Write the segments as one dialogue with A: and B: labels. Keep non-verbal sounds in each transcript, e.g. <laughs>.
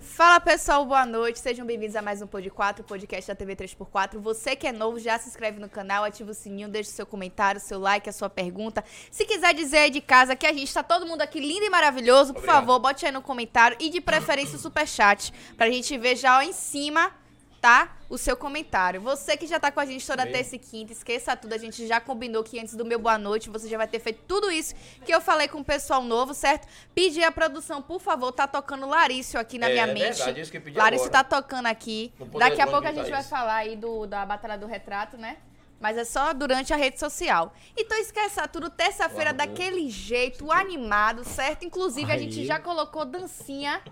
A: Fala pessoal, boa noite. Sejam bem-vindos a mais um Pod 4, podcast da TV 3x4. Você que é novo, já se inscreve no canal, ativa o sininho, deixa o seu comentário, o seu like, a sua pergunta. Se quiser dizer aí de casa que a gente tá todo mundo aqui lindo e maravilhoso, por
B: Obrigado.
A: favor, bote aí no comentário e de preferência o superchat, pra gente ver já ó, em cima, tá? O seu comentário. Você que já tá com a gente toda
B: Bem.
A: terça e quinta, esqueça tudo. A gente já combinou que antes do meu boa noite, você já vai ter feito tudo isso que eu falei com o pessoal novo, certo? Pedir à produção, por favor, tá tocando Larício aqui na
B: É,
A: minha
B: é
A: mente.
B: verdade, isso que eu pedi
A: Larissa
B: agora.
A: tá tocando aqui.
B: Não poderia
A: Daqui a pouco a
B: lamentar
A: gente vai
B: isso.
A: falar aí do, da Batalha do Retrato, né? Mas é só durante a rede social. Então esqueça tudo, terça-feira
B: Largou.
A: daquele jeito, animado, certo? Inclusive, a
C: Aí.
A: gente já colocou dancinha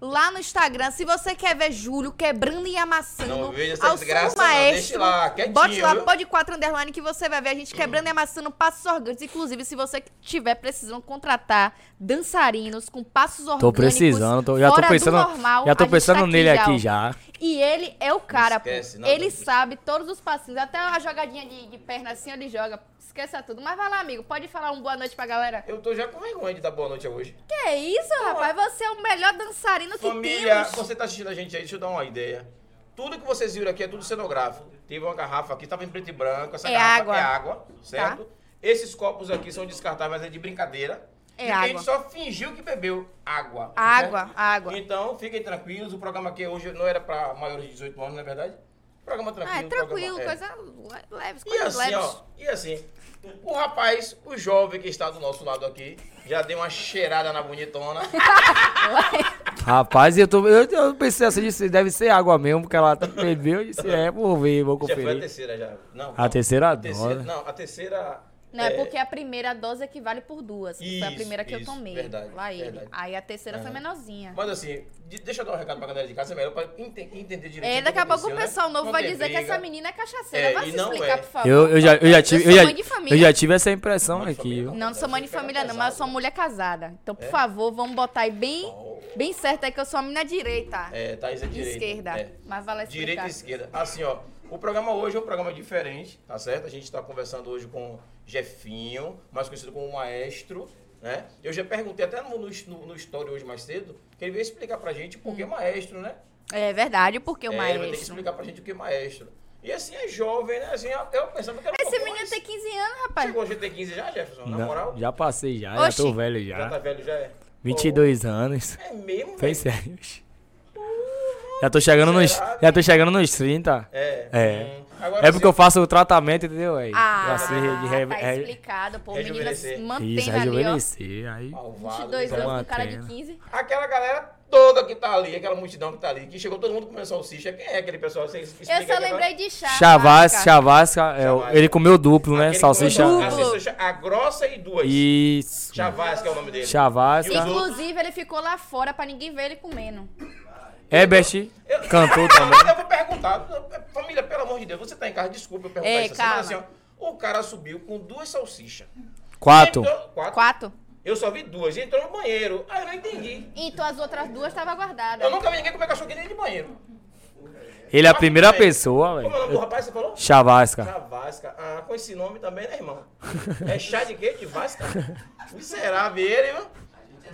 A: lá no Instagram. Se você quer ver Júlio quebrando e amassando
B: Não veja essa
A: tá ao som
B: desgraça,
A: do
B: não. Deixe
A: maestro,
B: lá, quietinho,
A: bote lá,
B: viu?
A: pode 4 underline que você vai ver a gente quebrando e amassando passos orgânicos. Inclusive, se você tiver precisando contratar dançarinos com passos orgânicos
C: Tô precisando, tô- já tô
A: fora do
C: pensando,
A: normal,
C: já
A: a
C: tô
A: gente
C: pensando
A: tá
C: nele aqui
A: ó.
C: já.
A: E ele é o cara, pô.
B: esquece, não,
A: ele
B: não.
A: sabe todos os passinhos, até a jogadinha de, de perna assim ele joga. Esqueça tudo. Mas vai lá, amigo, pode falar um boa noite pra galera.
B: Eu tô já com vergonha de dar boa noite hoje.
A: Que isso, rapaz? Você é o melhor dançarino
B: Família,
A: que temos.
B: você tá assistindo a gente aí, deixa eu dar uma ideia. Tudo que vocês viram aqui é tudo cenográfico. Teve uma garrafa aqui, tava em preto e branco. Essa
A: É
B: garrafa
A: água.
B: é água, certo? Esses copos aqui são descartáveis, é de brincadeira.
A: É
B: Porque a
A: água.
B: gente só fingiu que bebeu água.
A: Água,
B: certo?
A: água.
B: Então, fiquem tranquilos. O programa aqui hoje não era pra maiores de 18 anos, não é verdade? Programa tranquilo.
A: Ah, é tranquilo,
B: programa- é.
A: coisa leve,
B: E
A: coisas
B: assim,
A: leves.
B: ó, e assim, o rapaz, o jovem que está do nosso lado aqui, já deu uma cheirada na bonitona.
C: <laughs> Rapaz, eu, tô, eu, eu pensei assim, disse, deve ser água mesmo, porque ela bebeu e disse, é, vou ver, vou
B: já foi a
C: conferir.
B: terceira, já. Não,
C: A terceira né?
B: a terceira
C: dose.
B: Não, a terceira.
A: Não, é porque a primeira dose equivale por duas. que foi a
B: Isso,
A: primeira que eu
B: isso,
A: tomei.
B: verdade,
A: lá ele.
B: verdade.
A: Aí a terceira foi
B: Aham.
A: menorzinha.
B: Mas assim, de- deixa eu dar um recado pra galera de casa, é melhor pra ente- entender direito.
A: É, daqui a pouco
B: né?
A: o pessoal novo vai dizer que essa menina é cachaceira.
B: É,
A: vai
B: e
A: se
B: não
A: explicar,
B: é.
A: por favor.
C: Eu, eu, já, eu, já tive,
A: sou
C: eu, já,
A: é mãe de família.
C: eu já tive essa impressão
B: Mãe de
C: aqui.
B: família.
C: viu?
A: Não, não sou mãe de
B: Você pega
A: família, não,
B: casado.
A: mas eu sou mulher casada. Então,
B: É?
A: por favor, vamos botar aí bem, bem certo aí que eu sou a menina direita.
B: É, Thaís é
A: e
B: direita.
A: esquerda.
B: é.
A: Mas vai lá explicar.
B: Direita e esquerda. Assim, ó, o programa hoje é um programa diferente, tá certo? A gente tá conversando hoje com Jefinho, mais conhecido como Maestro, né? Eu já perguntei até no, no, no, no story hoje mais cedo, que ele veio explicar pra gente por que Maestro, né?
A: Hum. É verdade, porque o
B: É, ele vai ter que
A: maestro.
B: explicar pra gente o que é Maestro. E assim, é jovem, né? Assim, eu- eu pensava que era um
A: Esse
B: pouco
A: menino
B: mais-
A: tem 15 anos, rapaz.
B: Chegou a gente ter 15 já, Jefferson? Na
C: Não,
B: moral?
C: já passei já,
A: Oxi.
C: já tô velho
B: Já tá
C: já.
B: velho, já é?
C: 22 anos.
B: Pô, É mesmo,
C: Foi
B: velho?
C: sério. Já tô chegando nos,
B: miserável.
C: já tô chegando nos 30.
B: É.
C: É.
B: Hum, Agora,
C: É porque eu faço o tratamento, entendeu? Aí,
A: Ah,
C: assim, de re-
A: tá
C: re-
A: explicado, pô. O menino se
B: Rejuvenescer.
A: mantendo
C: Isso,
A: ali, ó.
C: rejuvenescer. Aí,
B: Malvado,
A: 22
B: miserável.
A: anos com cara de
C: Mantendo.
A: 15.
B: Aquela galera toda que tá ali, aquela multidão que tá ali, que chegou todo mundo com salsicha. Quem é aquele pessoal? Você explica é
A: Eu só
B: aquela-
A: lembrei de chá.
C: Chavasca,
A: Vasca.
C: Chavasca, é, o-
B: Chavasca.
C: ele comeu duplo, né?
B: Aquele
C: Salsicha.
B: com- A,
A: Duplo.
B: salsicha- a grossa e duas.
C: Isso.
B: Chavasca é o nome dele. E os
C: Chavasca.
B: outros?
A: Inclusive, ele ficou lá fora pra ninguém ver ele comendo.
C: Ebert
B: Eu- <laughs>
C: cantou também.
B: Eu vou perguntar. Família, pelo amor de Deus, você tá em casa, desculpa eu perguntar
A: Ei,
B: isso. assim, mas
A: calma.
B: assim, ó, o cara subiu com duas salsichas.
C: Quatro.
B: Entrou- quatro.
A: Quatro.
B: Eu só vi duas. Entrou no banheiro. Ah, eu não entendi.
A: Então, as outras duas estavam guardadas.
B: Eu nunca vi ninguém comer cachorro quente dentro de banheiro.
C: Ele é a
B: Quatro
C: primeira
B: também.
C: pessoa,
B: Como é o nome do
C: velho.
B: rapaz que você falou?
C: Chavasca.
B: Chavasca. Ah, com esse nome também, né, irmão? É chá de quê? De Vasca? Miserável ele, irmão.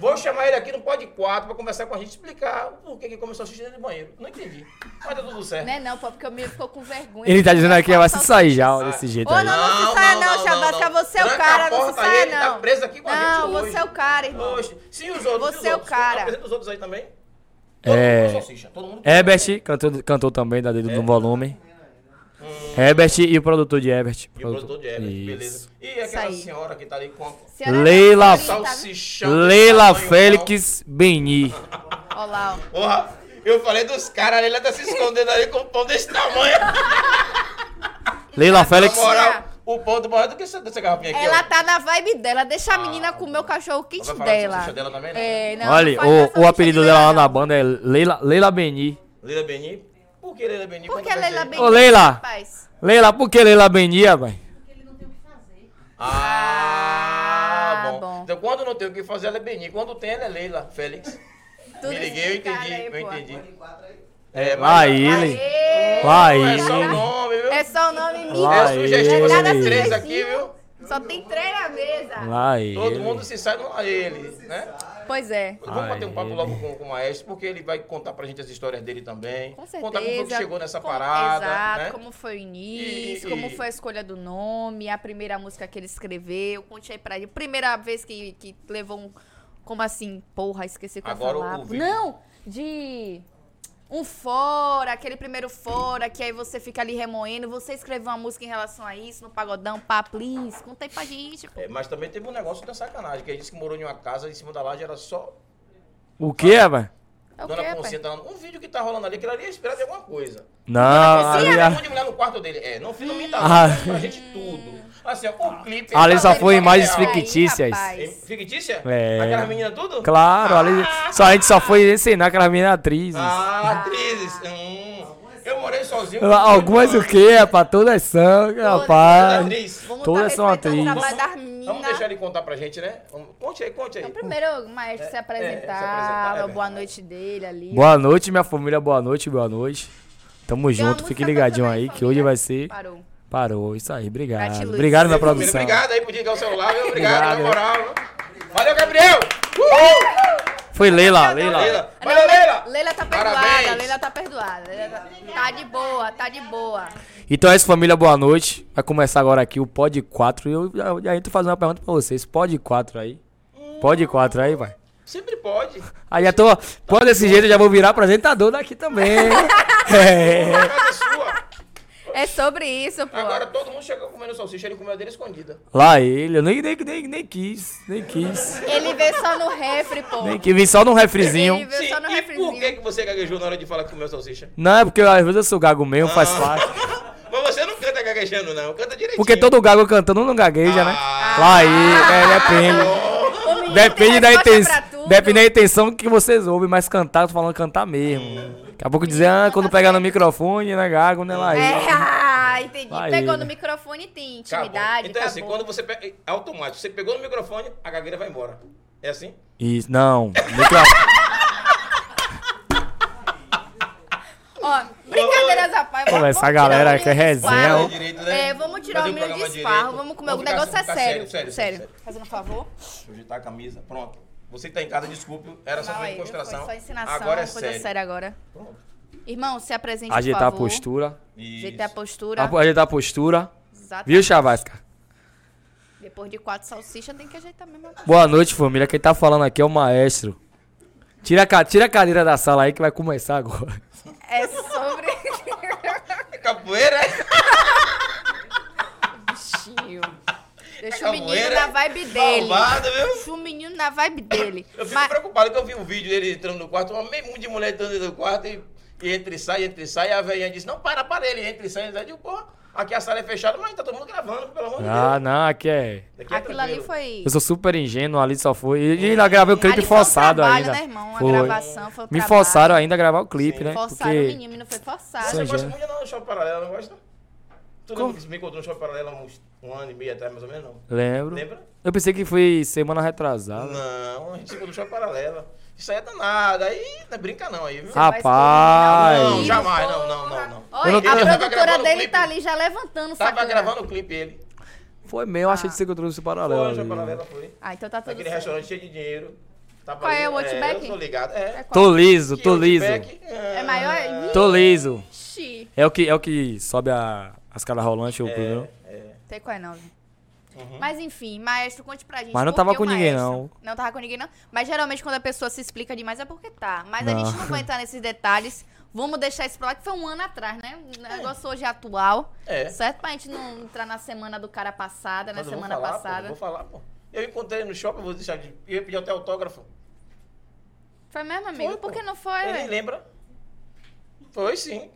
B: Vou chamar ele aqui no Pod 4 pra conversar com a gente e explicar por que, que começou a assistir dentro do banheiro. Não entendi. Mas tá tudo certo.
A: Né não, pô, porque o menino ficou com vergonha.
C: Ele tá dizendo aqui, vai se
A: Só-
C: sair já, ó, desse jeito
A: Ô,
C: aí.
A: não, não se saia não, Chavasca, você é o
B: Tranca
A: cara,
B: a
A: não se
B: porta
A: saia
B: aí, ele Tá
A: não.
B: preso aqui com a
A: Não,
B: gente hoje.
A: você é o cara, irmão.
B: Hoje. Sim, os outros.
A: Você
B: e os
A: é o
B: outros?
A: cara.
B: Apresenta os outros aí também. Todo mundo
C: É.
B: com salsicha, todo mundo com
C: Ebert cantou, cantou também, da dedo do volume. Ebert e o produtor de Ebert.
B: E o produtor de Ebert,
C: Isso.
B: beleza. E aquela
A: aí. tá
B: senhora que tá ali com a
A: Senhora
C: Leila
A: Margarita,
B: salsichão.
C: Leila
B: desse tamanho,
C: Félix Beni.
A: viu? Ó lá, ó.
B: Porra, eu falei dos caras, ele tá se escondendo ali com um pão desse tamanho.
C: Leila
B: Na
C: Félix.
B: moral, o pão do maior do que essa, dessa garrafinha aqui.
A: Ela
B: ó.
A: tá na vibe dela, deixa a menina comer o cachorro quente
B: Ah, Vai falar de
A: dela.
B: salsicha dela também, né?
A: É, não, não
C: Olha,
A: faz essa
C: o, o
A: salsicha
C: apelido
A: de
C: dela lá
A: Leila,
C: na
A: não.
C: banda é Leila, Leila Beni.
B: Leila Beni? Por que Leila Beni?
A: Por
B: Conta
A: que
B: pra
A: é Leila
B: gente.
A: Beni?
C: Ô, Leila.
A: Rapaz,
C: Leila, por que Leila Beni, rapaz?
A: Ah,
B: Ah, bom.
A: bom.
B: Então quando não tem o que fazer, ela é Beni. Quando tem, ela é Leila Félix.
A: Tudo
B: Me liguei, eu
A: explicado
B: entendi,
A: aí,
B: eu
A: pô.
B: entendi. É,
C: Vai
B: mas-
C: ele.
A: Aê,
C: Vai
B: Não é só o
C: ele.
B: nome, viu?
A: É só o nome
C: Lá
A: Mica.
B: É sugestivo
C: ele.
B: esses três aqui,
A: sugestivo.
B: viu?
A: Só tem três na mesa.
C: Lá ele.
B: Todo mundo se sai, não é ele, né?
A: Pois é.
B: Vamos
C: Ai,
B: bater um papo
C: ele-
B: logo com, com o Maestro, porque ele vai contar pra gente as histórias dele também.
A: Com certeza.
B: Contar como foi que chegou nessa
A: com-
B: parada.
A: Exato,
B: né?
A: como foi o início,
B: E-
A: como
B: e-
A: foi a escolha do nome, a primeira música que ele escreveu. Conte aí pra ele. Primeira vez que, que levou um. Como assim? Porra, esqueci o que eu
B: Agora o
A: falava.
B: vídeo.
A: Não! De. Um fora, aquele primeiro fora, que aí você fica ali remoendo. Você escreveu uma música em relação a isso, no pagodão, pá, please. Conta aí pra gente, pô.
B: É, mas também teve um negócio da sacanagem, que ele disse que morou em uma casa em cima da laje, era só
C: O que, rapaz?
A: É o quê,
B: Dona
A: pai?
B: Concinha tá lá- Um vídeo que tá rolando ali, que ela ia esperar de alguma coisa.
C: Não,
B: Assim,
C: Ah, ali, é
B: era um
C: a-
B: monte de mulher no quarto dele. É, não fica minta
C: Ah.
B: ah. pra gente tudo. Assim, ó, o clipe.
C: ali
B: ele
C: só
B: tá
C: foi
B: vendo
C: imagens
B: real.
C: fictícias.
A: rapaz.
B: Em- Fictícia?
C: É.
B: Aquelas meninas tudo?
C: Claro, ali, só, a gente só foi ensinar aquelas meninas atrizes.
B: Ah, atrizes. Hum. Eu morei sozinho.
C: Ah, Algumas o Ah. que, rapaz? Todas são,
B: Todas
C: rapaz.
B: atrizes.
A: Vamos
C: Todas são
A: respeitando o
C: atrizes.
A: trabalho das
B: Vamos
A: meninas.
B: deixar ele contar pra gente, né? Vamos- Conte aí, conte aí.
A: Então, primeiro, o maestro se
B: é, apresentar, é
A: apresentava,
B: verdade.
A: boa noite dele ali.
C: Boa noite, minha família, boa noite, boa noite. Tamo
A: Tem uma
C: junto, fique
A: música boa
C: ligadinho
A: tá também,
C: aí que
A: família.
C: hoje vai ser.
A: Parou.
C: Parou, isso aí,
A: Gratiluz.
C: obrigado. Obrigado, minha
B: Primeiro,
C: produção.
B: Obrigado aí por ligar o celular, viu? Obrigado,
C: Obrigado.
B: na moral. Valeu, Gabriel! Uhul!
C: Foi Leila, Ah, Leila.
B: Ah, Leila! Valeu, Leila!
A: Leila tá perdoada,
B: Parabéns.
A: Leila tá perdoada. Leila tá- Tá de boa, tá de boa.
C: Então é isso, família, boa noite. Vai começar agora aqui o Pod 4. E eu já, já entro fazendo uma pergunta pra vocês. Pod 4 aí. Pod 4 aí, vai.
B: Sempre pode.
C: Aí já tô. Pô, desse jeito eu já vou virar apresentador daqui também. É.
B: A casa é sua.
A: É sobre isso, pô.
B: Agora todo mundo chega comendo salsicha, ele comeu a dele escondida.
C: Lá ele, eu nem, nem, nem, nem quis, nem quis.
A: Ele vê só no refri, pô.
C: Nem que vim só num refrizinho.
A: Ele veio só no
B: e por
A: refrizinho.
B: que, que você gaguejou na hora de falar que comeu salsicha?
C: Não, é porque às vezes eu sou gago mesmo, faz
A: Ah.
C: parte.
B: <laughs> Mas você não canta gaguejando, não. Canta direitinho.
C: Porque todo gago cantando não gagueja, né?
B: Ah.
C: Lá aí, é, depende.
A: O menino
C: Depende
A: tem
C: da,
A: resposta
C: intenção,
A: pra tudo.
C: depende da intenção que vocês ouvem, mas cantar, eu tô falando cantar mesmo. Daqui a pouco dizer, ah, quando pegar no microfone, na gago, né, lá aí.
A: É, <laughs> ah, entendi.
C: Lá
A: Pegou
C: ele.
A: no microfone tem
B: Acabou.
A: intimidade,
B: Então é assim,
A: acabou.
B: quando você pega. Automático, você pegou no microfone, a gagueira vai embora. É assim?
C: Isso, não, microfone.
A: Ó, brincadeiras, rapaz. vamos-
C: Pô, essa
A: vamos tirar o
C: galera
A: milho
C: que é
A: de
C: resenha,
A: esparro.
C: ó.
B: Fazer direito, né?
A: É, vamos tirar o
B: Fazer o
A: milho
B: programa
A: de esparro,
B: direito.
A: vamos comer. O
B: Vamos ficar-
A: negócio é
B: ficar
A: sério.
B: sério, sério,
A: Sério.
B: sério.
A: Fazendo um favor.
B: Deixa eu ajeitar tá a camisa. Pronto. Você que tá em casa, desculpe, era só
A: Não,
B: uma
A: aí,
B: demonstração.
A: foi só ensinação,
B: Agora é
A: coisa
B: sério.
A: séria agora.
B: Pronto.
A: Irmão, se apresente,
C: Ajeitar
A: por
C: a tá
A: favor.
C: postura. Tá
A: Ajeitar é a
B: Isso.
A: postura.
C: a- Ajeitar a postura.
A: Exato.
C: Viu, Chavasca?
A: Depois de quatro salsichas, tem que ajeitar mesmo.
C: Boa noite, família. Quem tá falando aqui é o maestro. Tira a, ca- tira a cadeira da sala aí que vai começar agora.
A: É sobre...
B: É <laughs> capoeira? é?
A: Bichinho.
B: É
A: Deixa o menino
B: Capoeira.
A: na vibe dele.
B: Malvado, viu?
A: Deixa o menino na vibe dele.
B: Eu fico
A: Mas-
B: preocupado que eu vi um vídeo dele entrando no quarto, um meio mundo de mulher entrando dentro do quarto e, e entra e sai, entra e sai. E a velhinha disse, não, para, para ele, entra e sai. Eu digo, pô, aqui a sala é fechada, mas tá todo mundo gravando, pelo amor de
C: Ah,
B: Deus.
C: não, aqui é.
B: Daqui é
A: Aquilo ali
B: tranquilo.
A: foi...
C: Eu sou super ingênuo, ali só foi. E e ainda gravei o clipe
A: Ali foi um
C: forçado
A: trabalho,
C: ainda.
A: né, irmão? Uma
C: Foi.
A: gravação, foi um
C: Me
A: trabalho.
C: forçaram ainda a gravar o clipe, né?
A: Forçaram o
C: Porque
A: menino, o menino foi
B: Ah, Você
A: forçado.
C: Sim.
B: gosta
C: já.
B: muito não, do Shopping Paralelo, não gosta? Tu
C: Como?
B: lembra que você me encontrou no Shopping Paralelo há uns um ano e meio atrás, mais ou menos, não?
C: lembro.
B: Lembra?
C: Eu pensei que foi semana retrasada.
B: Não, a gente se encontrou no Shopping Paralelo. Isso aí é danado, aí não é brinca não aí, viu?
C: Ah, Rapaz.
B: Não, jamais, não, não, não, não.
A: Olha,
C: Eu não-
A: a
C: eu-
B: Tava
A: produtora
B: gravando
A: dele
B: clipe.
A: tá ali já levantando o
B: Tava
A: saco.
B: gravando o clipe ele.
C: Foi meu, achei que você que eu trouxe o paralelo.
B: Foi, o Shopping
C: ali.
B: Paralelo foi.
A: Ah, então tá tudo
B: Aquele
A: certo.
B: restaurante cheio de dinheiro. Tava
A: Qual é o
B: É,
A: Outback?
B: eu tô ligado, é. ah,
C: Tô liso, tô liso.
A: É maior?
C: Tô liso.
A: Ixi.
C: É o que, é o que sobe a, a escada rolante,
A: É.
C: o primeiro.
A: Tem qual é não, viu?
B: Uhum.
A: Mas enfim, maestro, conte pra gente.
C: Mas não
A: por
C: tava
A: que
C: com
A: o
C: ninguém,
A: maestro- Não tava com ninguém, não. Mas geralmente quando a pessoa se explica demais é porque tá. Mas a
C: Não.
A: gente não vai
C: <laughs>
A: entrar nesses detalhes. Vamos deixar isso pra lá, que foi um ano atrás, né? O negócio hoje é atual.
B: É.
A: Certo? Pra gente não entrar na semana do cara passada, na
B: Mas eu vou
A: semana
B: falar, Pô, eu
A: passada.
B: vou falar, pô. Eu encontrei ele no shopping, eu vou deixar de. Eu ia pedir até autógrafo.
A: Foi mesmo, amigo?
B: Foi,
A: por
B: pô.
A: que não foi,
B: ele nem
A: velho?
B: lembra? Foi sim.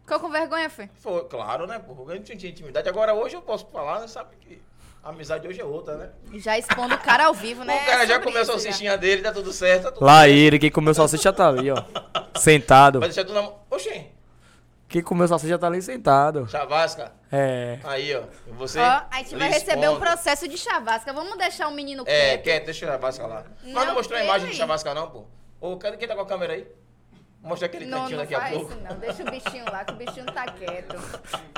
A: Ficou com vergonha, foi?
B: Foi, claro, né, pô? Eu não tinha intimidade. Agora hoje eu posso falar, né? Sabe que a amizade hoje é outra, né?
A: Já expondo o cara ao vivo, né?
B: o cara
A: É
B: já
A: sobre
B: começou a
A: isso, já.
B: cestinha dele, tá tudo certo. Tá tudo
C: Lá
B: certo.
C: ele, quem comeu salsicha tá ali, ó. Sentado.
B: Vai deixar tudo na mão. Oxê,
C: Quem comeu salsicha tá ali sentado.
B: chavasca.
C: É.
B: Aí, ó. Você.
A: Ó, a gente vai
B: lhes
A: receber um
B: conta.
A: processo de chavasca. Vamos deixar o menino
B: É,
A: quieto.
B: quer, deixa o Chavasca lá. Mas
A: Não
B: não, mostrou a
A: tem.
B: imagem do Chavasca, não, pô. Ô, cadê quem tá com a câmera aí? Mostra aquele
A: Não,
B: cantinho
A: não
B: daqui a
A: faz
B: pouco.
A: isso não. Deixa o bichinho lá, que o bichinho tá quieto.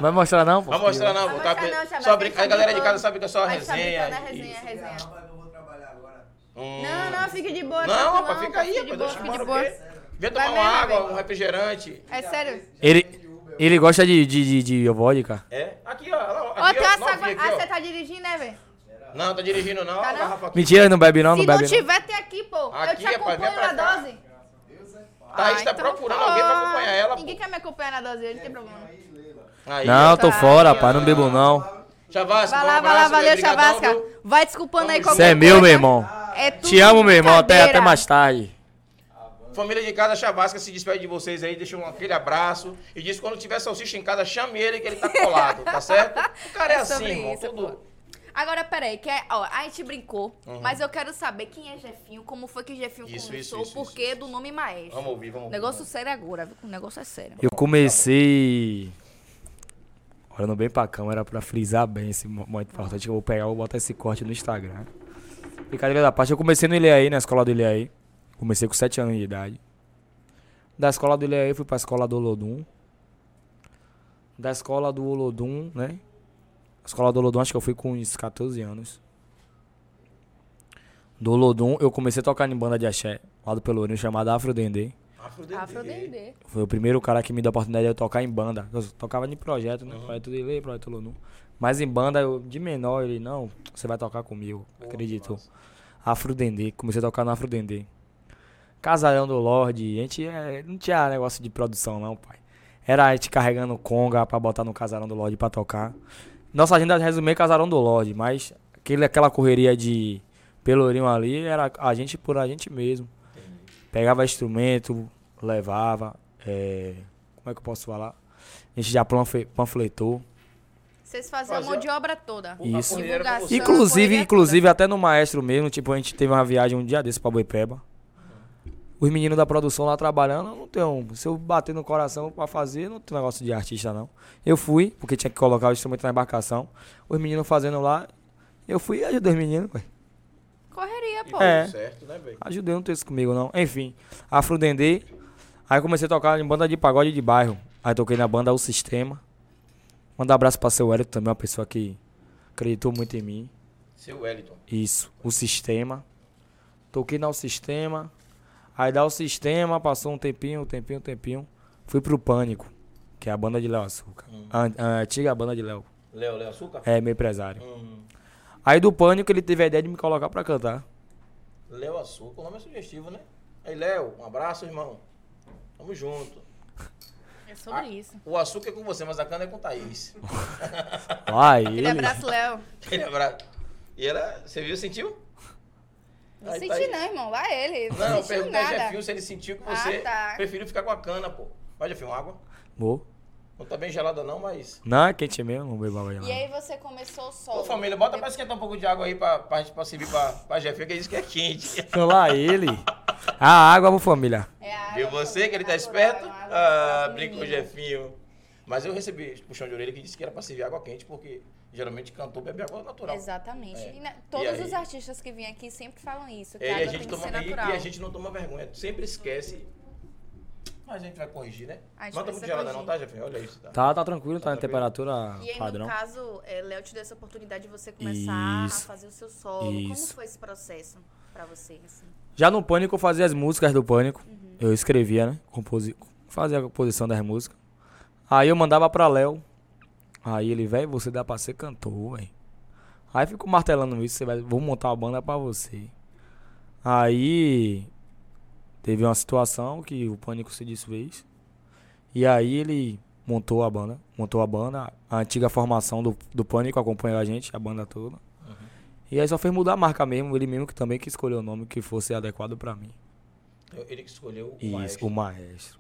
C: Vai mostrar não? pô?
B: Vai mostrar, não,
A: Vai
B: pô.
A: mostrar
B: Tá,
A: não, Chavasca,
B: só brinca...
A: ele
B: A galera de
A: fabricou.
B: casa sabe que é só
A: Vai fabricando
B: resenha.
A: a resenha,
B: isso.
A: resenha.
D: Rapaz, eu vou trabalhar agora.
B: Um...
A: Não, não, tá fica de boa.
B: Não,
A: tranquilão,
B: rapaz, fica
A: de
B: aí, rapaz,
A: boa,
B: deixa
A: fica de boa.
B: eu tomar o quê? Vem tomar
A: Vai
B: uma
A: mesmo,
B: água,
A: vai
B: um refrigerante.
A: É sério.
C: Ele, ele gosta de, de, de, de vodka.
B: É? Aqui, ó. lá,
A: Ó,
B: Aqui,
A: tem
B: ó,
A: essa água.
B: novinha
A: Ah, você
B: aqui,
A: tá dirigindo, né, velho?
B: ó. Não, tá dirigindo não. ó,
A: Tá
B: a
A: não?
B: garrafa aqui.
C: Mentira, ele não bebe não, não
A: Se
C: bebe
A: não
C: não.
A: tiver, tem aqui, pô. Eu
B: Aqui,
A: te
B: rapaz, vem
A: acompanho
B: pra
A: na
B: cá.
A: dose.
B: Thaís
A: Ah,
B: tá
A: então
B: procurando alguém pra
A: pô.
B: acompanhar ela,
A: Ninguém
B: pô.
A: quer me acompanhar na dose, hoje, não tem problema.
B: Aí,
C: Não,
B: ó.
C: tô fora, rapaz, não bebo não.
B: Chavasca,
A: Vai
B: um
A: lá, vai lá,
B: abraço,
A: valeu,
B: obrigadão,
A: Chavasca.
B: viu?
A: Vai desculpando aí
B: Tamo
A: qualquer
C: Você é meu,
A: coisa.
C: meu irmão.
A: É tudo
C: Te amo, meu irmão. Até, até
A: brincadeira.
C: mais tarde.
B: Família de casa, Chavasca se despede de vocês aí, deixa um, aquele abraço. E diz que quando tiver salsicha em casa, chame ele que ele tá colado, tá certo? O cara é,
A: É
B: assim,
A: sobre
B: irmão.
A: isso,
B: tudo-
A: pô. Agora, peraí, que é, ó, a gente brincou, mas eu quero saber quem é Jefinho, como foi que Jefinho
B: Isso, isso,
A: começou,
B: isso,
A: o porquê do nome Maestro.
B: Vamos ouvir, vamos ouvir.
A: Negócio sério agora, viu? O negócio é sério.
C: Eu comecei. Olhando bem pra câmera pra frisar bem esse mo- momento importante. Eu vou pegar, eu vou botar esse corte no Instagram. Brincadeira da parte, eu comecei no Ilhaí, na escola do Ilhaí. Comecei com 7 anos de idade. Da escola do Ilhaí, fui pra escola do Olodum. Da escola do Olodum, né? A escola do Olodum, acho que eu fui com uns 14 anos. Do Olodum, eu comecei a tocar em banda de axé, lá do Pelourinho, chamada Afro Dendê.
B: Afrodendê.
A: Afrodendê.
C: Foi o primeiro cara que me deu a oportunidade de eu tocar em banda. Eu tocava em projeto, né? Projeto de lei, projeto Lunu. Mas em banda, eu, de menor, ele, não, você vai tocar comigo. acreditou. Afro Dendê, comecei a tocar no Afro Dendê. Casarão do Lorde, a gente é, não tinha negócio de produção, não, pai. Era a gente carregando conga pra botar no Casarão do Lorde pra tocar. Nossa agenda resumia Casarão do Lorde, mas aquele, aquela correria de Pelourinho ali era a gente por a gente mesmo. Pegava instrumento, levava. é, como é que eu posso falar? A gente já panfle- panfletou.
A: Vocês faziam a
B: Fazia-
A: mão de obra toda.
B: O- a
C: Isso.
B: correria era com
A: Divulgação.
B: você.
A: Então,
C: Inclusive,
A: correria
C: inclusive até no maestro mesmo, tipo, a gente teve uma viagem um dia desse pra Boipeba. Os meninos da produção lá trabalhando, eu não tem um. Se eu bater no coração pra fazer, não tem negócio de artista, não. Eu fui, porque tinha que colocar o instrumento na embarcação. Os meninos fazendo lá, eu fui e ajudei os meninos, ué.
A: Correria,
B: E
A: pô.
B: tudo
C: É.
B: certo, né, velho?
C: Ajudei, não tem isso comigo, não. Enfim, Afrodendê. Aí comecei a tocar em banda de pagode de bairro. Aí toquei na banda O Sistema. Mandar abraço pra seu Hélio também, uma pessoa que acreditou muito em mim.
B: Seu Wellington.
C: Isso, o sistema. Toquei no sistema. Aí dá o sistema, passou um tempinho, um tempinho, um tempinho. Fui pro Pânico, que é a banda de Léo Açúcar. A, an- a antiga banda de Léo.
B: Léo, Léo Açúcar?
C: É, meu empresário.
B: Hum,
C: Aí do Pânico ele teve a ideia de me colocar pra cantar.
B: Léo Açúcar, o nome é sugestivo, né? Aí, Léo, um abraço, irmão. Tamo junto.
A: É sobre isso.
B: O açúcar é com você, mas a cana é com o <laughs> Thaís.
C: Aí
A: Aquele
C: ele...
A: abraço, Léo.
B: Aquele abraço. E ela, você viu, sentiu?
A: Não
B: tá Aí,
A: senti
B: Thaís.
A: não, irmão. Lá ele. Não,
B: Não, eu
A: senti
B: perguntei a
A: nada.
B: Jefinho se ele sentiu que
A: Ah,
B: você
A: tá.
B: preferiu ficar com a cana, pô. Vai, Jefinho, água.
C: Vou.
B: Não tá bem gelada não, mas...
C: Não, é quente mesmo, não bebo água
A: E
C: gelada.
A: aí você começou solo.
B: Ô, família, bota pra esquentar um pouco de água aí pra, pra gente pra servir pra, pra Jefinho, que ele disse que é quente.
C: Então lá ele. <laughs> A água, vou família.
A: É a água
B: Viu você, que ele tá
A: natural,
B: esperto?
A: é uma água
B: Ah,
A: natural do
B: brinca com o
A: menino.
B: Jefinho. Mas eu recebi puxão de orelha que disse que era pra servir água quente, porque geralmente cantor bebe água natural.
A: Exatamente.
B: É.
A: E na-
B: E
A: todos
B: aí?
A: os artistas que vêm aqui sempre falam isso, que
B: É,
A: a
B: e, a
A: água
B: gente
A: tem que
B: toma,
A: ser
B: e, e
A: natural.
B: a gente não toma vergonha, sempre esquece. Mas a gente vai corrigir, né?
A: A gente
B: não tá muito
A: precisa
B: gelada não,
A: corrigir.
B: tá, Jefinho? Olha isso, tá?
C: Tá, tá tranquilo, tá, em
B: tranquilo.
C: temperatura
A: E aí,
C: padrão.
A: no caso, é, Léo te deu essa oportunidade de você começar
C: Isso.
A: a fazer o seu solo. Como
C: Isso.
A: foi esse processo pra você? assim?
C: Já no Pânico eu fazia as músicas do Pânico. Eu escrevia, né? Composi... Fazia a composição das músicas. Aí eu mandava pra Léo. Aí ele, velho, você dá pra ser cantor, velho. Aí ficou martelando isso, você vai... vou montar uma banda pra você. Aí teve uma situação que o Pânico se desfez. E aí ele montou a banda. Montou a banda. A antiga formação do, do Pânico acompanhou a gente, a banda toda. E aí só fez mudar a marca mesmo, ele mesmo que também que escolheu o nome que fosse adequado pra mim.
B: Eu- Então, Ele que escolheu o
C: Isso,
B: maestro.
C: o maestro.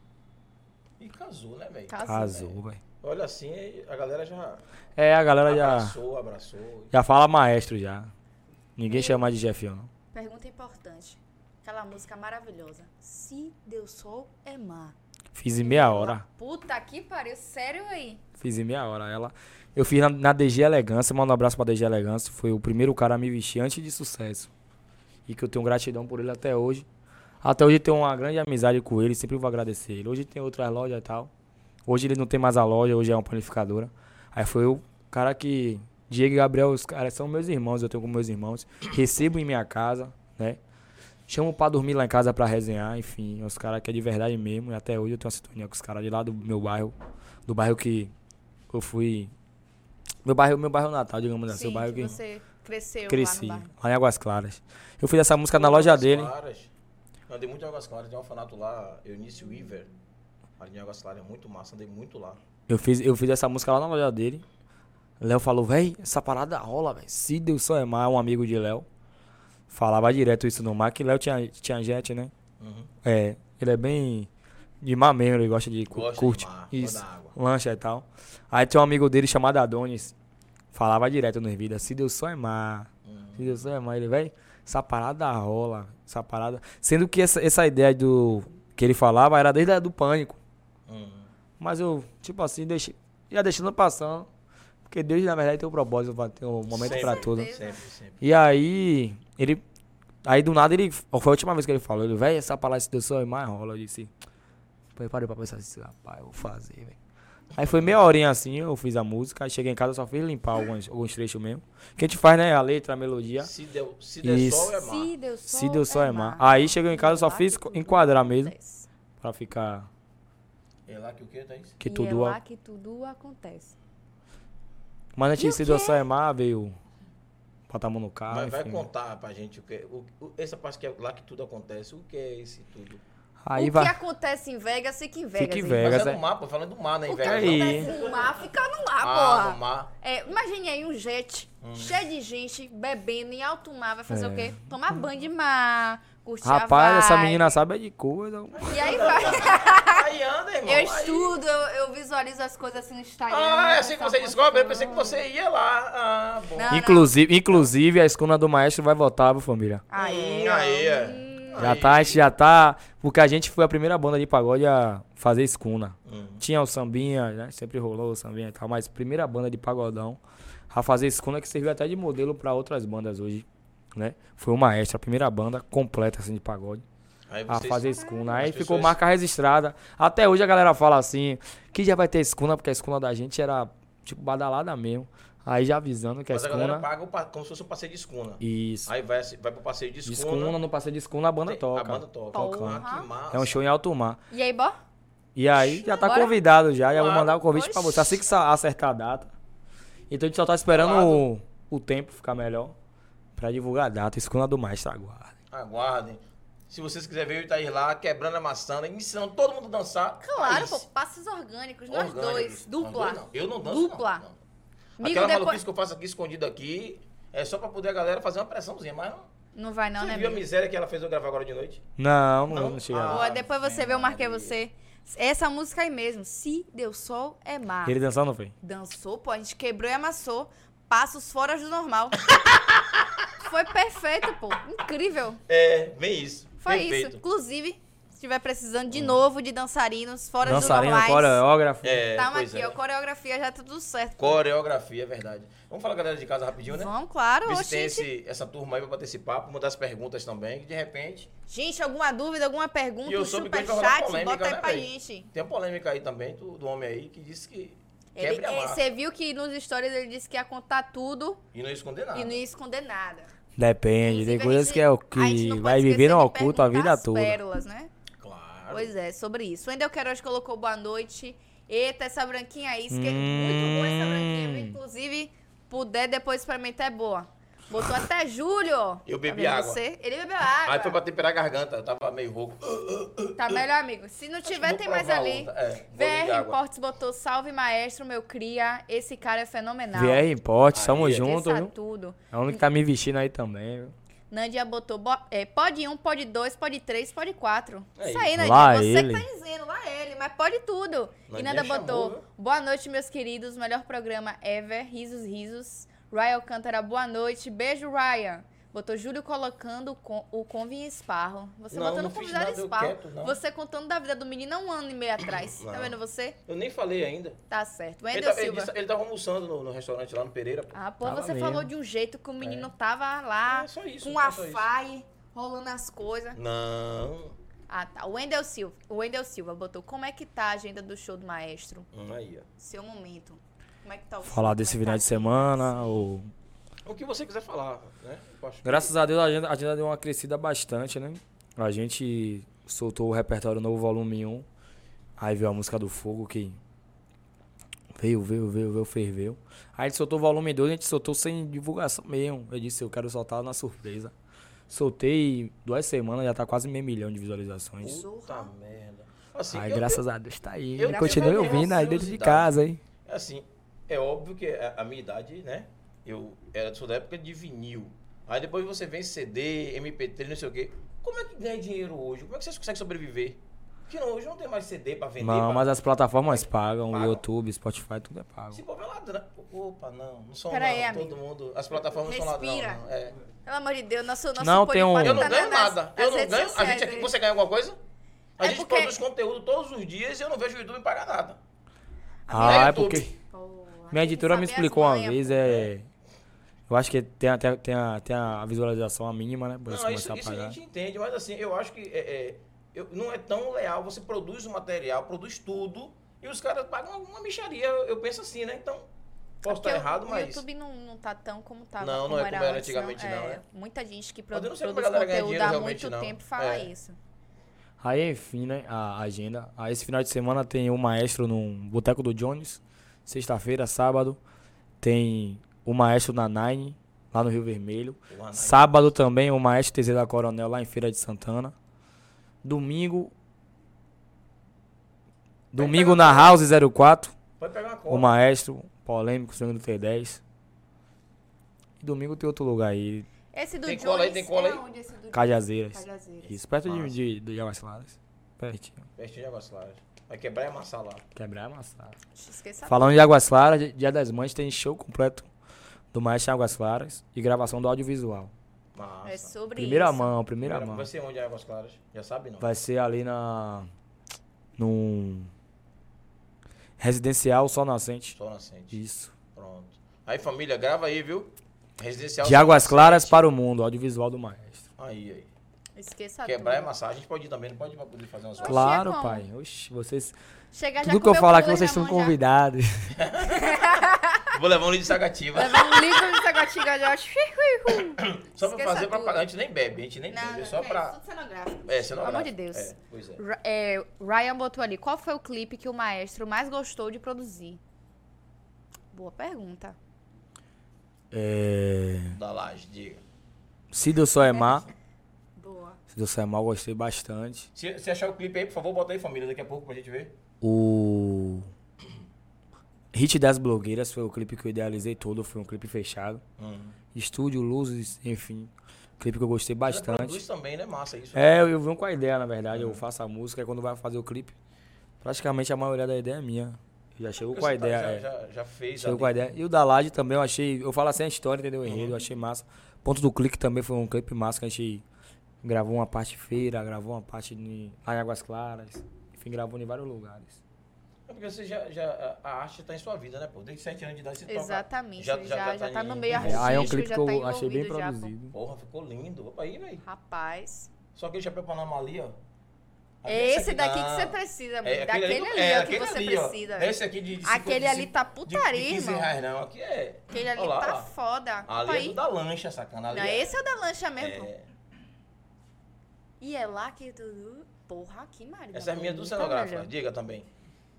B: E casou, né, velho?
A: Casou.
C: Casou, velho.
B: Olha assim, aí a galera já
C: É, a galera já,
B: abraçou, abraçou.
C: já fala maestro já. Ninguém chama de Jefinho, não.
A: Pergunta importante. Aquela música maravilhosa. Se Deus sol é mar.
C: Fiz em meia hora.
A: Puta que pariu. Sério aí?
C: Fiz em meia hora. Ela. Eu fiz na, na DG Elegância, manda um abraço pra DG Elegância. Foi o primeiro cara a me vestir antes de sucesso. E que eu tenho gratidão por ele até hoje. Até hoje eu tenho uma grande amizade com ele, sempre vou agradecer ele. Hoje tem outras lojas e tal. Hoje ele não tem mais a loja, hoje é uma panificadora. Aí foi o cara que. Diego e Gabriel, os caras são meus irmãos, eu tenho como meus irmãos. Recebo em minha casa, né? Chamo pra dormir lá em casa pra resenhar, enfim. Os caras que é de verdade mesmo. E até hoje eu tenho uma sintonia com os caras de lá do meu bairro. Do bairro que eu fui. Meu bairro, meu bairro natal, digamos assim.
A: Sim,
C: o bairro
A: que
C: que,
A: você cresceu
C: cresci.
A: lá
C: Lá,
A: no bairro.
C: em Águas Claras. Eu fiz essa música Tá na loja
B: Águas
C: dele.
B: Claras. Eu Andei muito em Águas Claras, tem um orfanato lá, Eunício Weaver. Ali em Águas Claras é muito massa, andei muito lá.
C: Eu fiz, eu fiz essa música lá na loja dele. Léo falou, véi, essa parada rola, véi. Se Deus só é mar, um amigo de Léo. Falava direto isso no mar, que Léo tinha, tinha jet, né?
B: Uhum.
C: É, ele é bem de mar mesmo, ele gosta de cu-
B: Gosta de
C: curte.
B: mar, gosta
C: isso,
B: da água.
C: lancha e tal. Aí tem um amigo dele chamado Adonis. Falava direto nos vídeos, se Deus só é mar. Se Deus só é mar, ele, véi, essa parada rola, essa parada. Sendo que essa, essa ideia do que ele falava era desde a do pânico.
B: Uhum.
C: Mas eu, tipo assim, deixei, já deixando passando. Porque Deus, na verdade, tem um propósito, pra- tem um momento
B: Sempre.
C: pra tudo.
A: certeza.
B: Sempre, sempre.
C: E aí, ele. Aí do nada ele. Foi a última vez que ele falou. Ele, velho, essa palavra de Deus só é mais rola. Eu disse. Pô, eu parei pra pensar assim, rapaz, eu vou fazer, velho. Aí foi meia horinha assim, eu fiz a música. Aí cheguei em casa, eu só fiz limpar alguns, alguns trechos mesmo. Que a gente faz, né? A letra, a melodia.
B: Se deu, se der
C: Isso.
B: sol é mar.
A: Se Deus só
C: Se Deus só é
A: mar.
C: mar. Aí chegou em casa, eu só
A: É lá
C: fiz
A: que tudo
C: enquadrar mesmo.
A: acontece.
C: Pra ficar.
B: É lá que o que, Thaís?
C: Que
A: E
C: tudo.
A: é
C: ó.
A: lá que tudo acontece.
C: Mas antes
A: E o
C: de se Deus só é mar, veio. Botar a mão no carro.
B: Mas vai
C: Ah, enfim.
B: contar pra gente o que é- o- o- essa parte que é lá que tudo acontece, o que é esse tudo?
C: Aí
A: o
C: vai.
A: que acontece em Vegas, fica em Vegas.
C: em
A: hein?
C: Vegas.
B: Mas é
C: é-
B: no mar, pô, falando do mar, né,
A: O que
B: velho?
C: aí?
A: acontece no mar, fica no mar,
B: Ah, Hum. no
A: porra.
B: mar.
A: É, imagine aí um jet cheio de gente bebendo em alto mar, vai fazer
C: É.
A: o quê? Tomar banho de mar, curtir a
C: Rapaz, essa
A: vibe.
C: menina sabe é de coisa.
A: E aí vai.
B: <laughs> Aí anda, irmão.
A: Eu
B: aí-
A: estudo, eu, eu visualizo as coisas assim no Instagram.
B: Ah, é assim que
A: essa
B: você descobre? Eu
A: postando.
B: pensei que você ia lá. Ah, bom.
A: Não.
C: Inclusive, inclusive, a escuna do maestro vai voltar, viu, família?
A: Aí,
B: Hum,
A: ó.
B: aí, é.
C: Já
B: Aí.
C: tá, já tá. Porque a gente foi a primeira banda de pagode a fazer escuna.
B: Hum.
C: Tinha o sambinha, né? Sempre rolou o sambinha e tal, mas primeira banda de pagodão a fazer escuna que serviu até de modelo pra outras bandas hoje, né? Foi o maestro, a primeira banda completa assim de pagode.
B: Aí
C: a
B: vocês-
C: fazer escuna. Aí
B: As
C: ficou
B: pessoas-
C: marca registrada. Até hoje a galera fala assim, que já vai ter escuna, porque a escuna da gente era, tipo, badalada mesmo. Aí já avisando que a
B: Mas a galera
C: escuna...
B: paga o pa- como se fosse um passeio de escuna.
C: Isso.
B: Aí vai, vai pro passeio de
C: De
B: escuna.
C: escuna, no passeio de escuna, a banda
B: tem-
C: toca.
B: A banda toca.
A: Porra.
B: Ah, que massa.
C: É um show em alto mar.
A: E aí, bó?
C: E aí já tá
A: Bora.
C: convidado já. Já vou
B: Claro.
C: mandar o convite pra você. Assim que sa- acertar a data. Então a gente só tá esperando o, o tempo ficar melhor pra divulgar a data. Escuna do Maestro, aguarda.
B: Aguardem. Se vocês quiserem ver o Itair lá, quebrando a maçã, né, ensinando todo mundo a dançar.
A: Claro,
B: é
A: pô,
B: isso.
A: passos orgânicos,
B: Orgânico.
A: nós dois, dupla.
B: Nós dois não. Eu não danço, não.
A: Dupla.
B: Não.
A: Amigo,
B: Aquela
A: depois...
B: maluquice que eu faço aqui, escondido aqui, é só pra poder a galera fazer uma pressãozinha, mas não.
A: Não vai não,
B: Você
A: né,
B: viu a
A: amigo?
B: miséria que ela fez eu gravar agora de noite?
C: Não, não,
B: Não?
C: não chega lá.
A: Pô, depois você
B: Ave
A: vê, eu marquei
B: Maria.
A: você. Essa música aí mesmo, Se Deu Sol é Mar.
C: Ele dançando, foi?
A: Dançou, pô, a gente quebrou e amassou. Passos fora do
B: <laughs>
A: normal. Foi perfeito, pô. Incrível.
B: É, bem isso.
A: Foi
B: Perfeito. Hum.
A: isso. Inclusive, se estiver precisando de novo de dançarinos fora
C: Dançarino,
A: do normais.
C: coreógrafo.
B: É,
A: Tamo
B: pois
A: Tá aqui,
B: é.
A: ó. Coreografia já tá tudo certo.
B: Coreografia, é verdade. Vamos falar com a galera de casa rapidinho, né?
A: Vamos, claro.
B: Ver
A: Ô,
B: se tem
A: gente.
B: esse, essa turma aí pra bater esse papo, mandar as perguntas também, que de repente
A: gente, alguma dúvida, alguma
B: E
A: pergunta,
B: eu
A: um
B: soube que ele vai rolar
A: superchat,
B: polêmica,
A: bota aí
B: né,
A: pra
B: velho?
A: gente.
B: tem uma polêmica aí também do, do homem aí que disse que
A: Ele-
B: quebra a
A: é,
B: massa
A: Você viu que nos stories ele disse que ia contar tudo
B: e não esconder nada.
A: e não ia esconder nada.
C: Depende,
A: Inclusive,
C: tem
A: a
C: coisas
A: gente-
C: que é
A: a
C: o
A: gente não
C: que
A: pode
C: vai viver
A: esquecer
C: no
A: de
C: oculto a
A: perguntar
C: vida
A: as
C: toda.
A: pérolas, né?
B: Claro.
A: Pois é, sobre isso. O Endel Queiroz colocou boa noite. Eita, essa branquinha aí, esquece muito boa essa branquinha. viu?
C: Hum.
A: Inclusive, puder depois experimentar, é boa. Botou até Júlio. Tá
B: Eu bebi
A: vendo
B: água.
A: Você? Ele bebeu água.
B: Aí foi pra temperar a garganta, eu tava meio rouco.
A: Tá melhor, amigo. Se não tiver,
B: Vou
A: tem mais
B: provar
A: ali.
B: outra. É, vou beber
A: VR
B: água.
A: Importes botou salve, maestro, meu cria. Esse cara é fenomenal.
C: VR Import,
B: Aí,
C: tamo
B: é.
C: junto,
A: Esqueça
C: viu?
A: tudo.
C: É o único que tá me vestindo aí também, viu?
A: Nandia botou bo- é, pode um, pode dois, pode três, pode quatro.
B: Aí.
A: Isso aí, Nandia.
C: Lá
A: você
C: ele.
A: que tá dizendo, lá ele, mas pode tudo. e
B: Nandia
A: Nanda
B: chamou,
A: botou,
B: viu?
A: boa noite, meus queridos, melhor programa ever, risos, risos. Ryan Alcântara, boa noite, beijo, Ryan. Botou Júlio colocando o con- o convio em esparro. Você
B: Não,
A: botando o
B: não fiz
A: convidado em
B: nada, eu
A: esparro.
B: quieto, não.
A: você contando da vida do menino há um ano e meio atrás. Tá
B: Não.
A: vendo você?
B: Eu nem falei ainda.
A: Tá certo.
B: Ele,
A: Wendel
B: tá, ele,
A: Silva.
B: disse- ele tava almoçando no, no restaurante lá no Pereira. pô.
A: Ah, pô,
C: Tava
A: você
C: mesmo.
A: falou de um jeito que o menino tava lá,
B: É só isso,
A: Ah, com
B: é
A: a
B: só isso.
A: FAI, rolando as coisas.
B: Não.
A: Ah, tá. O Wendel Silva, o Wendel Silva botou como é que tá a agenda do show do maestro?
B: Hum, Aí, ó.
A: Seu momento. Como é que tá o show?
C: Falar desse
A: Como é
C: final
A: que
C: de
A: tá a agenda?
C: semana, o
B: O que você quiser falar, né? Eu acho que-
C: Graças a Deus a agenda, a agenda deu uma crescida bastante, né? A gente soltou o repertório novo, volume 1. Aí veio a música do fogo que. Veio, veio, veio, veio, ferveu. Aí a gente soltou o volume 2, a gente soltou sem divulgação mesmo. Eu disse, eu quero soltar na surpresa. Soltei duas semanas, já tá quase meio milhão de visualizações.
B: Puta merda. Assim,
C: aí,
B: eu-
C: graças a Deus, tá aí.
B: eu-
C: E Continue
B: eu-
C: ouvindo aí dentro de casa, hein?
B: Assim, é óbvio que a, a minha idade, né? Eu era sou da época de vinil. Aí depois você vem CD, MP3, não sei o quê. Como é que ganha dinheiro hoje? Como é que vocês conseguem sobreviver? Porque não, hoje não tem mais CD pra vender.
C: Não,
B: pra-
C: mas as plataformas pagam,
B: Pagam.
C: YouTube, Spotify, tudo é pago.
B: Se bobear ladrão. Opa, não, não são
A: Pera
B: ladrão.
A: aí,
B: Todo mundo. As plataformas são
A: Respira.
B: ladrão. não, é.
A: Pelo amor de Deus, nosso, nosso
C: Não,
A: Pod
C: tem um-
A: Quatro
B: Eu não
A: tá
B: ganho
A: nas-
B: nada. eu
A: nas
B: não
A: redes
B: ganho. A
A: sociais,
B: gente aqui,
A: né?
B: você ganha alguma coisa? A
A: É
B: gente
A: porque-
B: produz conteúdo todos os dias e eu não vejo o YouTube pagar nada.
C: Ah, é
B: YouTube.
C: porque.
A: Pô, a
C: Minha
A: gente
C: editora me
A: sabe as
C: explicou uma
A: manhas,
C: vez,
A: pô.
C: é. Eu acho que tem até tem a, tem a visualização a mínima, né? Pra você
B: Não, isso,
C: começar
B: isso
C: a
B: a
C: pagar.
B: gente entende, mas assim, eu acho que é, é, eu- não é tão leal. Você produz o material, produz tudo, e os caras pagam uma micharia. Eu, eu penso assim, né? Então, posso
A: Porque
B: estar errado,
A: é o
B: mas.
A: YouTube não, não tá tão como tava.
B: Não, não
A: como
B: é
A: era
B: como era
A: antes,
B: antigamente, não,
A: É,
B: né?
A: Mas eu não sei que
B: Mas eu
A: produz
B: não sei como
A: conteúdo
B: a galera ganha dinheiro
A: há
B: realmente,
A: muito
B: não.
A: tempo fala
B: É.
A: isso.
C: Aí, enfim, né? A agenda. Aí, esse final de semana tem o maestro no Boteco do Jones. Sexta-feira, sábado. Tem o maestro na Nine, lá no Rio Vermelho.
B: Porra, né?
C: Sábado também o maestro TZ da Coronel, lá em Feira de Santana. Domingo. Domingo na House 04.
B: Pode pegar uma cola.
C: O Maestro, polêmico, sendo do T10. E domingo tem outro lugar aí,
A: Esse do
B: Tem
A: Jones
B: cola aí, tem cola
A: é
B: aí?
A: onde esse do
C: Cajazeiras.
A: Cajazeiras.
C: Isso, perto de,
B: Massa.
C: de, de Águas Claras. Pertinho.
B: Vestir de águas claras. Vai quebrar e amassar lá.
C: Quebrar e amassar.
A: Tá Esqueça
C: Falando de Águas Claras, di- Dia das Mães tem show completo do Maestro em Águas Claras e gravação do audiovisual.
B: Massa.
A: É sobre
C: Primeira
A: isso.
C: mão, primeira
B: Primeira-
C: mão.
B: Vai ser onde é Águas Claras? Já sabe, não?
C: Vai ser ali na. Num. Residencial Sol Nascente.
B: Sol Nascente.
C: Isso.
B: Pronto. Aí, família, grava aí, viu? Residencial.
C: De Águas Claras para o Mundo, audiovisual do Maestro.
B: Aí, aí.
A: Esqueça
B: Quebrar é e
A: Tá tudo.
B: amassar. A gente pode ir também, não pode ir pra poder fazer umas
A: Oxe, é
C: Claro,
A: bom.
C: pai. Oxi, vocês.
A: Chega já
C: Tudo
A: com
C: que eu
A: meu
C: falar que
A: cooler
C: vocês
A: na
C: estão
A: mão já.
C: convidados.
B: Vou levar um livro de sagativa.
A: Levar um livro de sagatinga já.
B: Só pra
A: Esqueça
B: fazer
A: tudo.
B: propaganda. A gente nem bebe, a gente nem
A: Não,
B: bebe. É
A: não,
B: só
A: é
B: pra.
A: tudo cenográfico.
B: É, você não
A: Pelo amor de Deus.
B: É, pois é.
A: Ra- é, Ryan botou ali, qual foi o clipe que o maestro mais gostou de produzir? Boa pergunta.
C: É...
B: Da laje, diga.
C: Se Deus só é má.
A: Boa.
C: Se Deus só é má, eu gostei bastante.
B: Se, se achar o clipe aí, por favor, bota aí, família, daqui a pouco pra gente ver.
C: O. Hit das Blogueiras foi o clipe que eu idealizei todo, foi um clipe fechado.
B: Hum.
C: Estúdio, luzes, enfim. Clipe que eu gostei
B: Você produz
C: bastante.
B: também, né? Massa isso.
C: É, eu eu venho com a ideia, na verdade. Eu faço a música e quando vai fazer o clipe, praticamente a maioria da ideia é minha. Eu já chego
B: Porque
C: com a
B: você tá-
C: ideia.
B: já-
C: é.
B: Já, já fez. já
C: Chegou com a
B: tem-
C: ideia. E o da Laje também eu achei. Eu falo assim a história, entendeu?
B: Uhum.
C: O enredo, eu achei massa. Ponto do clique também foi um clipe massa que a gente gravou uma parte feira, gravou uma parte em- lá em Águas Claras. Enfim, gravou em vários lugares.
B: É porque você já, já. a- A arte tá em sua vida, né, pô? Desde sete anos de idade você toca.
A: Exatamente.
B: Já-
A: Já, já,
B: já
A: já,
B: tá
A: tá
B: em-
A: no meio
B: Aí é
C: Aí,
A: artístico.
B: um
C: é um
A: já
C: clipe que
A: tá
C: eu achei bem
A: envolvido já, pô.
C: produzido.
B: Porra, ficou lindo. Opa, aí, velho.
A: Rapaz.
B: Só aquele chapéu Panamá ali, ó.
A: É esse daqui que você
B: você
A: precisa, amigo.
B: É, aquele
A: Daquele
B: ali,
A: ali,
B: é,
A: ó, que
B: aquele
A: você
B: ali, ó.
A: precisa.
B: Esse aqui de, de cinco-
A: Aquele
B: de
A: ali
B: cinco-
A: tá
B: de- de
A: putaria,
B: 15
A: irmão.
B: reais, não. Aqui é.
A: Aquele ali
B: Olha lá,
A: tá
B: olha lá.
A: foda. Opa,
B: Ali é
A: aí.
B: do da lancha, sacana. Ali
A: Não,
B: é-
A: esse é o da lancha mesmo.
B: é.
A: E é lá que tudo. Porra, que marido.
B: Essa é a minha do cenográfico, diga também.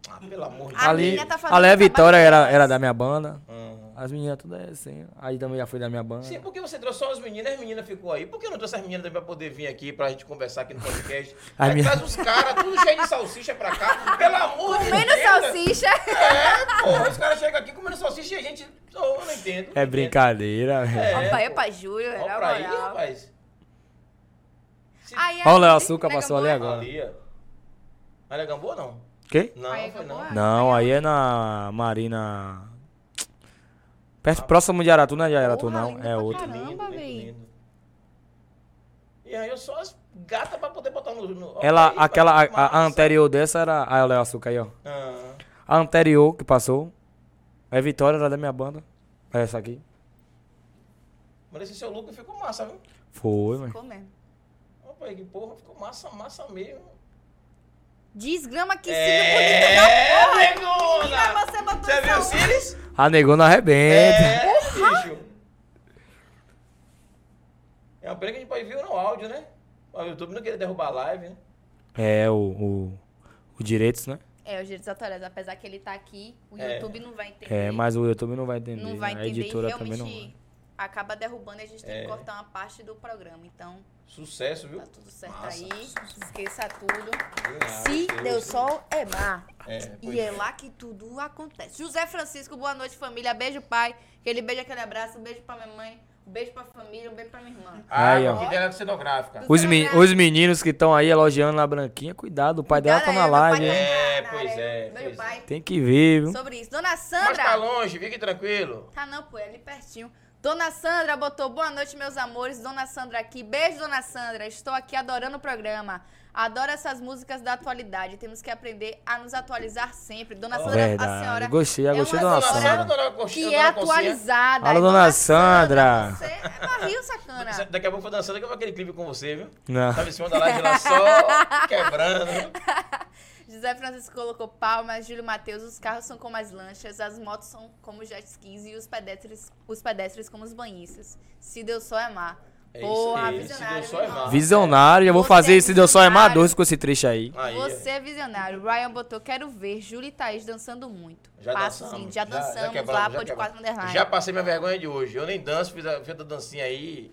B: Ah, pelo amor de
A: A
C: Ali,
A: menina tá fazendo
C: a Léa
A: trabalho
C: Vitória era,
A: delas.
C: era da minha banda.
B: Hum.
C: As meninas tudo é assim. Aí também já foi da minha banda.
B: Sim, por que você trouxe só as meninas as meninas ficou aí? Por que não trouxe as meninas também pra poder vir aqui pra gente conversar aqui no
C: <laughs>
B: podcast?
C: As
B: Aí
C: minhas-
B: traz os caras, tudo cheio de salsicha pra cá. Pelo amor de
A: Comendo
B: Deus!
A: salsicha.
B: É, porra, os caras chegam aqui comendo salsicha e a gente. Eu não entendo. não
C: É
B: entendo.
C: brincadeira, velho.
A: <laughs>
B: É,
A: Opa, é
B: pô.
A: pra Júlio,
B: Ó
A: era
B: pra aí,
A: moral.
B: rapaz. Se-
A: Aí,
C: Olha o Léo
A: aí,
C: Açúcar
A: pega
C: passou
A: a
C: ali
A: mão.
C: agora.
B: Ali, ó. Mas não é Gamboa, não?
C: Quem?
B: Não,
A: Aí,
B: foi não.
A: Gamboa?
C: Não, aí é na Marina. Perto, próximo de Aratu, não é de Aratu,
A: Porra,
C: não.
A: lindo
C: É
A: pra
C: outro.
A: Caramba, véi.
B: né, E aí eu só as gatas pra poder botar no. no- ó,
C: Ela,
B: aí,
C: aquela, a,
B: pai,
C: a- a
B: massa.
C: anterior dessa era. Ah, olha o açúcar aí, ó.
B: Ah,
C: A anterior que passou. É Vitória, era da minha banda. É essa aqui.
B: mas esse seu look ficou massa, viu?
C: Foi, mano.
A: Ficou mesmo.
B: Opa, aí, que porra, ficou massa, massa mesmo.
A: Desgrama que é...
B: É, negona!
A: Você é botou
B: Você viu o
A: essa
B: Cílis?
C: É.
A: É.
C: A negona arrebenta.
B: É, bicho. É uma pena que a gente pode ver no áudio, né? O YouTube não queria derrubar a live, né?
C: É, o, o, o direitos, né?
A: É, os direitos autorais, apesar que ele tá aqui, o
B: É.
A: YouTube não vai entender.
C: É, mas o YouTube não vai entender. né?
A: não vai
C: A
A: entender e
C: editora
A: realmente
C: também não vai.
A: acaba derrubando e a gente tem
B: É.
A: que cortar uma parte do programa. Então,
B: Sucesso, viu?
A: tá tudo certo
B: Massa.
A: aí. Esqueça tudo.
B: Obrigado,
A: Se
B: Ah, Deus.
A: deu sol, é mar.
B: É, pois
A: E é lá que tudo acontece. José Francisco, boa noite, família. Beijo, pai. Aquele beijo, aquele abraço. Um beijo pra minha mãe. Um beijo pra família. Um beijo pra minha irmã.
C: Aí,
B: Água
C: ó.
B: aqui dela é cenográfica.
A: Tudo
C: Os, me-
A: certo.
C: os meninos que estão aí elogiando a Branquinha, cuidado, o pai dela tá na
A: Galera, pai
C: live,
A: tá
C: hein?
B: É,
A: na
B: pois
A: área.
B: é,
A: Beijo,
B: pois é.
A: pai.
C: Tem que ver, viu?
A: Sobre isso. Dona
B: Mas tá
A: Sandra.
B: longe, fique tranquilo.
A: Tá não, pô, é ali pertinho. Dona Sandra botou boa noite, meus amores. Dona Sandra aqui. Beijo, dona Sandra. Estou aqui adorando o programa. Adoro essas músicas da atualidade. Temos que aprender a nos atualizar sempre. Dona Sandra, a senhora
C: Verdade. Gostei,
A: é
C: eu gostei
A: uma
C: da nossa
A: senhora
C: Sandra.
B: dona Coxinha,
A: que é
B: dona Coxinha.
A: atualizada.
C: Alô,
A: É
C: dona Sandra.
A: Você é barril, sacana.
B: Daqui a pouco eu vou dançando que eu vou aquele clipe com você, viu?
C: Não.
B: Tava em cima da laje
A: <laughs>
B: lá só, quebrando.
A: José Francisco colocou palmas, Júlio Matheus, os carros são como as lanchas, as motos são como jet skis e os pedestres, os pedestres como os banhistas. Se deu só é mar.
B: É isso
A: Porra,
B: aí, se
A: visionário.
B: Deus só é
A: meu
B: mar.
A: irmão.
C: Visionário, eu vou
A: Você
C: fazer
A: é
C: esse deu só é
A: visionário.
C: maduro com esse trecho aí.
B: Aí,
A: Você é visionário. Ryan botou, quero ver Júlia e Thaís dançando muito.
B: Já
A: Passo
B: dançamos,
A: seguinte, já dançamos lá, pode quatro
B: quebramos.
A: underline.
B: Já passei minha vergonha de hoje. Eu nem danço, fiz a, fiz a dancinha aí.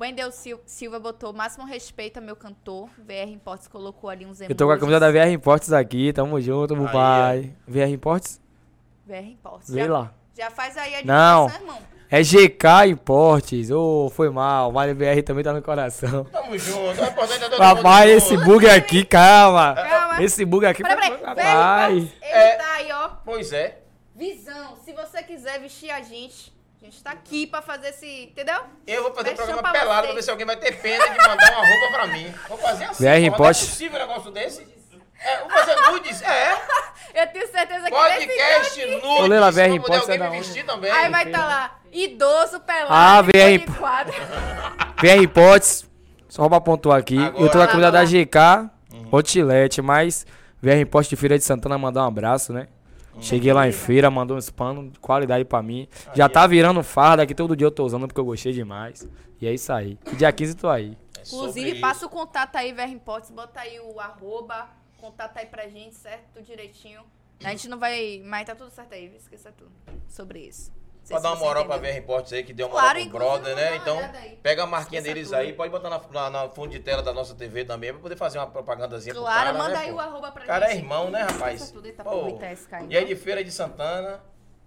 A: Wendel Sil- Silva botou, máximo respeito ao meu cantor. VR Imports colocou ali uns emojis.
C: Eu tô com a camisa da VR Importes aqui, tamo junto, meu
B: Aí,
C: pai. VR Importes?
A: VR Imports.
C: Vê
A: Já,
C: lá.
A: já faz aí a
C: Não.
A: divulgação, irmão.
C: É GK Importes. Ô, foi mal. Vale VR também tá
A: <laughs>
C: no coração.
B: Tamo junto. O importante é todo
C: Papai,
B: mundo
C: esse
B: junto.
C: bug aqui, calma.
A: Calma.
C: Esse bug aqui
A: Peraí, peraí. VR
C: Rapaz.
A: Imports, ele
B: É.
A: tá aí, ó.
B: Pois é.
A: Visão, se você quiser vestir a gente, a gente tá aqui pra fazer esse, entendeu?
B: Eu vou fazer um
A: Mexam
B: programa
A: pra
B: pelado
A: vocês.
B: pra ver se alguém vai ter pena de mandar uma roupa pra mim. Vou fazer assim.
C: VR
B: pô,
C: Porsche.
B: Não é possível um negócio desse? É, vou fazer nudes. É.
A: <laughs> Eu tenho certeza que
B: Podcast nudes.
C: Ô, Leila,
B: Se não puder
C: VR Porsche é
B: alguém
C: da
B: me
C: onde?
B: vestir também.
A: Aí vai tá lá, idoso, pelado,
C: Ah, VR
A: de quadro.
C: VR Importes. Só pra pontuar aqui.
B: Agora.
C: Eu tô com a camisa da
A: Agora. Uhum.
C: GK Otilete, mas VR Importes de Feira de Santana mandar um abraço, né?
A: Uhum.
C: Cheguei lá em feira, mandou uns panos de qualidade pra mim. Já tá virando farda aqui, todo dia eu tô usando porque eu gostei demais. E é isso aí. E dia 15 tô aí.
B: É sobre
A: Inclusive,
B: isso.
A: passa o contato aí, VR Imports, bota aí o arroba, contato aí pra gente, certo? Tudo direitinho. A gente não vai. Mas tá tudo certo aí, esqueça tudo sobre isso. Não sei
B: Pra
A: se
B: dar uma
A: você
B: moral pra
A: entendeu.
B: VR Importes aí, que deu uma
A: Claro,
B: moral pro
A: inclusive,
B: brother, né?
A: vou dar
B: Então,
A: uma olhada aí.
B: pega a marquinha
A: Esqueça
B: deles
A: tudo.
B: aí, pode botar na, na, na fundo de tela da nossa TV também, pra poder fazer uma propagandazinha pro
A: Claro,
B: cara,
A: manda
B: né,
A: aí
B: pô?
A: o arroba pra
B: cara é
A: gente.
B: irmão, né, rapaz?
A: Esqueça tudo, tá eita,
B: Pô,
A: aproveitar esse cara,
B: E aí,
A: então.
B: de Feira de Santana,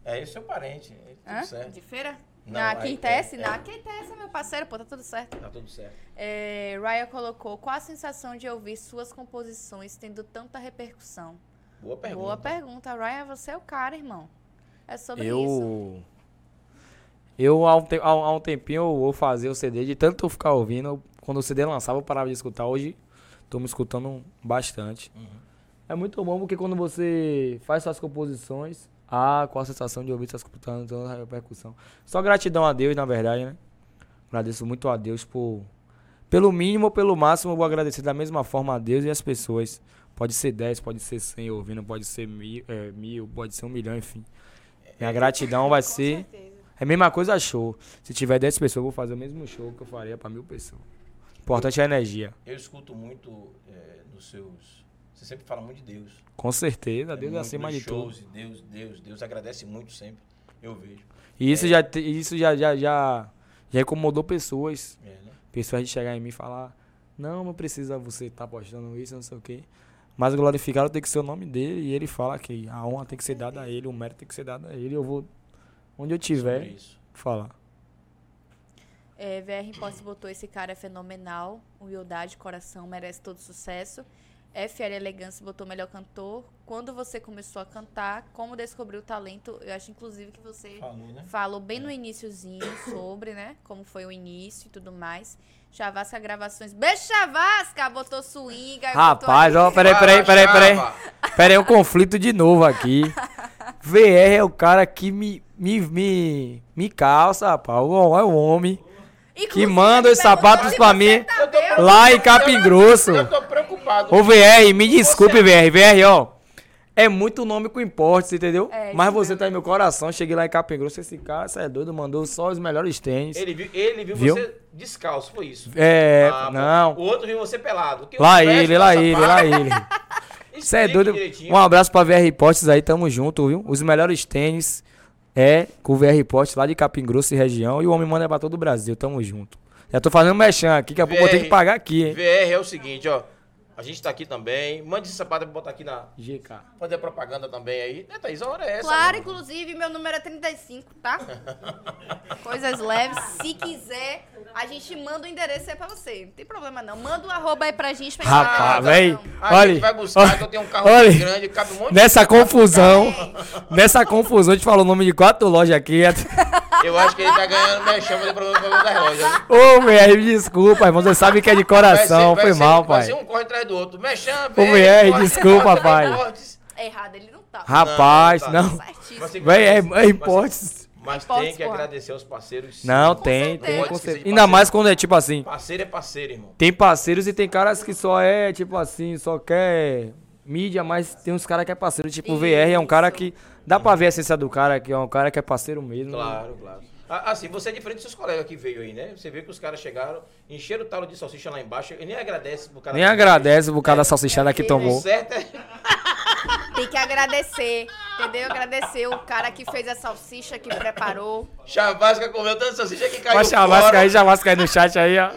B: é esse seu parente, é tudo
A: Hã?
B: certo.
A: De feira?
B: Não,
A: na
B: aí tem,
A: Quintesse?
B: é.
A: Na Quintesse é meu parceiro, pô, tá tudo certo.
B: Tá tudo certo.
A: É, Raya colocou: qual a sensação de ouvir suas composições tendo tanta repercussão?
B: Boa pergunta.
A: Boa pergunta, Ryan, você é o cara, irmão. É sobre isso.
C: Eu. Eu, há um, te- há um- há um tempinho, eu vou fazer o CD de tanto eu ficar ouvindo. eu- Quando o CD lançava, eu parava de escutar. Hoje, tô me escutando bastante.
A: Uhum.
C: É muito bom porque quando você faz suas composições. Ah, qual a sensação de ouvir suas composições, tanta repercussão. Só gratidão a Deus, na verdade, né? Agradeço muito a Deus por. Pelo mínimo ou pelo máximo, eu vou agradecer da mesma forma a Deus e as pessoas. Pode ser 10, pode ser 100 ouvindo, pode ser mil, é, mil pode ser um milhão, enfim. Minha gratidão vai ser. É a mesma coisa show. Se tiver 10 pessoas, eu vou fazer o mesmo show que eu faria pra mil pessoas. O importante é a energia.
B: Eu escuto muito é, nos seus... Você sempre fala muito de Deus.
C: Com certeza, Deus é
B: muito
C: acima
B: nos
C: de tudo.
B: shows, Deus, Deus, Deus agradece muito sempre. Eu vejo.
C: E
B: É.
C: isso já te- isso já já já, já incomodou pessoas.
B: É, né?
C: Pessoas de chegar em mim e falar: "Não, não precisa você estar postando isso, não sei o quê". Mas glorificado tem que ser o nome dele e ele fala que a honra tem que ser dada a ele, o mérito tem que ser dado a ele. Eu vou onde
B: Sobre
C: eu tiver
B: isso.
C: falar.
A: É, VR Imports botou esse cara é fenomenal, humildade, coração, merece todo sucesso. FL Elegância botou melhor cantor. Quando você começou a cantar, como descobriu o talento? Eu acho inclusive que você
B: Falou, né?
A: falou bem no iníciozinho sobre, né? Como foi o início e tudo mais. Chavasca Gravações. Beijo, Chavasca! Botou swinga. botou
C: Rapaz, ó, peraí, peraí, peraí, peraí. Peraí, um conflito de novo aqui. VR é o cara que me, me, me, me calça, rapaz. O- É o homem.
A: Inclusive,
C: manda
A: ele
C: os sapatos
A: perguntou
C: pra
A: se você
C: mim.
A: tá bem.
C: Lá em Capim Grosso.
B: Eu tô preocupado.
A: é
C: Ô, VR, me desculpe, VR. VR, ó. É muito nome com importe, você entendeu?
A: É,
C: Mas
A: isso
C: você
A: mesmo.
C: tá em meu coração. Cheguei lá em Capim Grosso, esse cara, você é doido, mandou só os melhores tênis.
B: Ele viu, ele viu,
C: Viu?
B: você descalço, foi isso.
C: É,
B: Ah, bom.
C: não.
B: O outro viu você pelado. Que
C: Lá
B: o resto
C: ele,
B: da
C: lá
B: sua
C: ele,
B: parte,
C: lá ele. Você é
B: explique
C: doido?
B: direitinho.
C: Um abraço pra VR Postes aí, tamo junto, viu? Os melhores tênis é com o VR Postes lá de Capim Grosso e região. E o homem manda é pra todo o Brasil, tamo junto. Já tô fazendo mexão aqui, daqui a pouco eu tenho que
B: VR.
C: pagar aqui, hein?
B: VR é o seguinte, ó. A gente tá aqui também. Mande esse sapato pra botar aqui na.
C: GK.
B: Fazer propaganda também aí. É, Thaís, a hora é essa.
A: Claro,
B: mano.
A: inclusive, meu número é 35, tá? Coisas leves. Se quiser, a gente manda o endereço aí pra você. Não tem problema, não. Manda o arroba aí pra gente pra gente mandar,
C: Rapaz, véi.
A: não.
B: A
C: Olha.
B: gente vai buscar,
C: olha,
B: que eu tenho um carro
C: olha.
B: grande, cabe um monte de
C: Nessa confusão, nessa confusão, a gente falou o nome de quatro lojas aqui. <laughs>
B: <laughs> Eu acho que ele tá ganhando mexendo fazer problema com das lojas. né?
C: Ô, mulher, me desculpa, irmão, você sabe que é de
B: Vai ser-
C: coração,
B: vai
C: foi
B: ser-
C: mal,
B: Vai
C: pai.
B: ser um corre atrás do outro. Mexendo,
C: VR, desculpa, pai.
A: É errado, ele não tá.
C: Rapaz,
B: Não,
C: não.
B: não
A: Certíssimo.
C: Véi, é,
B: um
C: é hipótese.
B: Mas
A: Pode
B: tem que
A: expor.
B: agradecer aos parceiros. sim.
C: Não, tem,
A: certeza.
C: tem,
A: Pode
B: esquecer
C: com
B: de
C: certeza. Ainda
B: parceiro.
C: mais quando é tipo assim.
B: Parceiro é parceiro, irmão.
C: Tem parceiros e tem caras que só é, tipo assim, só quer mídia, mas tem uns caras que é parceiro. Tipo, o VR é um cara que. Dá pra ver a essência do cara, que é um cara que é parceiro mesmo.
B: Claro, claro. Ah, Assim, você é diferente dos seus colegas que veio aí, né? Você vê que os caras chegaram, encheram o talo de salsicha lá embaixo e nem agradece pro cara.
C: Nem agradece o cara da salsichada que
B: O
C: tomou.
B: certo é. <laughs>
A: Tem que agradecer, entendeu? Agradecer o cara que fez a salsicha, que preparou.
B: Chavasca comeu tanta salsicha que caiu.
C: Olha a chavasca
B: fora.
C: aí, chavasca aí no chat aí, ó.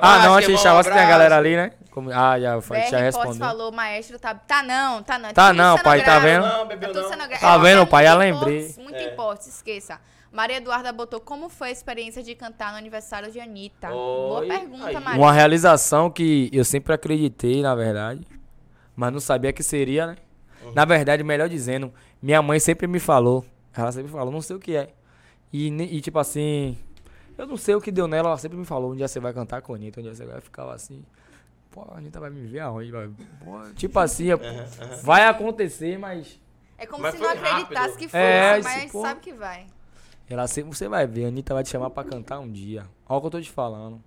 C: Ah, não, achei
B: irmão,
C: chavasca, tem
B: é
C: a
B: abraço.
C: galera ali, né? Como- Ah, já, foi- já
A: BR Portes
C: respondeu.
A: falou, maestro, tá... Tá não, tá não. É
C: Tá
A: tudo
C: não, pai, tá
A: cenográfico.
C: vendo?
B: Não, bebeu
A: Eu tô sendo
B: não.
A: gra-
C: Tá
A: É,
C: vendo,
A: muito
C: pai? Eu
A: importante,
C: lembrei.
A: Muito importante, esqueça. Maria Eduarda botou como foi a experiência de cantar no aniversário de Anitta? Boa
B: Oi,
A: pergunta,
B: aí.
A: Maria.
C: Uma realização que eu sempre acreditei, na verdade, mas não sabia que seria, né? Na verdade, melhor dizendo, minha mãe sempre me falou, ela sempre falou, não sei o que é. E, ne- e, tipo assim, eu não sei o que deu nela, ela sempre me falou, um dia você vai cantar com a Anitta, um dia você vai ficar assim, pô, a Anitta vai me ver aonde, vai- pô, tipo assim, eu- vai acontecer, mas
A: É como
B: Mas
A: se não
B: foi
A: acreditasse
B: rápido.
A: que foi,
C: É, Uhum.
A: mas
C: esse, pô.
A: sabe que vai.
C: ela sempre, você vai ver, a Anitta vai te chamar pra cantar um dia, olha o que eu tô te falando.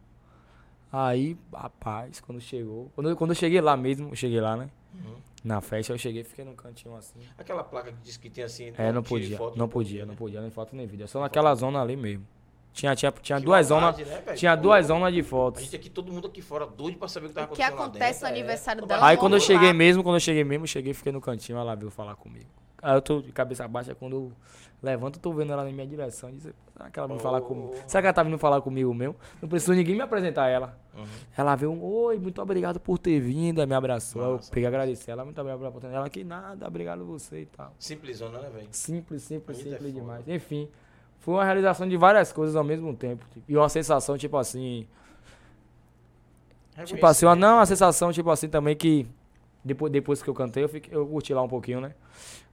C: Aí, rapaz, quando chegou, quando, eu- quando eu cheguei lá mesmo, eu cheguei lá, né?
B: Uhum.
C: Na festa eu cheguei, fiquei num cantinho assim.
B: Aquela placa que diz que tem assim.
C: É, não
B: tire
C: podia,
B: foto, né?
C: não podia, não podia, nem foto nem vídeo. Só naquela zona ali mesmo. Tinha, tinha, tinha
B: Que
C: duas zonas,
B: maldade, né, velho?
C: tinha
B: Pô,
C: duas zonas de
B: A
C: fotos.
B: gente aqui, todo mundo aqui fora, doido pra saber o que tá
A: O que
B: acontecendo. lá
A: acontece no
B: dentro, é.
A: aniversário
B: Não
A: dela,
B: vai-
C: Aí quando eu
A: Então, Vamos
C: cheguei
A: lá.
C: mesmo, quando eu cheguei mesmo, cheguei, fiquei no cantinho, ela veio falar comigo. Aí eu tô de cabeça baixa, quando eu levanto, eu tô vendo ela na minha direção, diz, será que ela veio falar comigo?
A: Oh.
C: Será que ela tá vindo falar comigo mesmo? Não precisou ninguém me apresentar ela.
B: né? Uhum.
C: Ela veio, oi, muito obrigado por ter vindo, aí me abraçou, aí eu peguei e agradeci ela, muito obrigado pela oportunidade. Ela, que nada, obrigado você e tal.
B: Simplesona, né, velho?
C: Simples, simples,
B: Ainda é
C: simples
B: foda.
C: demais. Enfim, foi uma realização de várias coisas ao mesmo tempo. tipo, E uma sensação, tipo assim.
B: É
C: Tipo assim, uma, não, uma sensação, tipo assim, também que. Depois, depois que eu cantei, eu, fiquei, eu curti lá um pouquinho, né?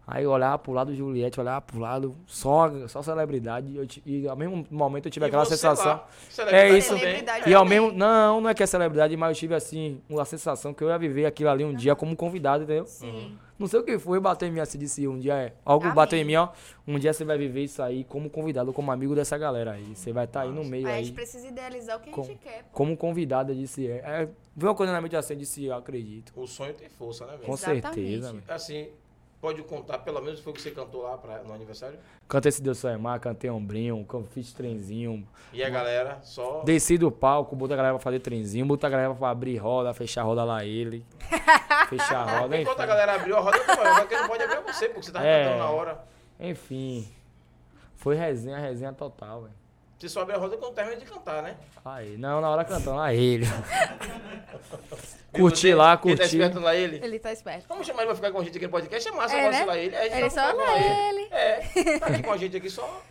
C: Aí eu olhava pro lado Juliette, olhava pro lado, só, só celebridade. e eu ti- e ao mesmo momento eu
B: E
C: tive aquela
B: você
C: sensação. É
B: lá, tá celebridade
C: isso.
B: também.
A: Celebridade.
C: E ao
A: também.
C: mesmo. Não, não é que é celebridade, mas eu tive assim, uma sensação que eu ia viver aquilo ali um dia como convidado, entendeu?
A: Sim.
C: Não sei o que foi, bateu em mim assim, disse um dia é. Algo
B: Tá
A: Amém.
C: bateu em mim, ó. Um dia você vai viver isso aí como convidado, como amigo dessa galera aí. Você vai estar aí no meio
A: Aí a
C: aí.
A: gente precisa idealizar o que a gente
C: Com-
A: quer. pô.
C: Como convidado, eu disse é. é veio uma coisa na mente assim, eu disse, eu acredito.
B: O sonho tem força, né, velho?
C: Com
A: Exatamente.
C: certeza, velho.
B: Assim, pode contar, pelo menos foi o que você cantou lá pra- no aniversário.
C: Cantei Se Deus Sonhar, cantei um Ombrinho, can- fiz trenzinho.
B: E a galera só.
C: Desci do palco, botei a galera pra fazer trenzinho, botei a galera pra abrir roda, fechar roda lá ele.
A: <laughs>
C: fechar a roda, enfim.
B: Enquanto a galera abriu a roda, eu falei, mas quem não pode abrir é você, porque você tava
C: É.
B: cantando na hora.
C: Enfim. Foi resenha, resenha total, velho.
B: Você só abre a roda quando termina de cantar, né?
C: Aí, não, na hora cantando, lá ele.
B: <laughs> E
C: Curti
B: você-
C: lá,
B: Quem tá
C: curti.
B: esperto lá ele.
A: Ele tá esperto.
B: Vamos chamar ele pra ficar com a gente aqui no podcast? É massa,
A: É,
B: eu gosto
A: né?
B: de lá ele. aí a gente
A: Ele
B: vai
A: só
B: ficar com
A: ele.
B: É, tá aqui com a gente aqui só.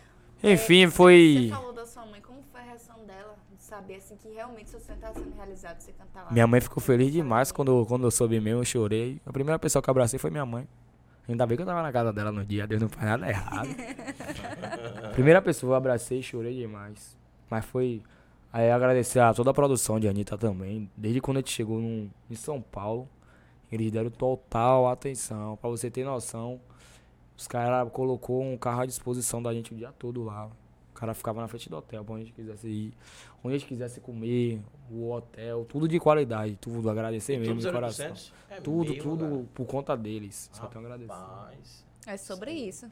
C: Enfim,
A: Você
C: foi.
A: falou da sua mãe, como foi a reação dela? De saber, assim, que realmente seu sonho tá sendo realizado, você cantar tá lá.
C: Minha mãe ficou feliz demais quando, quando eu soube mesmo, eu chorei. A primeira pessoa que eu abracei foi minha mãe. Ainda bem que eu tava na casa dela no dia, Deus não faz nada errado. primeira pessoa, eu abracei e chorei demais. Mas foi. Aí eu agradecer a toda a produção de Anitta também. Desde quando a gente chegou num- em São Paulo, eles deram total atenção. Pra você ter noção, os caras colocou um carro à disposição da gente o dia todo lá. cara ficava na frente do hotel, pra onde a gente quisesse ir, onde a gente quisesse comer, o hotel, tudo de qualidade, tudo agradecer mesmo de coração.
B: É
C: Tudo,
B: meu,
C: tudo
B: cara.
C: por conta deles. Só tenho a agradecer.
B: Rapaz.
A: É sobre isso.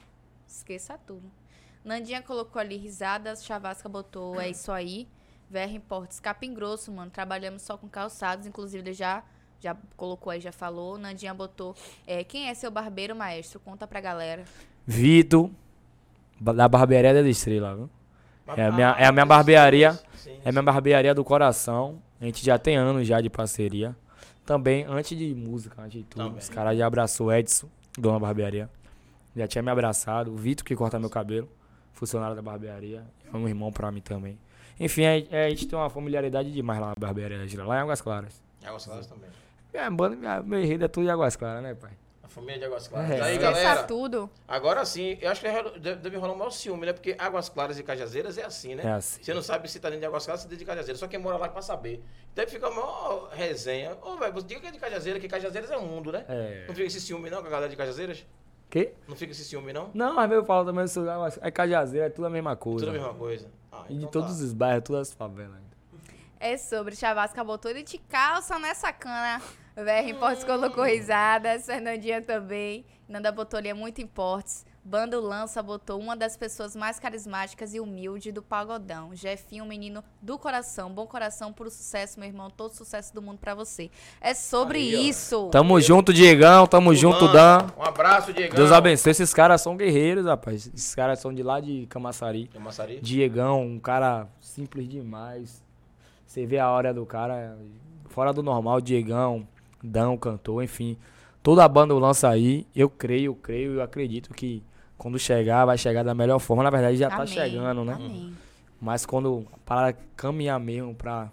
A: Esqueça tudo. Nandinha colocou ali risadas, Chavasca botou, é isso aí. VR Importes, Capim Grosso, mano. Trabalhamos só com calçados, inclusive ele já, já colocou aí, já falou. Nandinha botou, é, quem é seu barbeiro, maestro? Conta pra galera.
C: Vitor, ba- da Barbearia da Estrela, viu?
B: Mas-
C: É a minha- é a minha
B: Ah,
C: barbearia.
B: sim,
C: É minha barbearia do coração. A gente já tem anos já de parceria. Também, antes de música, antes de tudo.
B: Também.
C: Os caras já abraçou o Edson, dono da barbearia. Já tinha me abraçado. O Vitor, que corta meu cabelo, funcionário da barbearia. É um irmão pra mim também. Enfim, é- é, a, gente tem uma familiaridade demais lá na barbearia da Gira, lá em Águas Claras.
B: sim. Águas Claras também.
C: Minha banda, minha, meu enredo é tudo em Águas Claras, né, pai?
B: A família de Águas Claras.
C: É.
B: Aí,
A: Esqueça
B: galera,
A: tudo.
B: agora sim, eu acho que deve- deve rolar um maior ciúme, né? Porque Águas Claras e Cajazeiras é assim, né?
C: É assim.
B: Você não sabe se tá dentro de Águas Claras ou se tá dentro de Cajazeiras. Só quem mora lá que vai saber. Deve ficar uma maior resenha. Ô, velho, você diga que é de Cajazeiras, que Cajazeiras é um mundo, né?
C: É.
B: Não fica esse ciúme não com a galera de Cajazeiras?
C: Quê?
B: Não fica esse ciúme não?
C: Não, às vezes eu falo também, eu sou, Águas- é Cajazeira, é tudo a mesma coisa.
B: Tudo a mesma coisa. Ah,
C: E de
B: então
C: todos
B: tá.
C: os bairros, todas as favelas.
A: É sobre Chavasca botou ele de calça nessa cana. VR Importes colocou risadas, Fernandinha também. Nanda botou ali é muito Importes. Bando Lança botou uma das pessoas mais carismáticas e humilde do pagodão. Jefinho, um menino do coração, bom coração pro sucesso, meu irmão. Todo sucesso do mundo pra você. É sobre
B: Aí, ó.
A: isso.
C: Tamo junto, Diegão. Tamo junto,
B: Fulano,
C: Dan.
B: Um abraço, Diegão.
C: Deus abençoe. Esses caras são guerreiros, rapaz. Esses caras são de lá de Camaçari.
B: Tem maçari?
C: Diegão, um cara simples demais. Você vê a hora do cara fora do normal. Diegão, Dão, cantor, enfim. Toda a banda lança aí. Eu creio, eu creio, eu acredito que quando chegar, vai chegar da melhor forma. Na verdade, já tá
A: Amém,
C: chegando, né?
A: Amém.
C: Mas quando a parada caminhar mesmo pra.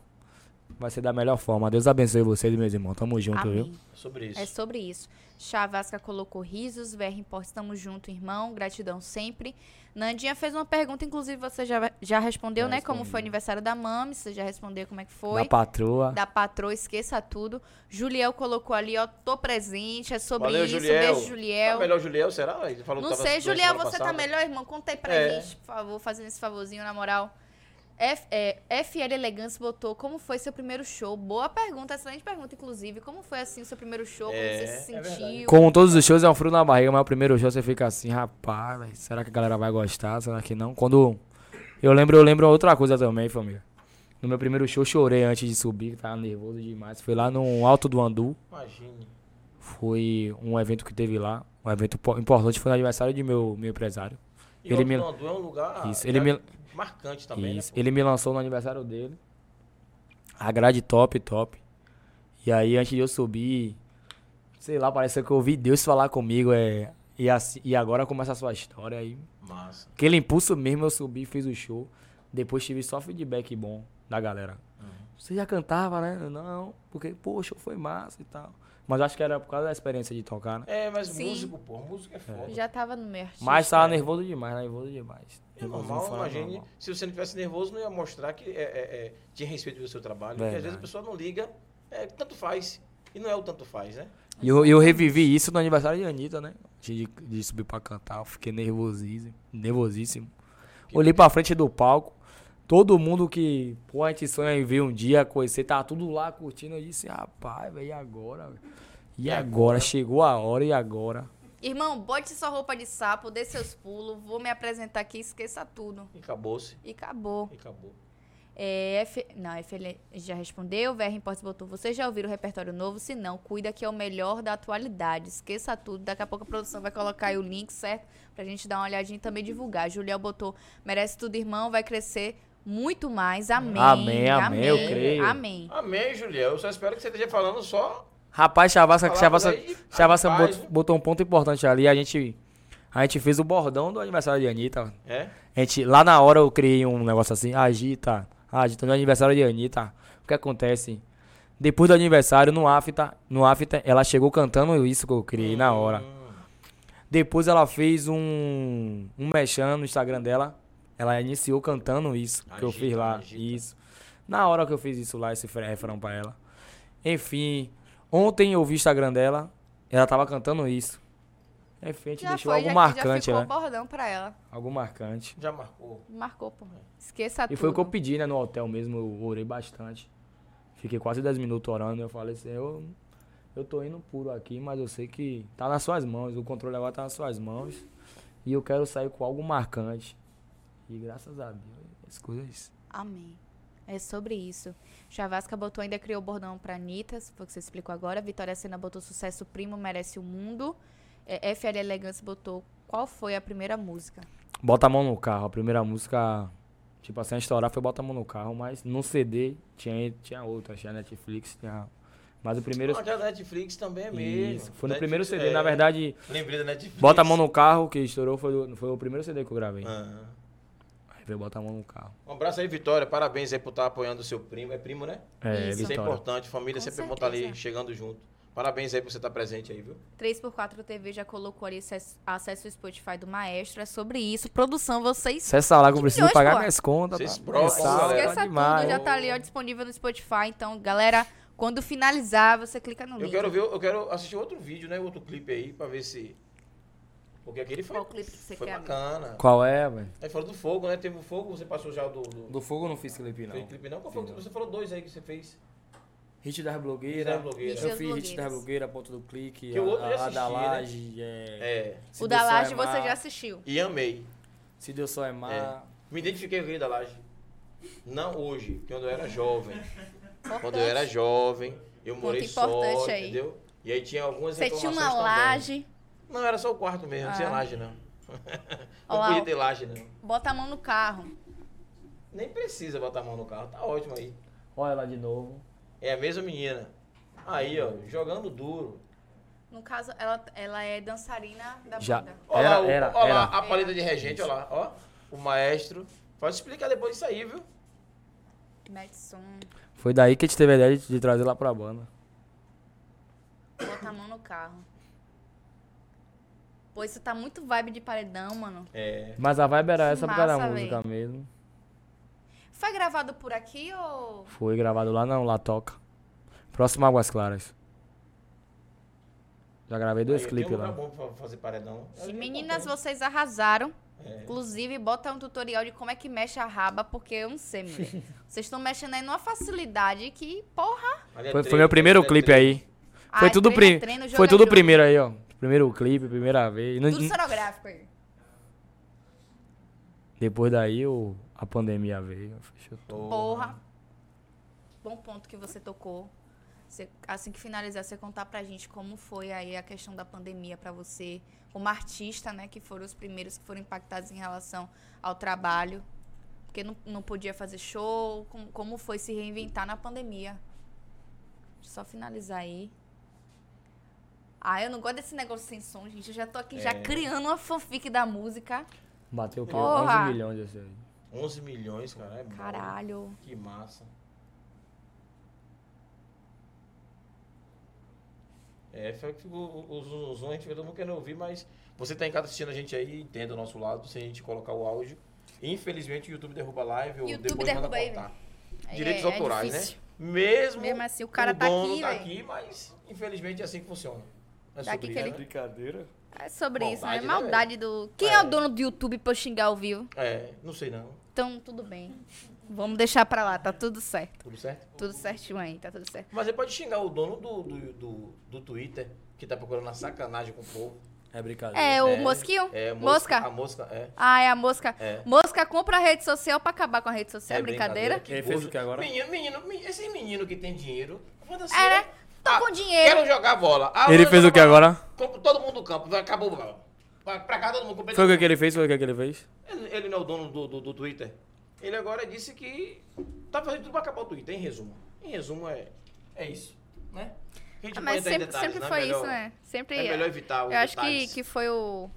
C: Vai ser da melhor forma. Deus abençoe vocês, meus irmãos. Tamo junto, viu?
A: Amém.
B: Sobre isso.
A: É sobre isso. Chavasca colocou risos, VR Importes, estamos junto, irmão, gratidão sempre. Nandinha fez uma pergunta, inclusive você já, já respondeu,
C: Já
A: né? Como foi o
C: respondi.
A: aniversário da Mami, você já respondeu como é que
C: Da
A: foi.
C: patroa.
A: Da patroa, esqueça tudo. Juliel colocou ali, ó, tô presente, é sobre
B: Valeu,
A: isso.
B: Juliel.
A: Beijo,
B: Tá
A: Juliel.
B: melhor Juliel, será? Ele falou que
A: Não
B: tava
A: sei,
B: doente
A: Juliel,
B: semana
A: você tá
B: passada.
A: melhor, irmão? Conta aí pra
B: É.
A: gente, por favor, fazendo esse favorzinho, na moral. F, é, FL Elegance botou, como foi seu primeiro show? Boa pergunta, excelente pergunta, inclusive. Como foi, assim, seu primeiro show? Como você
B: É,
A: se
B: é verdade.
A: sentiu?
C: Como todos os shows, é um frio na barriga, mas o primeiro show você fica assim, rapaz, véi, será que a galera vai gostar? Será que não? Quando. Eu lembro, eu lembro outra coisa também, família. No meu primeiro show eu chorei antes de subir, tava nervoso demais. Foi lá no Alto do Andu.
B: Imagine.
C: Foi um evento que teve lá. Um evento po- importante foi no aniversário de meu, meu empresário.
B: E
C: Ele
B: Alto
C: me-
B: do Andu é um lugar
C: Isso, ele
B: já
C: me-
B: marcante também,
C: Isso.
B: né?
C: Ele me lançou no aniversário dele. A grade top, top. E aí, antes de eu subir, sei lá, pareceu que eu ouvi Deus falar comigo. É, e, assim- e agora começa a sua história. aí
B: pô? Massa.
C: Aquele impulso mesmo, eu subi, fiz o show. Depois tive só feedback bom da galera.
B: Uhum.
C: Você já cantava, né? Eu, Não, porque, pô, o show foi massa e tal. Mas acho que era por causa da experiência de tocar, né?
B: É, mas
A: Sim.
B: músico, pô, música é foda.
A: Já tava no meu artista.
C: Mas tava nervoso demais, nervoso demais.
B: É
C: Nervoso
B: normal,
C: fora do
B: imagine.
C: normal.
B: Se você não tivesse nervoso, não ia mostrar que é, é, é, tinha respeito pelo seu trabalho. Porque às
C: Verdade.
B: vezes a pessoa não liga, é, tanto faz. E não é o tanto faz, né?
C: E eu, eu revivi isso no aniversário de Anitta, né? De, de subir pra cantar, eu fiquei nervosíssimo. Nervosíssimo. Olhei pra frente do palco. Todo mundo que, pô, a gente sonha em ver um dia, conhecer, tava tudo lá curtindo. Eu disse, rapaz, velho, e agora? velho? E agora? Chegou a hora, e agora?
A: Irmão, bote sua roupa de sapo, dê seus pulos, vou me apresentar aqui, esqueça tudo.
B: E acabou-se.
A: E acabou.
B: E acabou.
A: É, F... Não, FL já respondeu. VR Importes botou. Vocês já ouviram o repertório novo? Se não, cuida que é o melhor da atualidade. Esqueça tudo. Daqui a pouco a produção vai colocar aí o link, certo? Pra gente dar uma olhadinha e também divulgar. Juliel botou. Merece tudo, irmão. Vai crescer muito mais. Amém.
C: Amém, amém, eu creio.
A: Amém.
B: Amém, Juliel. Eu só espero que você esteja falando só.
C: Rapaz, Chavasca,
B: Palavras
C: Chavasca,
B: aí,
C: Chavasca
B: rapaz.
C: bot- botou um ponto importante ali. A gente, a gente fez o bordão do aniversário de Anitta.
B: É?
C: A gente, lá na hora eu criei um negócio assim, agita, agita Ah, no aniversário de Anitta. O que acontece? Depois do aniversário, no after, tá, no after, ela chegou cantando isso que eu criei na hora.
B: Hum,
C: Depois ela fez um, um mechan no Instagram dela. Ela iniciou cantando isso que eu
B: Agita,
C: fiz lá.
B: agita.
C: Isso. Na hora que eu fiz isso lá, esse fre- refrão pra ela. Enfim, ontem eu vi o Instagram dela. Ela tava cantando isso. Refente
A: Já
C: deixou
A: foi,
C: algo
A: já,
C: marcante,
A: já ficou
C: né?
A: bordão pra ela.
C: Algo marcante.
B: Já marcou.
A: Marcou, pô. Esqueça tudo.
C: E foi o que eu pedi, né, no hotel mesmo. Eu orei bastante. Fiquei quase 10 minutos orando. Eu falei assim, eu, eu tô indo puro aqui, mas eu sei que tá nas suas mãos. O controle agora tá nas suas mãos. E eu quero sair com algo marcante. E graças a Deus, as coisas.
A: Amém. É sobre isso. Chavasca botou, ainda criou o bordão pra Anitta, se foi o que você explicou agora. Vitória Sena botou sucesso, primo merece o mundo. É, FL Elegância botou, qual foi a primeira música?
C: Bota a mão no carro. A primeira música, tipo assim, a estourar foi Bota a mão no carro, mas no CD tinha, tinha outra, tinha Netflix, tinha. Mas o primeiro.
B: Ah, já da Netflix também é mesmo.
C: Isso, foi no
B: Netflix,
C: primeiro CD.
B: é.
C: Na verdade,
B: Lembrei da Netflix.
C: Bota a mão no carro, que estourou, foi, o- foi o primeiro CD que eu gravei.
B: Ah.
C: Aí veio Bota a mão no carro.
B: Um abraço aí, Vitória. Parabéns aí por estar apoiando o seu primo. É primo, né?
A: Isso.
C: É,
B: Isso é
C: Vitória.
B: importante. Família
A: Com
B: sempre bom estar ali
A: certeza.
B: chegando junto. Parabéns aí por você estar presente aí, viu?
A: 3x4 TV já colocou ali acess- acesso ao Spotify do Maestro. É sobre isso. Produção, vocês
C: Você está lá que eu preciso
A: milhões,
C: pagar
A: Tipo, pô.
C: minhas contas.
B: Vocês
C: tá?
B: brocam, é
C: Mensal,
B: galera.
C: tá
A: Esqueça tudo,
C: demais.
A: já tá ali ó, disponível no Spotify. Então, galera, quando finalizar, você clica no
B: Eu
A: link.
B: quero ver, eu quero assistir outro vídeo, né? Outro clipe aí, pra ver se. Porque aquele foi.
A: Qual clipe que você
B: foi
A: quer,
B: bacana.
C: Qual é, velho?
B: Aí falou do fogo, né? Teve o fogo, você passou já o do. do...
C: Do fogo eu não fiz clipe, não.
B: Fez clipe não? Qual foi? o que Você falou dois aí que você fez.
C: Hit das
B: Hit
C: blogueiras.
B: das blogueiras.
A: Hit
C: Eu
A: das
C: fiz Hit das
A: blogueiras.
C: blogueiras, ponto do clique.
B: Que o
C: a-
B: outro
C: a-
B: já
C: a da
B: assisti, né?
C: laje, é.
B: É.
C: Se
A: O
C: Deus
A: da
C: só é
A: Laje você
C: mar,
A: já assistiu.
B: E amei.
C: Se Deus só é mar.
B: Me identifiquei com o Rei da Laje. Não hoje, quando eu era jovem. Quando eu era jovem, eu morei só,
A: importante aí.
B: entendeu? E aí tinha algumas
A: Você tinha uma
B: reclamações também.
A: laje,
B: Não, era só o quarto mesmo, não tinha
A: <laughs>
B: laje não.
A: Ó
B: não
A: Ah. lá,
B: podia
A: ó.
B: ter laje não.
A: bota a mão no carro.
B: Nem precisa botar a mão no carro, tá ótimo aí.
C: Olha lá de novo.
B: É a mesma menina. Aí, ó, jogando duro.
A: No caso, ela, ela é dançarina da
C: Já.
A: banda.
B: Olha
C: Era,
B: lá, o-
C: era,
B: ó lá
C: era.
B: a paleta de regente, olha lá, ó. O maestro. Pode explicar depois isso aí, viu?
A: Mete som,
C: Foi daí que a gente teve a ideia de, de trazer lá pra banda.
A: bota a mão no carro. Pô, isso tá muito vibe de paredão, mano.
B: É.
C: Mas a vibe era
A: Que
C: essa por causa da
A: massa,
C: música mesmo.
A: Foi gravado por aqui ou...
C: Foi gravado lá não, lá toca. Próximo Águas Claras. Já gravei dois
B: Aí,
C: clipes
B: tem um
C: lá.
B: lugar bom pra fazer paredão.
A: E meninas, vocês arrasaram.
B: É.
A: Inclusive, bota um tutorial de como é que mexe a raba, porque eu não sei, mulher.
C: <laughs>
A: Vocês estão mexendo aí numa facilidade que, porra.
B: Ali é
C: Foi,
B: três,
C: foi meu primeiro
B: ali é
C: clipe
B: três.
C: aí. Foi
A: Ai,
C: tudo,
A: Ah, é treino,
C: prim...
A: treino, joga,
C: foi tudo
A: joga.
C: primeiro aí, ó. Primeiro clipe, primeira vez. Não-
A: Tudo sonográfico aí.
C: Depois daí o... a pandemia veio, fechou tudo.
A: Porra. Bom ponto que você tocou. Você- assim que finalizar, você contar pra gente como foi aí a questão da pandemia pra você, como artista, né? Que foram os primeiros que foram impactados em relação ao trabalho. Porque não, não podia fazer show. Como, como foi se reinventar na pandemia? Deixa eu só finalizar aí. Ah, eu não gosto desse negócio sem som, gente. Eu já tô aqui
B: É.
A: já criando uma fanfic da música.
C: Bateu o quê?
A: Porra.
C: 11 milhões desse aí.
B: 11 milhões, cara. É bom.
A: Caralho.
B: Que massa. É, foi que ficou o o zum, zum, a gente fica todo mundo querendo ouvir, mas você tá em casa assistindo a gente aí, entenda o nosso lado, se a gente colocar o áudio. Infelizmente o YouTube derruba a live ou
A: YouTube
B: depois
A: derruba
B: manda
A: aí,
B: cortar.
A: É-
B: Direitos
A: é
B: autorais,
A: difícil.
B: né? Mesmo,
A: Mesmo assim, o cara tá
B: dono
A: aqui,
B: tá
A: velho.
B: aqui, mas infelizmente é assim que funciona. É
A: Daqui que
B: isso,
A: ele-
B: né?
C: Brincadeira?
A: É sobre isso, né?
B: Maldade, né,
A: Maldade do. Quem é.
B: É.
A: o dono do YouTube pra eu xingar ao vivo?
B: É, não sei não.
A: Então, tudo bem. Vamos deixar pra lá, tá tudo certo.
B: Tudo certo?
A: Tudo certinho aí, tá tudo certo.
B: Mas você pode xingar o dono do, do, do, do Twitter, que tá procurando a sacanagem com o povo.
C: É brincadeira.
A: É, o mosquinho?
B: É,
A: mosca.
B: A mosca, é.
A: Ah, é a mosca.
B: É.
A: Mosca compra a rede social pra acabar com a rede social, é brincadeira?
B: que
C: Ele fez
B: gordo.
C: o que agora?
B: Menino, menino, menino, esse menino que tem dinheiro. Fantasia.
A: É, né? Tô
B: Ah,
A: com dinheiro.
B: Quero jogar bola. Ah,
C: Ele
B: eu
C: fez
B: jogo
C: o que
B: bola.
C: agora?
B: Compro todo mundo do campo. Acabou o bola. Pra pra cá todo mundo compra.
C: Foi o que ele fez? Foi o que ele fez?
B: Ele, ele não é o dono do, do, do Twitter. Ele agora disse que tá fazendo tudo pra acabar o Twitter, em resumo. Em resumo, é, é isso, né? A gente
A: Ah,
B: não
A: mas
B: entra em
A: sempre,
B: detalhes,
A: sempre
B: né?
A: foi
B: Melhor-
A: isso, né? Sempre.
B: É melhor evitar os
A: eu acho que,
B: detalhes.
A: que foi o,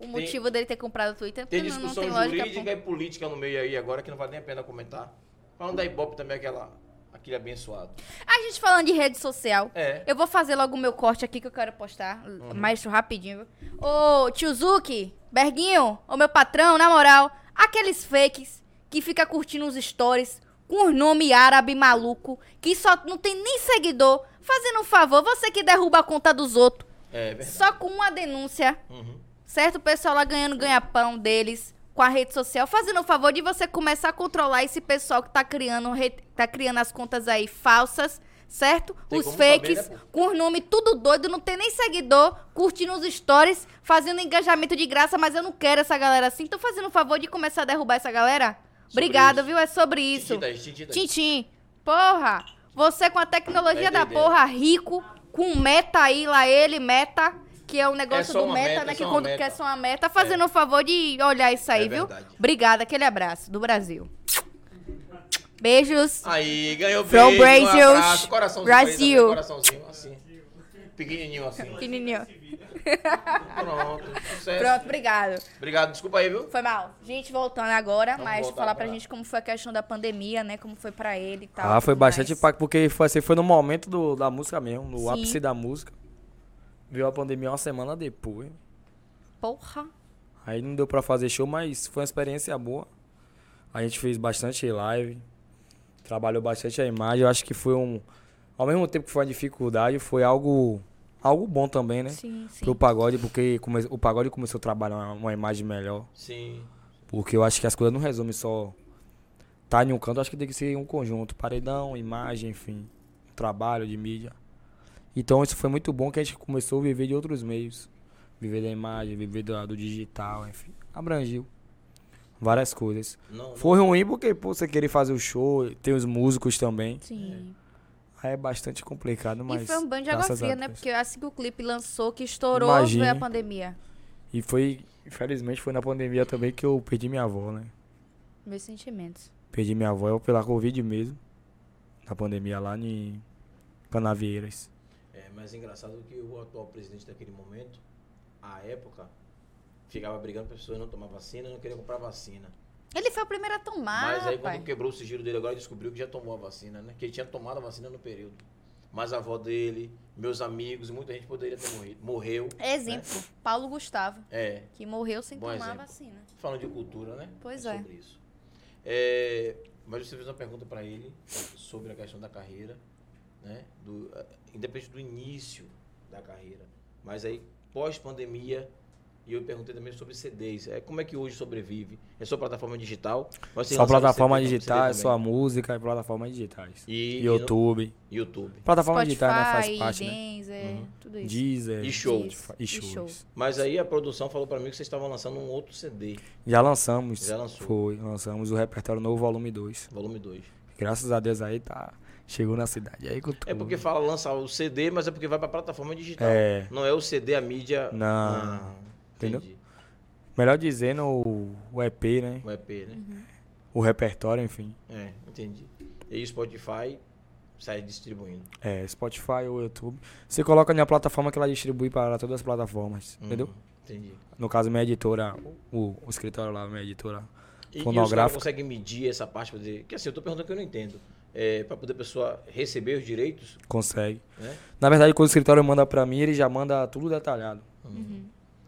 A: o motivo dele ter comprado o Twitter, porque
B: Tem
A: não, não
B: discussão
A: tem lógica.
B: jurídica e política no meio aí agora que não vale nem a pena comentar. Falando da Ibope também, aquela, aquele abençoado.
A: pô. A gente falando de rede social.
B: É.
A: Eu vou fazer logo o meu corte aqui que eu quero postar. Maestro, rapidinho. Ô, tio Zuki, Berguinho, ô meu patrão, na moral, aqueles fakes que fica curtindo os stories com os nome árabe maluco, que só não tem nem seguidor, fazendo um favor, você que derruba a conta dos outros.
B: É verdade.
A: Só com uma denúncia,
B: Uhum.
A: certo? O pessoal lá ganhando ganha-pão deles com a rede social, fazendo o favor de você começar a controlar esse pessoal que tá criando, re- tá criando as contas aí falsas, certo?
B: Tem
A: os
B: como saber,
A: fakes,
B: né, pô?
A: com os nomes tudo doido, não tem nem seguidor, curtindo os stories, fazendo engajamento de graça, mas eu não quero essa galera assim. Tô fazendo o favor de começar a derrubar essa galera?
B: Sobre
A: Obrigada,
B: isso.
A: viu? É sobre isso.
B: Tintitas, tintitas.
A: Tintim, porra, você com a tecnologia
B: Vai
A: da
B: entender.
A: porra, rico, com meta aí, lá ele, meta, que é o negócio
B: É só
A: do
B: uma
A: meta,
B: meta,
A: né?
B: é
A: Que
B: só uma
A: quando
B: meta.
A: quer só uma meta, fazendo o favor de olhar isso aí,
B: É
A: viu?
B: verdade.
A: Obrigada, aquele abraço do Brasil. Beijos.
B: Aí, ganhou
A: From
B: beijo,
A: Brazil.
B: um abraço, coraçãozinho pra ele também,
A: Brasil.
B: coraçãozinho, assim. Pequenininho, assim.
A: Pequenininho.
B: Pronto, sucesso.
A: Pronto, obrigado.
B: Obrigado, desculpa aí, viu?
A: Foi mal. Gente, voltando agora,
B: Vamos
A: mas
B: voltar
A: falar
B: pra
A: pra
B: lá.
A: gente como foi a questão da pandemia, né? Como foi pra ele e tal.
C: Ah, foi
A: tudo
C: bastante
A: mais.
C: impacto, porque foi, assim, foi no momento do- da música mesmo, no
A: Sim.
C: ápice da música. Veio a pandemia uma semana depois.
A: Porra.
C: Aí não deu pra fazer show, mas foi uma experiência boa. A gente fez bastante live, trabalhou bastante a imagem. Eu acho que foi um. Ao mesmo tempo que foi uma dificuldade, foi algo, algo bom também, né?
A: Sim, sim.
C: Pro pagode, porque come- o pagode começou a trabalhar uma- uma imagem melhor.
B: Sim.
C: Porque eu acho que as coisas não resumem só tá em um canto, eu acho que tem que ser um conjunto, paredão, imagem, enfim, trabalho de mídia. Então isso foi muito bom que a gente começou a viver de outros meios. Viver da imagem, viver do, do digital, enfim. Abrangiu várias coisas.
B: Não, não.
C: Foi ruim porque, pô, você querer fazer o show, tem os músicos também.
A: Sim.
C: Aí é bastante complicado, mas.
A: e foi um banho de água
C: graças a
A: fria, né?
C: Deus.
A: Porque assim que o clipe lançou, que estourou,
C: Imagine.
A: foi a pandemia.
C: E foi, infelizmente, foi na pandemia também que eu perdi minha avó, né?
A: Meus sentimentos.
C: Perdi minha avó eu pela Covid mesmo. Na pandemia lá em Canavieiras.
B: É, mas engraçado que o atual presidente daquele momento, à época, ficava brigando para pessoas não tomar vacina, não queria comprar vacina.
A: Ele foi o primeiro a tomar,
B: mas aí
A: pai.
B: quando quebrou o sigilo dele agora, ele descobriu que já tomou a vacina, né? Que ele tinha tomado a vacina no período. Mas a avó dele, meus amigos, muita gente poderia ter morrido. Morreu.
A: Exemplo, Paulo Gustavo,
B: É,
A: que morreu sem
B: Bom
A: tomar a
B: exemplo.
A: vacina.
B: Falando de cultura, né?
A: Pois é.
B: Sobre isso. É, mas você fez uma pergunta para ele sobre a questão da carreira, né? Do, eh, independente do início da carreira, mas aí pós-pandemia e eu perguntei também sobre CDs. É, como é que hoje sobrevive? É só plataforma digital? Você
C: Só
B: lançava
C: plataforma
B: CD,
C: digital, é
B: também?
C: só música e plataformas digitais.
B: e,
C: YouTube.
B: YouTube.
C: Plataforma
A: Spotify,
C: digital né, faz parte, né?
A: Deezer, tudo isso.
C: Deezer.
B: E show.
C: Spotify, E
A: E show.
C: shows.
B: Mas aí a produção falou para mim que vocês estavam lançando um outro CD,
C: Já lançamos.
B: Já lançou.
C: Foi, lançamos o repertório novo, volume 2.
B: volume 2.
C: Graças a Deus aí tá. Chegou na cidade aí com tudo.
B: É porque fala lançar o CD, mas é porque vai para plataforma digital.
C: É.
B: Não é o CD, a mídia.
C: Não.
B: Ah.
C: Entendeu?
B: entendi.
C: Melhor dizendo, o, o EP, né?
B: O EP, né?
C: O repertório, enfim.
B: É, entendi. E o Spotify sai distribuindo.
C: É, Spotify ou YouTube. Você coloca na plataforma que ela distribui para todas as plataformas, entendeu?
B: Hum, Entendi.
C: No caso, minha editora, o, o escritório lá, minha editora.
B: E, e os caras
C: Fonográfica.
B: conseguem medir essa parte pra dizer. Que assim, eu tô perguntando que eu não entendo. É, pra poder a pessoa receber os direitos,
C: Consegue.
B: né?
C: Na verdade, quando o escritório manda pra mim, ele já manda tudo detalhado.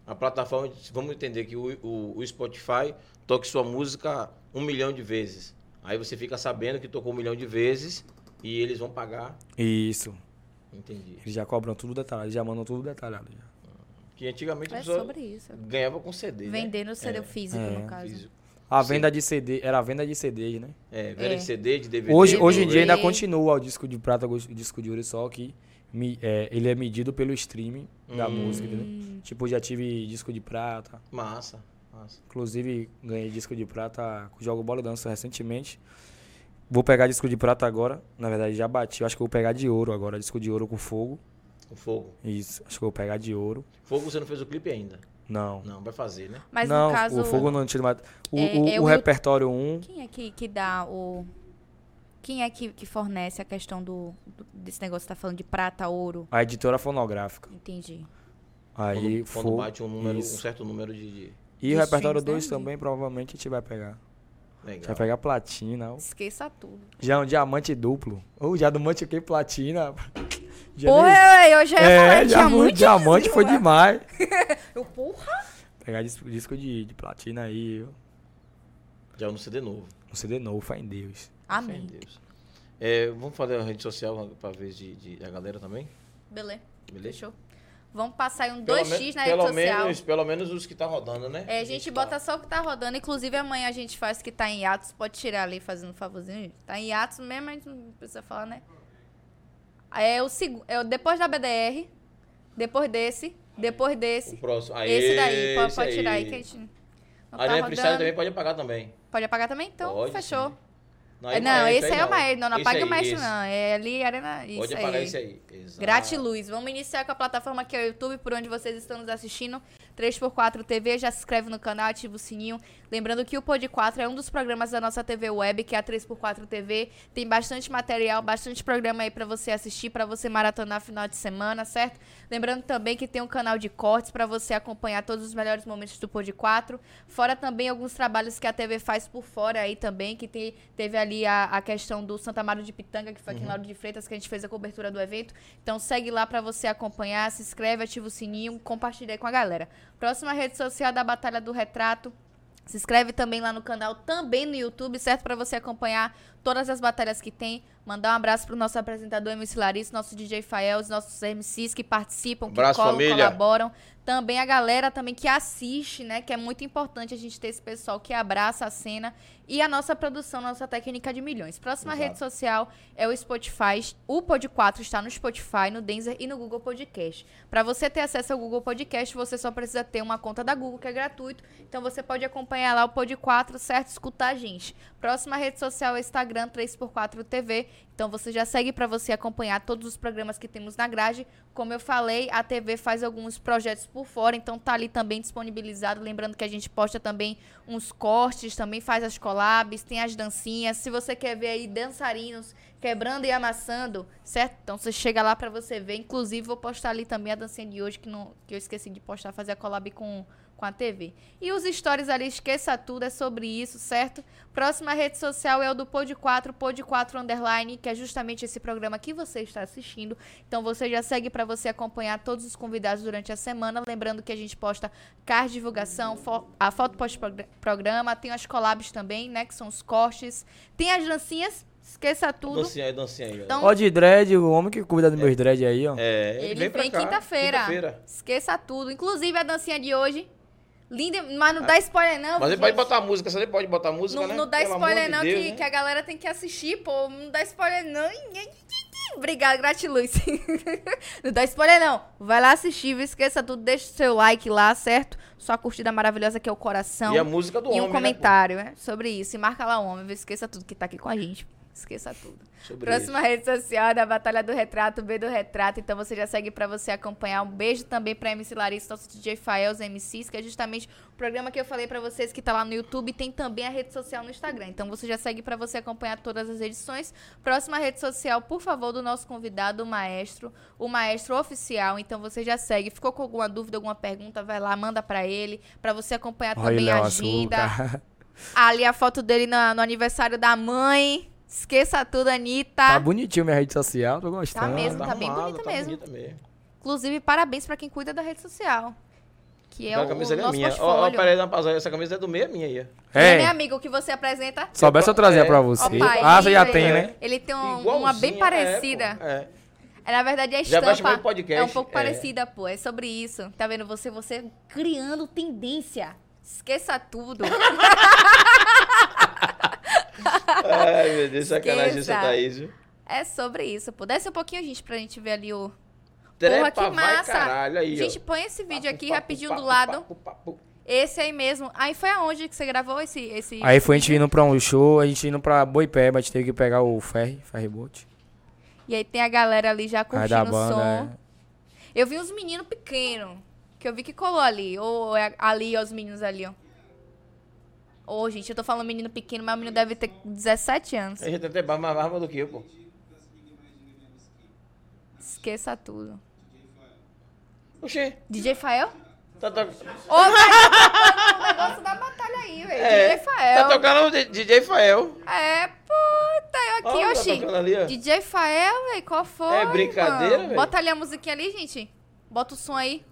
B: A plataforma, vamos entender que o, o- o Spotify toca sua música um milhão de vezes. Aí você fica sabendo que tocou um milhão de vezes e eles vão pagar.
C: Isso.
B: Entendi.
C: Eles já cobram tudo detalhado, eles já mandam tudo detalhado. já.
B: Que antigamente a
A: É
B: pessoa
A: sobre isso.
B: ganhava com CD. né?
A: Vendendo o CD físico,
C: É.
A: no caso.
B: Físico.
C: A venda de CD, era a venda de CDs, né?
B: É, venda de CD, de DVD.
C: Hoje,
B: de
C: hoje em dia
B: Blu-ray.
C: ainda
A: Blu-ray.
C: continua o disco de prata, o disco de ouro, só que me- é, ele é medido pelo streaming da
A: Hum.
C: música, entendeu? Tipo, já tive disco de prata,
B: Massa, massa.
C: Inclusive, ganhei disco de prata com o Jogo Bola e Dança recentemente. Vou pegar disco de prata agora. Na verdade, já bati. Eu acho que eu vou pegar de ouro agora. Disco de ouro com fogo.
B: O fogo.
C: Isso. Acho que eu vou pegar de ouro.
B: Fogo você não fez o clipe ainda.
C: Não.
B: Não, vai fazer, né?
A: Mas
C: não,
A: no caso.
C: o fogo não tira mais. O,
A: É-
C: o-
A: é
C: o
A: o-
C: repertório 1. Um,
A: Quem é que, que dá o. Quem é que, que fornece a questão do, do- desse negócio que tá falando de prata, ouro?
C: a editora fonográfica.
A: Entendi.
C: Aí
B: quando, quando
C: fogo.
B: bate um número, um
C: isso.
B: certo número de. de-
C: E o
A: Dos
C: repertório
A: streams, né,
C: 2
A: Gui?
C: também, provavelmente, a gente vai pegar. A gente
B: Legal.
C: vai pegar platina.
A: Esqueça tudo.
C: Já é um diamante duplo. Ou diamante o quê? Platina. <laughs> Já
A: Porra,
C: nem-
A: eu, eu já ia falar,
C: é,
A: tinha
C: diamante,
A: muito
C: diamante
A: desvio,
C: foi
A: né?
C: demais.
A: Eu, porra.
C: Pegar disco, disco de, de platina aí, eu-
B: Já é no CD novo.
C: um CD novo, fé em Deus.
B: Fé em
A: Amém.
B: Deus. É, vamos fazer a rede social pra vez de, de- da galera também?
A: Beleza.
B: Beleza?
A: Fechou. Vamos passar aí um
B: Pelo
A: 2x
B: men-
A: na rede
B: pelo
A: social.
B: Menos, pelo menos os que tá rodando, né?
A: É, a gente
B: tá-
A: bota só o que tá rodando. Inclusive, amanhã a gente faz o que tá em hiatos. Pode tirar ali, fazendo um favorzinho. gente. Tá em hiatos mesmo, a gente não precisa falar, né? É o segundo... É o depois da BDR. Depois desse. Depois
B: O
A: desse.
B: próximo. Aí,
A: esse daí. Pode,
B: esse
A: pode tirar aí, que a gente... Não
B: A
A: tá
B: Arena Freestyle
A: rodando.
B: também pode apagar também.
A: Pode apagar também? Então,
B: Pode,
A: fechou.
B: sim.
A: É,
B: aí
A: Não,
B: é,
A: esse aí é o maestro. Não, não
B: Esse
A: apague
B: aí,
A: o maestro,
B: esse.
A: não. É ali, Arena... Isso
B: Pode
A: aí.
B: apagar esse aí. Exato.
A: Gratiluz. Vamos iniciar com a plataforma que é o YouTube, por onde vocês estão nos assistindo. 3x4 TV, já se inscreve no canal, ativa o sininho. Lembrando que o Pod 4 é um dos programas da nossa TV web, que é a 3x4 TV. Tem bastante material, bastante programa aí pra você assistir, pra você maratonar final de semana, certo? Lembrando também que tem um canal de cortes pra você acompanhar todos os melhores momentos do Pod 4. Fora também alguns trabalhos que a TV faz por fora aí também, que tem, teve ali a, a questão do Santa Mário de Pitanga, que foi aqui em Lauro de Freitas, que a gente fez a cobertura do evento. Então segue lá pra você acompanhar, se inscreve, ativa o sininho, compartilha aí com a galera. Próxima rede social da Batalha do Retrato. Se inscreve também lá no canal, também no YouTube, certo? Pra você acompanhar todas as batalhas que tem. Mandar um abraço pro nosso apresentador MC Larissa, nosso DJ Fael, os nossos MCs que participam, que
B: Abraço,
A: colam,
B: família.
A: colaboram. Também a galera também que assiste, né? Que é muito importante a gente ter esse pessoal que abraça a cena. E a nossa produção, nossa técnica de milhões. Próxima
B: Exato.
A: rede social é o Spotify. O Pod 4 está no Spotify, no Denzer e no Google Podcast. Para você ter acesso ao Google Podcast, você só precisa ter uma conta da Google, que é gratuito. Então você pode acompanhar lá o Pod 4, certo? Escutar a gente. Próxima rede social é o Instagram 3x4 TV. Então você já segue para você acompanhar todos os programas que temos na grade. Como eu falei, a TV faz alguns projetos por fora, então tá ali também disponibilizado. Lembrando que a gente posta também uns cortes, também faz as collabs, tem as dancinhas. Se você quer ver aí dançarinos quebrando e amassando, certo? Então você chega lá pra você ver. Inclusive, vou postar ali também a dancinha de hoje que, não, que eu esqueci de postar, fazer a collab com, com a TV. E os stories ali, esqueça tudo, é sobre isso, certo? Próxima rede social é o do Pod 4, Pod 4 Underline, que é justamente esse programa que você está assistindo. Então você já segue pra você acompanhar todos os convidados durante a semana. Lembrando que a gente posta card de divulgação, fo- a foto pós-programa, tem as collabs também, né? Que são os cortes. Tem as dancinhas, esqueça tudo.
B: Dancinha aí, dancinha aí.
A: Então,
C: Ó, de dread, o homem que cuida dos meus dread aí, ó.
B: é,
A: Ele,
B: pra
A: vem
B: cá,
A: quinta-feira.
B: quinta-feira.
A: Esqueça tudo. Inclusive a dancinha de hoje. Linda, mas não dá spoiler, não.
B: Ah. Mas
A: gente.
B: ele pode botar música, você pode botar música,
A: não,
B: né?
A: não dá
B: Pelo amor
A: spoiler,
B: de
A: não,
B: Deus,
A: que,
B: né?
A: que a galera tem que assistir, pô. Não dá spoiler, não. Obrigada, gratiluz. <laughs> não dá spoiler, não. Vai lá assistir, viu? esqueça tudo. Deixa o seu like lá, certo? Sua curtida maravilhosa que é o coração.
B: E a música do
A: E
B: homem,
A: um comentário, né? Sobre isso. E marca lá o homem, viu? Esqueça tudo que tá aqui com a gente. Esqueça tudo.
B: Né, pô? Sobre
A: Próxima rede social é da Batalha do Retrato, B do Retrato. Então você já segue pra você acomhar. Um beijo também pra MC Larissa, nosso DJ Fael, os MCs, que é justamente o programa que eu falei pra vocês que tá lá no YouTube. Tem também a rede social no Instagram. Então você já segue pra você acompanhar todas as edições. Próxima rede social, por favor, do nosso convidado, o maestro, o maestro oficial. Então você já segue. Ficou com alguma dúvida, alguma pergunta, vai lá, manda pra ele, pra tá? você acompanhar
C: Olha o
A: também
C: Léo
A: a
C: <laughs>
A: agenda.
C: Açúcar.
A: Ali a foto dele na- no, aniversário da mãe. Esqueça tudo, Anitta.
C: Tá bonitinho minha rede social, tô gostando.
A: mesmo.
B: ele.
A: tá bem bonita
B: tá
A: mesmo.
B: bonita mesmo.
A: Inclusive, parabéns pra quem cuida da rede social. Que é
B: Aquela
A: o,
B: camisa
A: o
B: ali é
A: nosso
B: minha. Ó, ó,
A: portfólio.
B: peraí, dá uma pausa aí. Essa camisa é do meio é minha aí. ó.
A: É,
C: Ei,
A: né, amigo, o que você apresenta?
C: soubesse eu trazia pra você.
A: Ó, pai,
C: ah, você já
A: ele-
C: tem, né?
A: Ele tem um- uma
B: Igualzinha,
A: bem
B: é,
A: parecida.
B: pô, É.
A: É, na verdade, a
B: Já vai chamar
A: estampa
B: de podcast,
A: é um pouco
B: é.
A: parecida, pô. É sobre isso. Tá vendo? Você, você criando tendência. Esqueça tudo.
B: <laughs> Ai, meu Deus, sacanagem essa
A: Esqueça.
B: Thaís. viu?
A: é sobre isso, pô. Desce um pouquinho, gente, pra gente ver ali o...
B: Trepa,
A: que massa.
B: vai, caralho. Aí, ó.
A: gente, põe esse vídeo
B: Papo,
A: aqui
B: papo,
A: rapidinho
B: papo,
A: do lado.
B: papo, papo.
A: Esse aí mesmo. Aí foi aonde que você gravou esse. esse...
C: Aí foi a gente indo pra um show, a gente indo pra Boipeba, a gente teve que pegar o ferry, ferryboat.
A: E aí tem a galera ali já
C: Aí
A: curtindo
C: da
A: o som.
C: banda. é.
A: Eu vi uns meninos pequenos. Que eu vi que colou ali. Ou é ali, ó, os meninos ali, ó. Ô, gente, eu tô falando menino pequeno, mas o menino deve ter 17 anos.
B: A gente até mais mais arma do que eu, pô.
A: Esqueça tudo.
B: Oxê.
A: DJ Fael?
B: Tá, to...
A: Ô, vai o negócio da batalha aí, velho.
B: É,
A: DJ Fael.
B: tá tocando o D- DJ Fael.
A: É, puta, eu aqui,
B: Ó,
A: ó,
B: tá
A: Chico.
B: tocando ali, ó.
A: DJ Fael, velho, qual foi?
B: É brincadeira,
A: mano?
B: velho.
A: Bota ali a musiquinha ali, gente. Bota o som aí.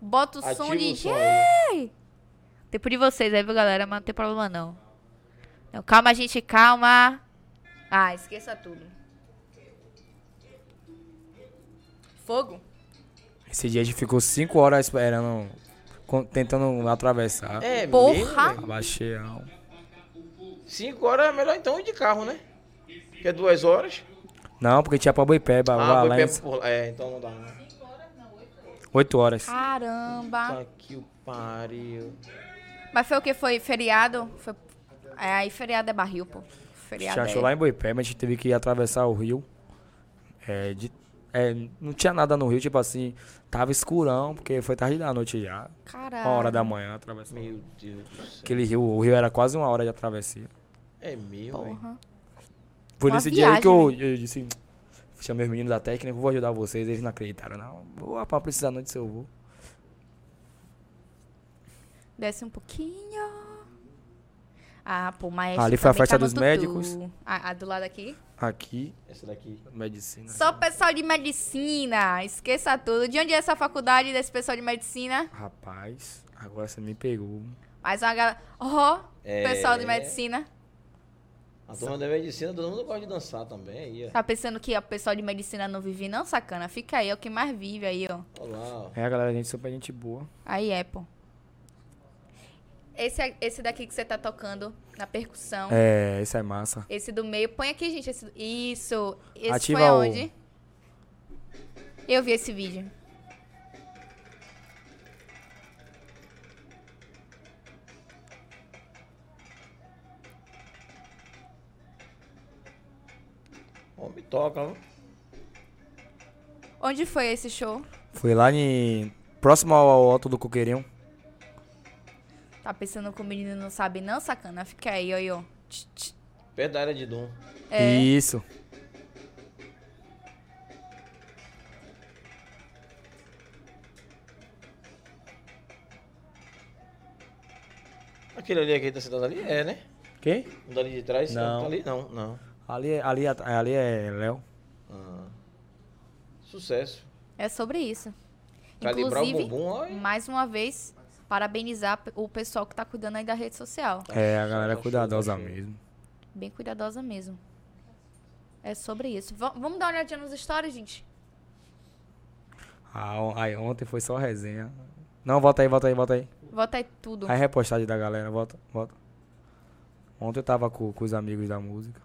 A: Bota o som
B: Ativa
A: de.
B: o som
A: Tempo de vocês aí, viu, galera? Mas não tem problema, não. Não, calma, gente, calma. Ah, esqueça tudo. Fogo?
C: Esse dia a gente ficou 5 horas esperando, con- tentando atravessar.
B: É,
A: Porra!
B: mesmo,
C: Abaixeão.
B: velho? Cinco horas é melhor então ir de carro, né? Que é duas horas.
C: Não, porque tinha pra Boipeba,
B: Ah,
C: lá, lá
B: foi
C: em
B: pé por lá. É, então não dá. Não.
C: 8 horas.
A: Caramba.
B: Tá que o pariu.
A: Mas foi o que? Foi feriado? Foi... É, aí feriado é barril, pô. Feriado
C: a gente achou
A: é...
C: lá em Boipeba, a gente teve que atravessar o rio. É, de- é, não tinha nada no rio, tipo assim, tava escurão, porque foi tarde da noite já.
A: Caralho.
C: Uma hora da manhã atravessando.
B: Meu Deus do céu.
C: Aquele rio, o rio era quase uma hora de travessia.
B: É meu, velho.
A: Porra.
C: Por
A: Uma
C: esse dia aí que eu,
A: viagem, né?
C: eu disse, chamei os meninos da técnica, vou ajudar vocês, eles não acreditaram, não. Vou, rapaz, precisar não disso eu vou.
A: Desce um pouquinho. Ah, pô, maestro.
C: Ali foi a
A: também
C: festa
A: tá no
C: dos
A: tutu.
C: médicos.
A: A, a ah, do lado aqui.
C: Aqui,
B: Essa daqui.
C: medicina.
A: Só pessoal de medicina. Esqueça tudo. De onde é essa faculdade desse pessoal de medicina?
C: Rapaz, agora você me pegou.
A: Mais uma galera. Ó,
B: É.
A: pessoal de medicina.
B: A turma da medicina, todo mundo gosta de dançar também. Aí, ó.
A: Tá pensando que o pessoal de medicina não vive, não, sacana? Fica aí, é o que mais vive aí, ó.
B: Olha lá, ó.
C: É, galera, a gente super gente boa.
A: Aí é, pô. Esse, esse daqui que você tá tocando na percussão.
C: É, isso é massa.
A: Esse do meio. Põe aqui, gente. esse- isso. Esse
C: Ativa um.
A: foi
C: o-
A: aonde? Eu vi esse vídeo.
B: Homem toca, ó.
A: Onde foi esse show?
C: Foi lá em. Próximo ao Alto do Coqueirinho.
A: Tá pensando que o menino não sabe, não, sacana? Fica aí, ó, ó. Tch, tch.
B: Perto da área de Dom.
A: É.
C: Isso.
B: Aquele ali, aquele tá sentado ali, é, né?
C: Quem?
B: Um dali de trás,
C: Não.
B: tá ali não, não.
C: Ali, é- ali, é- ali é Léo.
B: Ah. Sucesso.
A: É sobre isso.
B: Calibrar o
A: Inclusive,
B: bumbum, ó. e-
A: mais uma vez, parabenizar p- o pessoal que tá cuidando aí da rede social.
C: É, a galera é
B: Tá show,
C: cuidadosa
B: tá show.
C: mesmo.
A: Bem cuidadosa mesmo. É sobre isso. Va- vamos dar uma olhadinha nos stories, gente?
C: Ah, on- aí ontem foi só resenha. Não, volta aí, volta aí, volta aí.
A: Volta aí tudo.
C: Aí repostagem da galera, volta, volta. Ontem eu tava com, com os amigos da música.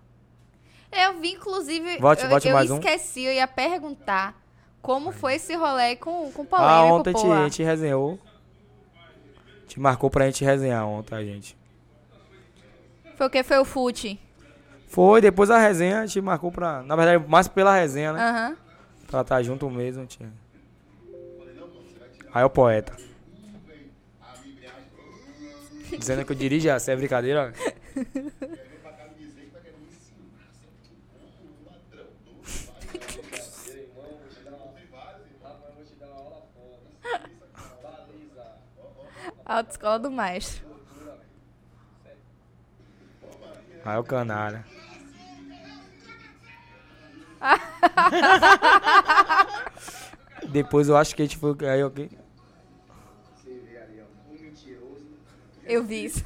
A: É, Eu vi, inclusive,
C: Volte-
A: eu,
C: volte
A: eu
C: mais um.
A: esqueci, eu ia perguntar como foi esse rolê com, com o
C: ah,
A: polêmico,
C: ontem a gente,
A: pô.
C: a gente resenhou. Te marcou pra gente resenhar ontem, a gente.
A: Foi o que? Foi o fute?
C: Foi, depois a resenha, a gente marcou pra. Na verdade, mais pela resenha, né?
A: Aham.
C: Pra estar junto mesmo, tinha. Aí é o poeta. Dizendo que eu dirijo essa é brincadeira.
A: Autoescola do Maestro.
C: Aí é o canalha. Depois eu acho que a gente foi. Aí eu.
A: Eu vi isso.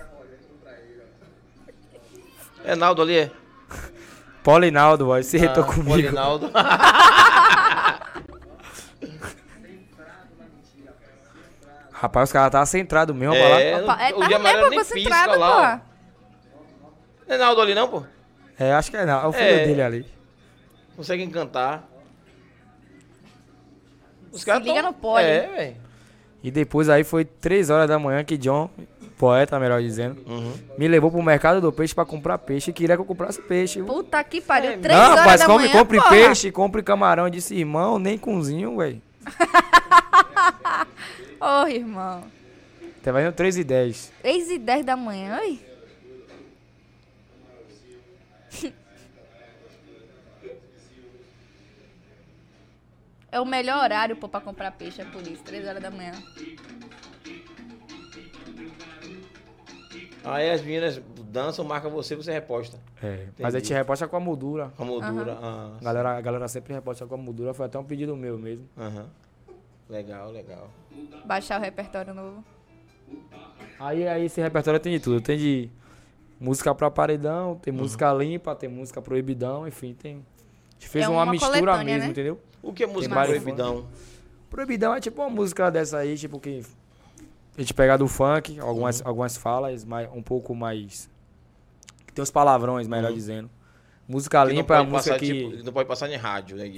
B: É Naldo ali, é?
C: Paulinaldo, ó, se retou
B: Ah,
C: tá
B: <laughs>
C: comigo.
B: Polinaldo.
C: Rapaz, os caras tá centrado mesmo, pra lá.
B: É,
A: Opa, é,
B: o
A: tá
B: de amarelo
A: bem
B: nem
A: concentrado,
B: pisca lá,
A: pô.
B: ó. Não é Naldo ali não, pô?
C: É, acho que é não. É o filho
B: É.
C: dele ali.
B: Consegue encantar. Os
A: liga
B: tão-
A: no pole.
B: É, velho.
C: E depois aí foi 3 horas da manhã que John, poeta melhor dizendo,
B: Uhum.
C: me levou pro mercado do peixe pra comprar peixe e queria que eu comprasse peixe.
A: Puta que pariu.
B: É,
A: Três
C: não,
A: horas
C: rapaz,
A: da
C: come,
A: manhã,
C: compre
A: porra.
C: peixe, compre camarão. Eu disse, irmão, nem cozinho, velho.
A: Ô, irmão.
C: Tá vendo 3 e 10.
A: Três e dez da manhã, oi? <laughs> É o melhor horário, pô, pra comprar peixe, é por isso. Três horas da manhã.
B: Aí as meninas dançam, marca você, você reposta.
C: É, mas a gente reposta com a moldura.
B: A moldura. ah,
C: A galera, a galera sempre reposta com a moldura, foi até um pedido meu mesmo.
B: ah, Aham. Legal, legal.
A: Baixar o repertório novo.
C: Aí, aí esse repertório tem de tudo. Tem de música pra paredão,
A: Uhum.
C: tem música limpa, tem música proibidão, enfim, tem. A gente fez
A: É
C: uma,
A: uma
C: mistura
A: coletânea,
C: mesmo,
A: né?
C: entendeu?
B: O que é música
C: vários
B: proibidão?
C: Proibidão é tipo uma música dessa aí, tipo que a gente pega do funk, algumas,
B: Uhum.
C: algumas falas mais, um pouco mais. que tem uns palavrões, melhor dizendo. Música
B: Uhum. Que não
C: limpa é a
B: pode
C: música
B: passar,
C: que.
B: tipo, não pode passar em rádio, né? Isso.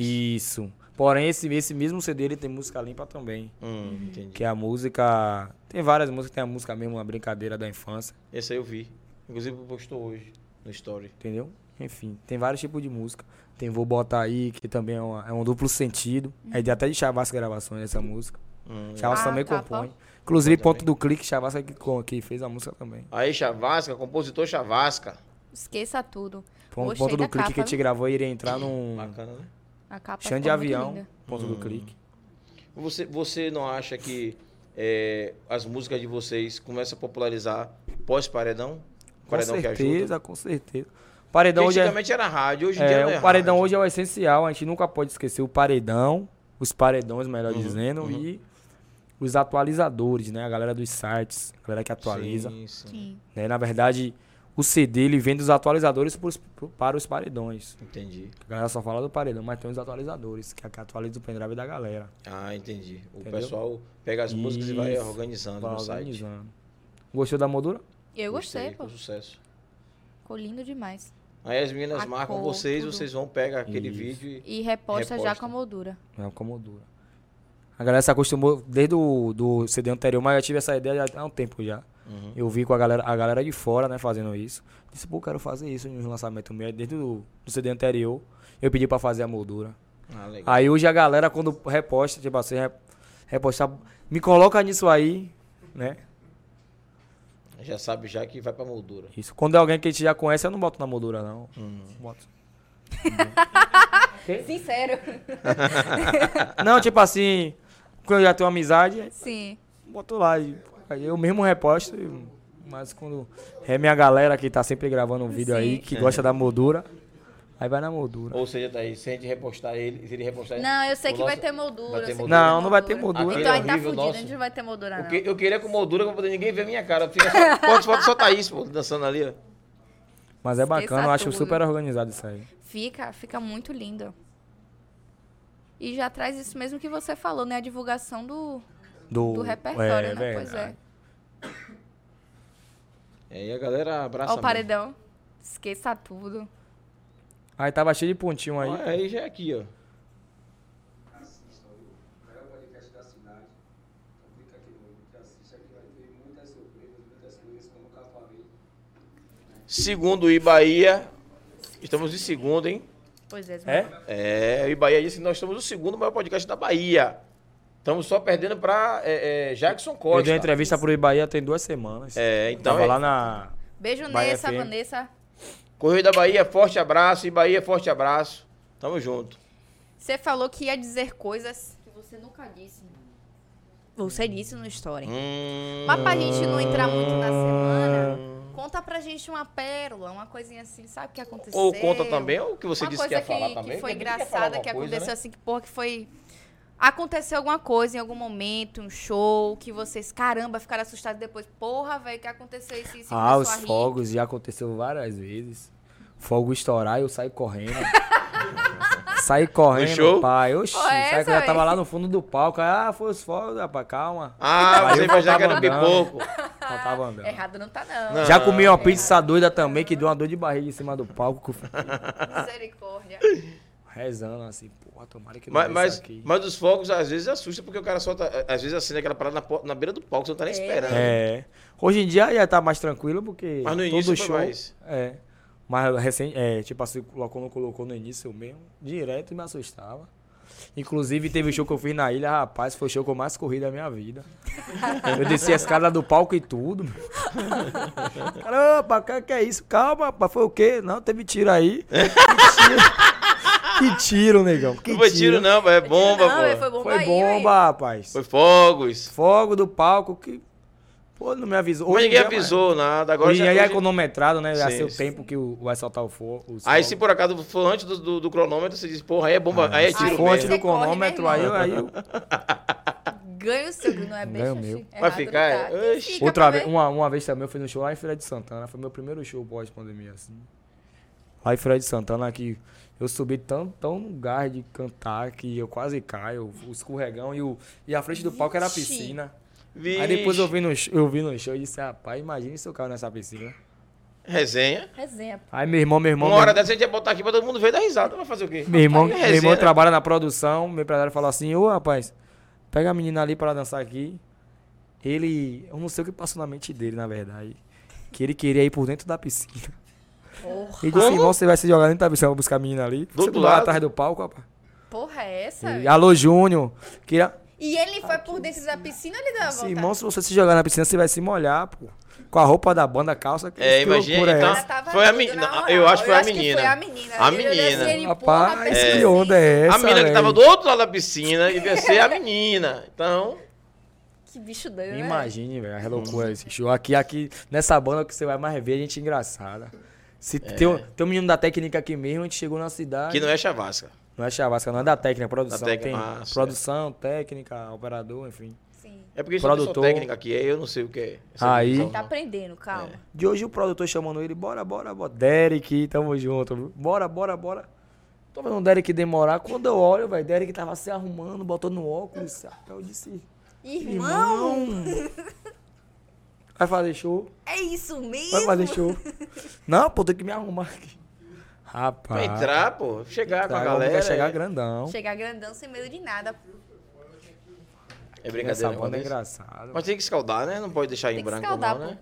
C: Isso. Porém, esse, esse mesmo CD ele tem música limpa também.
B: Hum, entendi.
C: Que é a música. Tem várias músicas, tem a música mesmo, uma brincadeira da infância,
B: Esse aí eu vi. Inclusive postou hoje no story.
C: entendeu? Enfim, tem vários tipos de música. Tem Vou Botar Aí, que também é, uma- é um duplo sentido.
B: Uhum.
C: É de até de Chavasca gravações essa música.
B: Hum.
C: Chavasca
A: Ah,
C: também
A: tá,
C: compõe.
A: bom.
C: Inclusive, ponto do clique, Chavasca que, co- que fez a música também.
B: Aí, Chavasca, compositor Chavasca.
A: Esqueça tudo.
C: Pon-
A: Gostei
C: um ponto
A: da
C: do clique
A: capa,
C: que a gente
A: viu?
C: gravou iria entrar num
B: Bacana, né?
A: A capa
C: chão de
A: tá, ficou muito
C: avião. Hum,
A: linda.
C: Ponto do clique.
B: Você, você não acha que é, as músicas de vocês começam a popularizar pós-paredão?
C: Com
B: Paredão é que ajuda?
C: certeza, com certeza. Paredão
B: Porque
C: hoje é.
B: antigamente era rádio, hoje em dia
C: É,
B: não é
C: o paredão
B: rádio.
C: hoje é o essencial, a gente nunca pode esquecer o paredão, os paredões, melhor
B: Uhum,
C: dizendo, e os atualizadores, né? A galera dos sites, a galera que é atualiza.
B: Sim, sim.
A: Sim.
C: Né? Na verdade, o CD ele vem dos atualizadores pros- pro- para os paredões.
B: Entendi.
C: A galera só fala do paredão, mas tem os atualizadores, que, é que atualiza o pendrive da galera.
B: Ah, entendi. O
C: Entendeu?
B: pessoal pega as músicas e vai
C: Isso.
B: organizando
C: Vai
B: no site.
C: organizando. Gostou da moldura?
A: Eu gostei, pô.
B: Foi um sucesso.
A: Ficou lindo demais.
B: Aí as meninas
A: A
B: marcam
A: cor,
B: vocês,
A: tudo.
B: vocês vão pegar aquele
C: Isso.
B: vídeo e...
A: E reposta, já
B: Reposta.
A: com a moldura.
C: É com a moldura. A galera se acostumou desde o do CD anterior, mas eu tive essa ideia já há um tempo já.
B: Uhum.
C: Eu vi com a galera, a galera de fora, né, fazendo isso. Disse, pô, quero fazer isso no lançamento meu. Aí Desde o do CD anterior, eu pedi pra fazer a moldura.
B: Ah, legal.
C: Aí hoje a galera, quando reposta, tipo assim, rep- repostar, me coloca nisso aí, né?
B: Já sabe já que vai pra moldura.
C: Isso. Quando é alguém que a gente já conhece, eu não boto na moldura, não.
B: Uhum.
C: Boto.
B: <laughs>
A: Sincero.
C: Não, tipo assim, quando eu já tenho amizade,
A: Sim.
C: boto lá. e- aí Eu mesmo reposto, e- mas quando é minha galera que tá sempre gravando um vídeo aí,
A: Sim.
C: que gosta da moldura, aí vai na moldura.
B: Ou seja, daí, se a gente repostar ele, se ele repostar
A: Não, eu sei
B: o
A: que
B: nosso-
A: vai ter moldura.
B: vai ter
A: eu sei que
B: moldura.
C: Não, não vai ter moldura.
A: Então aí
B: Aquele
A: tá
B: horrível
A: fudido, a
B: nosso.
A: gente não vai ter moldura,
B: Eu,
A: não.
B: que- eu queria é com moldura pra poder ninguém ver a minha cara. Fica só, foto, foto só Thaís, pô, dançando ali, ó.
C: Mas é bacana, eu acho
A: tudo.
C: super organizado isso aí.
A: Fica, fica muito lindo. E já traz isso mesmo que você falou, né? A divulgação do,
C: Do,
A: do repertório, né? Pois é.
C: verdade.
B: E aí a galera abraça
A: Ó o paredão. Esqueça tudo.
C: Aí tava cheio de pontinho aí.
B: mesmo. Ó, Aí já é aqui, ó. Segundo o Ibaia, estamos em segundo, hein?
A: Pois é, Ismael.
C: É?
B: É, o Ibaia disse que nós estamos no segundo maior podcast da Bahia. Estamos só perdendo para Jackson
C: Eu
B: Costa.
C: dei uma entrevista pro Ibaia tem duas semanas.
B: É, então.
C: tava
B: é.
C: lá na.
A: Beijo
C: Bahia
A: Nessa,
C: FM.
A: Vanessa.
B: Correio da Bahia, forte abraço. Ibaia, forte abraço. Tamo junto.
A: Você falou que ia dizer coisas que você nunca disse. Você disse no Story.
B: Hum,
A: Mas pra gente não entrar muito na
C: Ah.
A: semana, conta pra gente uma pérola, uma coisinha assim, sabe o que aconteceu?
B: ou conta também, ou o que você
A: uma
B: disse que
A: coisa
B: ia falar
A: que, foi
B: também. porque a gente quer falar
A: engraçada,
B: alguma
A: que
B: coisa,
A: aconteceu
B: né?
A: assim, que porra, que foi... Aconteceu alguma coisa em algum momento, um show, que vocês, caramba, ficaram assustados depois. Porra, velho, que aconteceu isso, isso, e
C: Ah,
A: começou
C: os
A: a rir.
C: fogos já aconteceu várias vezes. Fogo estourar, eu
A: <laughs>
C: saí correndo. saí correndo,
B: No show?
C: pai. Oxi,
A: Qual é
C: saí
A: essa,
C: correndo, eu tava
A: véi?
C: lá no fundo do palco. aí, Ah, foi os fogos, rapaz,
A: assim.
C: calma.
B: Ah,
C: Aí
B: você
C: eu
B: imaginar que era
C: tava andando.
B: pipoco.
C: Só tava andando.
A: Errado não tá, não.
B: Não.
C: Já comi uma pizza doida também, que deu uma dor de barriga em cima do palco. que eu fiquei
A: Misericórdia.
C: <laughs> Rezando assim, porra, tomara que não
B: Mas,
C: dê isso
B: mas,
C: aqui.
B: mas os fogos às vezes assusta, porque o cara solta, às vezes acende aquela parada na, po- na beira do palco, você não tá nem esperando.
C: É. Hoje em dia já tá mais tranquilo, porque
B: Mas no
C: todo
B: início foi
C: show.
B: mais.
C: É. Mas recente, é, tipo assim, quando colocou, colocou no início eu mesmo, direto me assustava. Inclusive, teve show que eu fiz na ilha, rapaz, foi o show que eu mais corri da minha vida. Eu desci a escada do palco e tudo. Caramba, que, que é isso? Calma, rapaz, foi o quê? Não, teve tiro aí. Que tiro, que tiro negão. Que
B: Não foi tiro, não, pô, é bomba,
A: não,
B: pô.
A: foi bomba
C: Foi
A: aí,
C: bomba,
A: ué.
C: rapaz.
B: Foi fogos.
C: Fogo do palco que. Pô, não me avisou.
B: Mas
C: Hoje em
B: ninguém
C: dia, é mas-
B: avisou nada. Agora
C: Hoje em
B: já,
C: dia é
B: hoje-
C: cronometrado, né? Já
B: Sim,
C: sei o
B: sim.
C: tempo que o, vai soltar o fogo.
B: Aí se por acaso for antes do, do- do cronômetro, você diz, porra, aí é bomba,
C: Ah,
B: aí é
A: sim.
B: tiro
A: Aí
C: Fonte
B: mesmo.
A: você
C: do
A: corre, né,
C: cronômetro,
A: irmão?
C: aí, eu- aí eu-
A: Ganha o seu, não é bem
C: Ganha o meu.
B: Vai ficar, é, oxi.
A: Fica
C: Outra
A: pra
C: vez,
A: ver.
C: uma, uma vez também eu fui no show lá em Feira de Santana. Foi meu primeiro show pós-pandemia, assim. Aí Fred Santana que eu subi tão, tão no gás de cantar que eu quase caio, o escorregão e, o, e a frente do palco era a
A: Vixe.
C: piscina.
B: Vixe.
C: Aí depois eu vi no, sh- eu vi no show e disse, rapaz, imagine se eu caio nessa piscina.
B: Resenha.
A: Resenha.
C: Aí meu irmão, meu irmão.
B: Uma
C: meu
B: hora dessa a gente ia botar aqui pra todo mundo ver dar risada. Vai fazer o quê?
C: Meu irmão,
B: Rapaz,
C: meu
B: é resenha,
C: irmão
B: né?
C: trabalha na produção, meu empresário falou assim, ô rapaz, pega a menina ali para dançar aqui. Ele, eu não sei o que passou na mente dele, na verdade, que ele queria ir por dentro da piscina.
A: Porra,
C: Ele disse, assim, irmão, você vai se jogar dentro da piscina, eu vou buscar a menina ali. você
B: outro
C: não vai
B: lado.
C: atrás do palco, rapaz.
A: porra é essa?
C: Ele,
A: velho?
C: Alô, Júnior, queria...
A: E ele
C: Ah,
A: foi por dentro da piscina ele dá a
C: Esse
A: volta?
C: irmão, se você se jogar na piscina, você vai se molhar, pô. Com a roupa da banda, a calça, que
B: É, imagina,
C: loucura
B: então-
C: é
A: Ela tava
B: Foi a
A: doida,
B: menina.
A: na moral.
B: Eu acho que foi a
A: que
B: menina.
A: foi a menina.
B: A
A: Ele olhou assim,
B: menina.
C: essa?
A: ele, porra,
C: Rapaz,
A: pensei
C: que onda é essa,
B: A menina que
C: velho?
B: tava do outro lado da piscina ia ser a menina. Então,
A: Que bicho
B: É.
A: doido, né?
C: Imagine,
B: Uhum.
C: velho, a loucura esse show. Aqui, aqui, nessa banda que você vai mais ver, a gente engraçada. Se tem, um, tem um menino da técnica aqui mesmo, a gente chegou na cidade.
B: É. que não é chavasca.
C: não é chavasca, não é da técnica, é produção.
B: Da técnica,
C: tem
B: ah, certo.
C: produção, técnica, operador, enfim.
A: Sim.
B: É porque isso
C: Produtor.
B: é técnica aqui, eu não sei o que é. Essa
C: Aí-
B: produção,
A: Tá
B: não.
A: aprendendo, calma.
C: De hoje o produtor chamando ele, bora, bora, bora. Derek, tamo junto, viu? Bora, bora, bora. Tô vendo o Derek demorar. Quando eu olho, velho, Derek tava se arrumando, botando óculos. Eu disse,
A: Irmão,
C: irmão. Vai fazer show?
A: é isso mesmo?
C: Vai
B: <laughs>
C: fazer show. Não, pô, tem que me arrumar aqui.
B: Pra
C: Rapaz.
B: entrar, pô, chegar com a
C: Ah. Tá,
B: galera.
C: Vai chegar
B: é-
C: grandão.
A: Chegar grandão sem medo de nada.
B: É
C: Essa
B: brincadeira. né,
C: banda é
B: Valdez?
C: engraçada.
B: Mas tem que escaldar, né? Não pode deixar em
A: Tem que
B: branco,
A: escaldar,
B: não, né?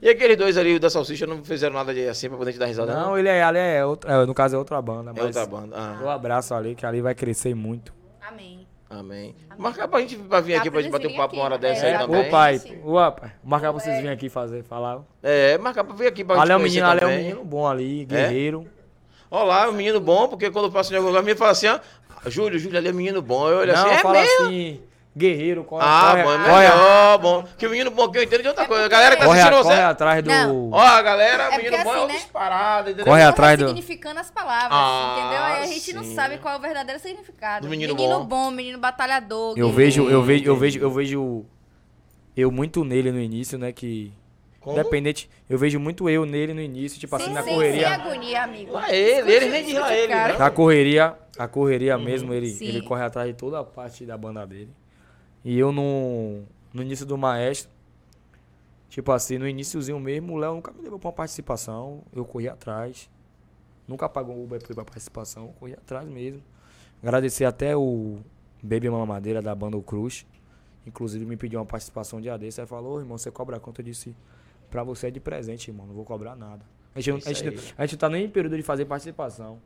B: E aqueles dois ali, o da salsicha, não fizeram nada de assim pra poder te dar risada, não?
C: Não, ele é, ali é outro, é, no caso é outra banda,
B: É
C: mas
B: outra banda. Ah,
C: dou um abraço ali que ali vai crescer muito.
A: Amém.
B: amém. Marcar pra gente pra vir
A: Dá
B: aqui
A: pra
B: pra gente bater um
A: vir
B: papo
A: aqui,
B: uma hora
A: né?
B: dessa
A: É,
B: aí
A: dá
B: também.
C: Ô pai,
A: Sim.
C: ô pai, marcar vocês virem aqui fazer, falar.
B: É, marcar pra vir aqui pra
C: Ali é um
B: conhecer
C: menino, ali é um
B: também.
C: menino bom ali, guerreiro.
B: Olá, um menino bom, porque quando eu passo em algum lugar, me fala assim, ó, Júlio, Júlio, ali é um menino bom. Eu olho
C: Não,
B: assim, é
C: fala
B: mesmo?
C: assim, guerreiro, corre,
B: Ah,
C: corre,
B: bom, é
C: corre, É
B: melhor, bom. Que o menino bom que eu entendo de outra coisa. A galera que tá
C: corre,
B: assistindo
C: corre
B: você.
C: atrás do.
A: Não.
B: Ó, a galera,
A: É
B: o menino
A: porque
B: bom é
A: assim,
B: outras
A: né?
B: paradas, entendeu?
C: Corre atrás do.
A: significando as palavras,
B: Ah,
A: entendeu? Aí a gente não
B: sim.
A: sabe qual é o verdadeiro significado.
B: Do menino bom.
A: menino batalhador.
C: Eu
A: guerreiro.
C: vejo, eu vejo, eu vejo, eu vejo eu muito nele no início, né? Que
B: Como?
C: independente, eu vejo muito eu nele no início, tipo assim
A: Sem-
C: na
A: sem- Sem
C: correria,
A: agonia, amigo.
B: Lá ele, ele nem diz lá ele,
A: Cara.
B: né?
C: na correria, a correria mesmo ele,
A: é Sim.
C: ele corre atrás de toda a parte da banda dele. E eu no no início do maestro, tipo assim, no iníciozinho mesmo, o Léo nunca me levou pra uma participação, eu corri atrás. Nunca pagou o Uber pra ir pra participação, eu corri atrás mesmo. Agradecer até o Baby Mamadeira da banda O Cruz. Inclusive me pediu uma participação um dia desse. Aí falou, "Ô, irmão, você cobra quanto? Eu disse, pra você é de presente, irmão, não vou cobrar nada. A gente, não-
B: Isso
C: a gente,
B: aí.
C: não- a gente não tá nem em período de fazer participação.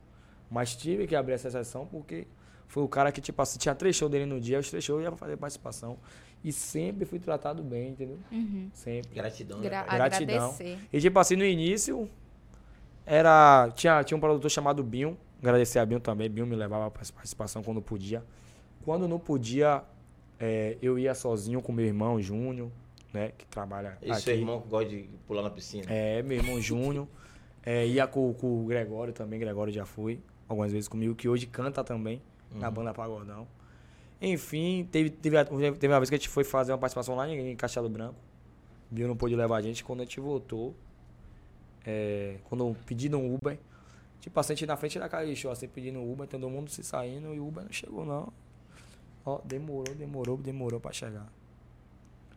C: Mas tive que abrir essa exceção porque foi o cara que, tipo assim, tinha três shows dele no dia, os três shows eu ia fazer participação. E sempre fui tratado bem, entendeu?
A: Hum.
C: Sempre.
B: Gratidão.
A: Gra-
B: né?
C: Uhum. Gratidão.
A: Agradecer.
C: E tipo assim, no início, era. Tinha, tinha um produtor chamado Binho. Agradecer a Binho também. Binho me levava para participação quando podia. Quando não podia, eh, eu ia sozinho com meu irmão Júnior, né? Que trabalha
B: Esse
C: aqui.
B: seu irmão que gosta de pular na piscina.
C: É, meu irmão Júnior. É, ia com, com o Gregório também, Gregório já foi algumas vezes comigo, que hoje canta também na banda Pagodão. Enfim, teve, teve, a- teve uma vez que a gente foi fazer uma participação lá em, em Castelo Branco. Bill não pôde levar a gente. Quando a gente voltou, é, quando pedindo um Uber, tipo, a gente na frente da casa de show, assim, pedindo um Uber, todo mundo se saindo e o Uber não chegou, não. Ó, demorou, demorou, demorou pra chegar.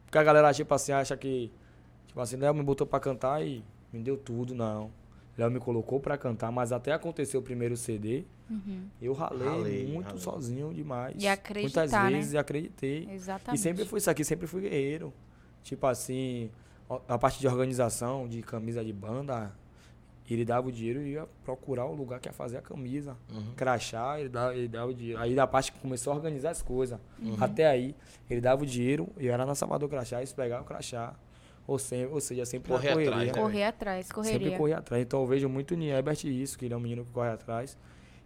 C: Porque a galera, tipo assim, acha que. Tipo assim, Léo me botou pra cantar e me deu tudo, não. Léo me colocou pra cantar, mas até aconteceu o primeiro CD. Eu ralei,
B: Ralei,
C: muito
B: ralei.
C: sozinho demais.
A: E acreditar,
C: Muitas
A: né?
C: vezes e acreditei.
A: Exatamente.
C: E sempre foi isso aqui, sempre fui guerreiro. Tipo assim, ó, a parte de organização, de camisa de banda, ele dava o dinheiro e ia procurar o lugar que ia fazer a camisa.
B: Uhum.
C: Crachá, ele dava, ele dava o dinheiro. Aí da parte que começou a organizar as coisas.
B: Uhum.
C: Até aí, ele dava o dinheiro e eu era na Salvador Crachá, eles pegavam o crachá. Ou, sem, ou seja, sempre na
B: Correr atrás,
C: correria.
B: né?
A: Correr atrás,
C: Sempre
A: correria.
C: corri atrás. Então eu vejo muito em Herbert isso, que ele é um menino que corre atrás.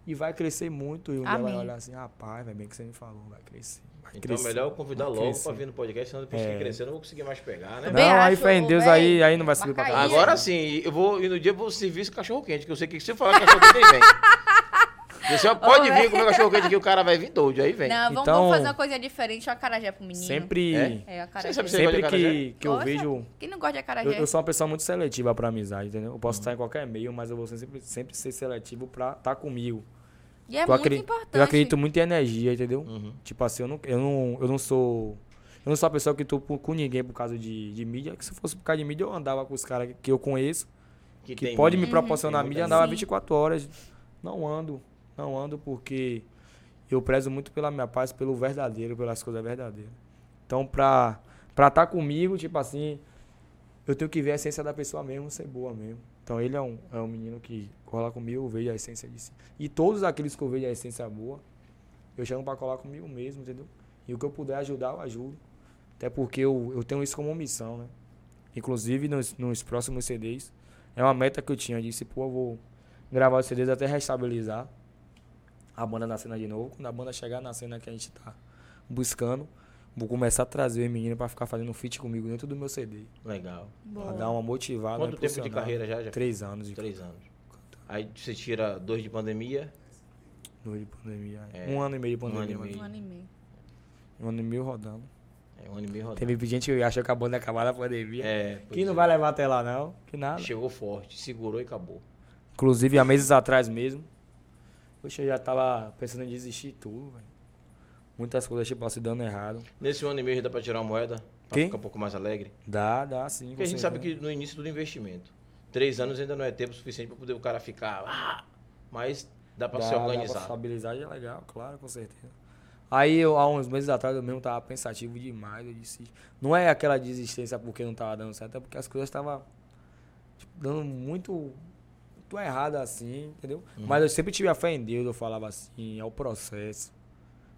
C: E vai crescer muito. E um dia vai
A: Amém.
C: olhar assim, rapaz, vai bem que você me falou, vai crescer. Vai
B: Então é
C: crescer,
B: melhor eu convidar
C: vai
B: logo
C: crescer."
B: pra vir no podcast, senão depois que crescer eu não vou conseguir mais pegar, né?
A: Também
C: É. Não, aí
A: acho,
C: fé em
A: ô,
C: Deus,
A: véi,
C: aí, aí não vai subir pra
A: marca
C: cá.
A: aí.
B: Agora sim, eu vou, e no dia eu vou servir esse cachorro quente, que eu sei que se eu falar cachorro quente, ele vem.
A: <laughs>
B: E o senhor pode
A: Ô, é.
B: vir com o meu cachorro quente que o cara vai vir doido, aí vem.
A: Não, vamos,
C: Então-
A: vamos fazer uma coisa diferente, o acarajé pro menino.
C: Sempre,
B: É?
A: É, o acarajé.
B: Você sabe se-
C: sempre
B: gosta de
C: que, que eu
A: Gosta?
C: vejo.
A: Quem não gosta de acarajé?
C: Eu, eu sou uma pessoa muito seletiva pra amizade, entendeu? Eu
B: Uhum.
C: posso estar em qualquer meio, mas eu vou sempre, sempre ser seletivo pra estar comigo.
A: E é
C: eu,
A: muito
C: acre-
A: importante.
C: eu acredito muito em energia, entendeu?
B: Uhum.
C: Tipo assim, eu não, eu não, eu não sou. Eu não sou a pessoa que tô por- com ninguém por causa de, de mídia. Que se fosse por causa de mídia, eu andava com os caras que- que eu conheço, que
B: tem
C: pode me
B: muito.
C: proporcionar
B: Tem muita
C: mídia,
B: mídia.
C: andava
A: Sim.
C: 24 horas. Não ando, não ando porque eu prezo muito pela minha paz, pelo verdadeiro, pelas coisas verdadeiras. Então, pra estar tá comigo, tipo assim, eu tenho que ver a essência da pessoa mesmo, ser boa mesmo. Então, ele é um, é um menino que cola comigo, eu vejo a essência de si. E todos aqueles que eu vejo a essência boa, eu chamo pra colar comigo mesmo, entendeu? E o que eu puder ajudar, eu ajudo. Até porque eu, eu tenho isso como missão, né? Inclusive, nos, nos próximos CDs, é uma meta que eu tinha. Eu disse, pô, eu vou gravar os CDs até restabilizar a banda na cena de novo. Quando a banda chegar na cena que a gente tá buscando, vou começar a trazer os meninos pra ficar fazendo feat comigo dentro do meu CD.
B: Legal.
A: Boa.
C: Pra dar uma motivada.
B: Quanto tempo de
C: impulsionada.
B: carreira já? já?
C: Três anos de,
B: Três anos. Aí você tira dois de pandemia.
C: dois de pandemia.
B: É,
C: Um ano e meio de pandemia.
B: ano e
C: mais ou
A: Um ano e meio.
C: menos. Um ano e meio rodando.
B: É um ano e meio rodando.
C: Teve gente que achou que a banda ia acabar na pandemia.
B: É,
C: Quem
B: pois
C: não
B: é.
C: vai levar até lá, né? não? Que nada.
B: Chegou forte, segurou e acabou.
C: Inclusive, há meses atrás mesmo, poxa, eu já tava pensando em desistir de tudo, velho. Muitas coisas, tipo, se dando errado.
B: Nesse um ano e meio já dá pra tirar uma moeda? Pra
C: Quem?
B: ficar um pouco mais alegre?
C: Dá, dá, sim.
B: Porque a
C: com
B: gente sabe
C: certeza.
B: que no início do investimento. Três anos ainda não é tempo suficiente pra poder o cara ficar. "Ah", mas dá pra
C: dá,
B: se
C: Dá pra
B: organizar.
C: estabilizar é legal, claro, com certeza. Aí, eu, há uns meses atrás, eu mesmo tava pensativo demais. Eu disse, não é aquela desistência porque não tava dando certo, é porque as coisas estavam dando muito, muito errado assim, entendeu?
B: Uhum.
C: Mas eu sempre tive a fé em Deus, eu falava assim, é o processo.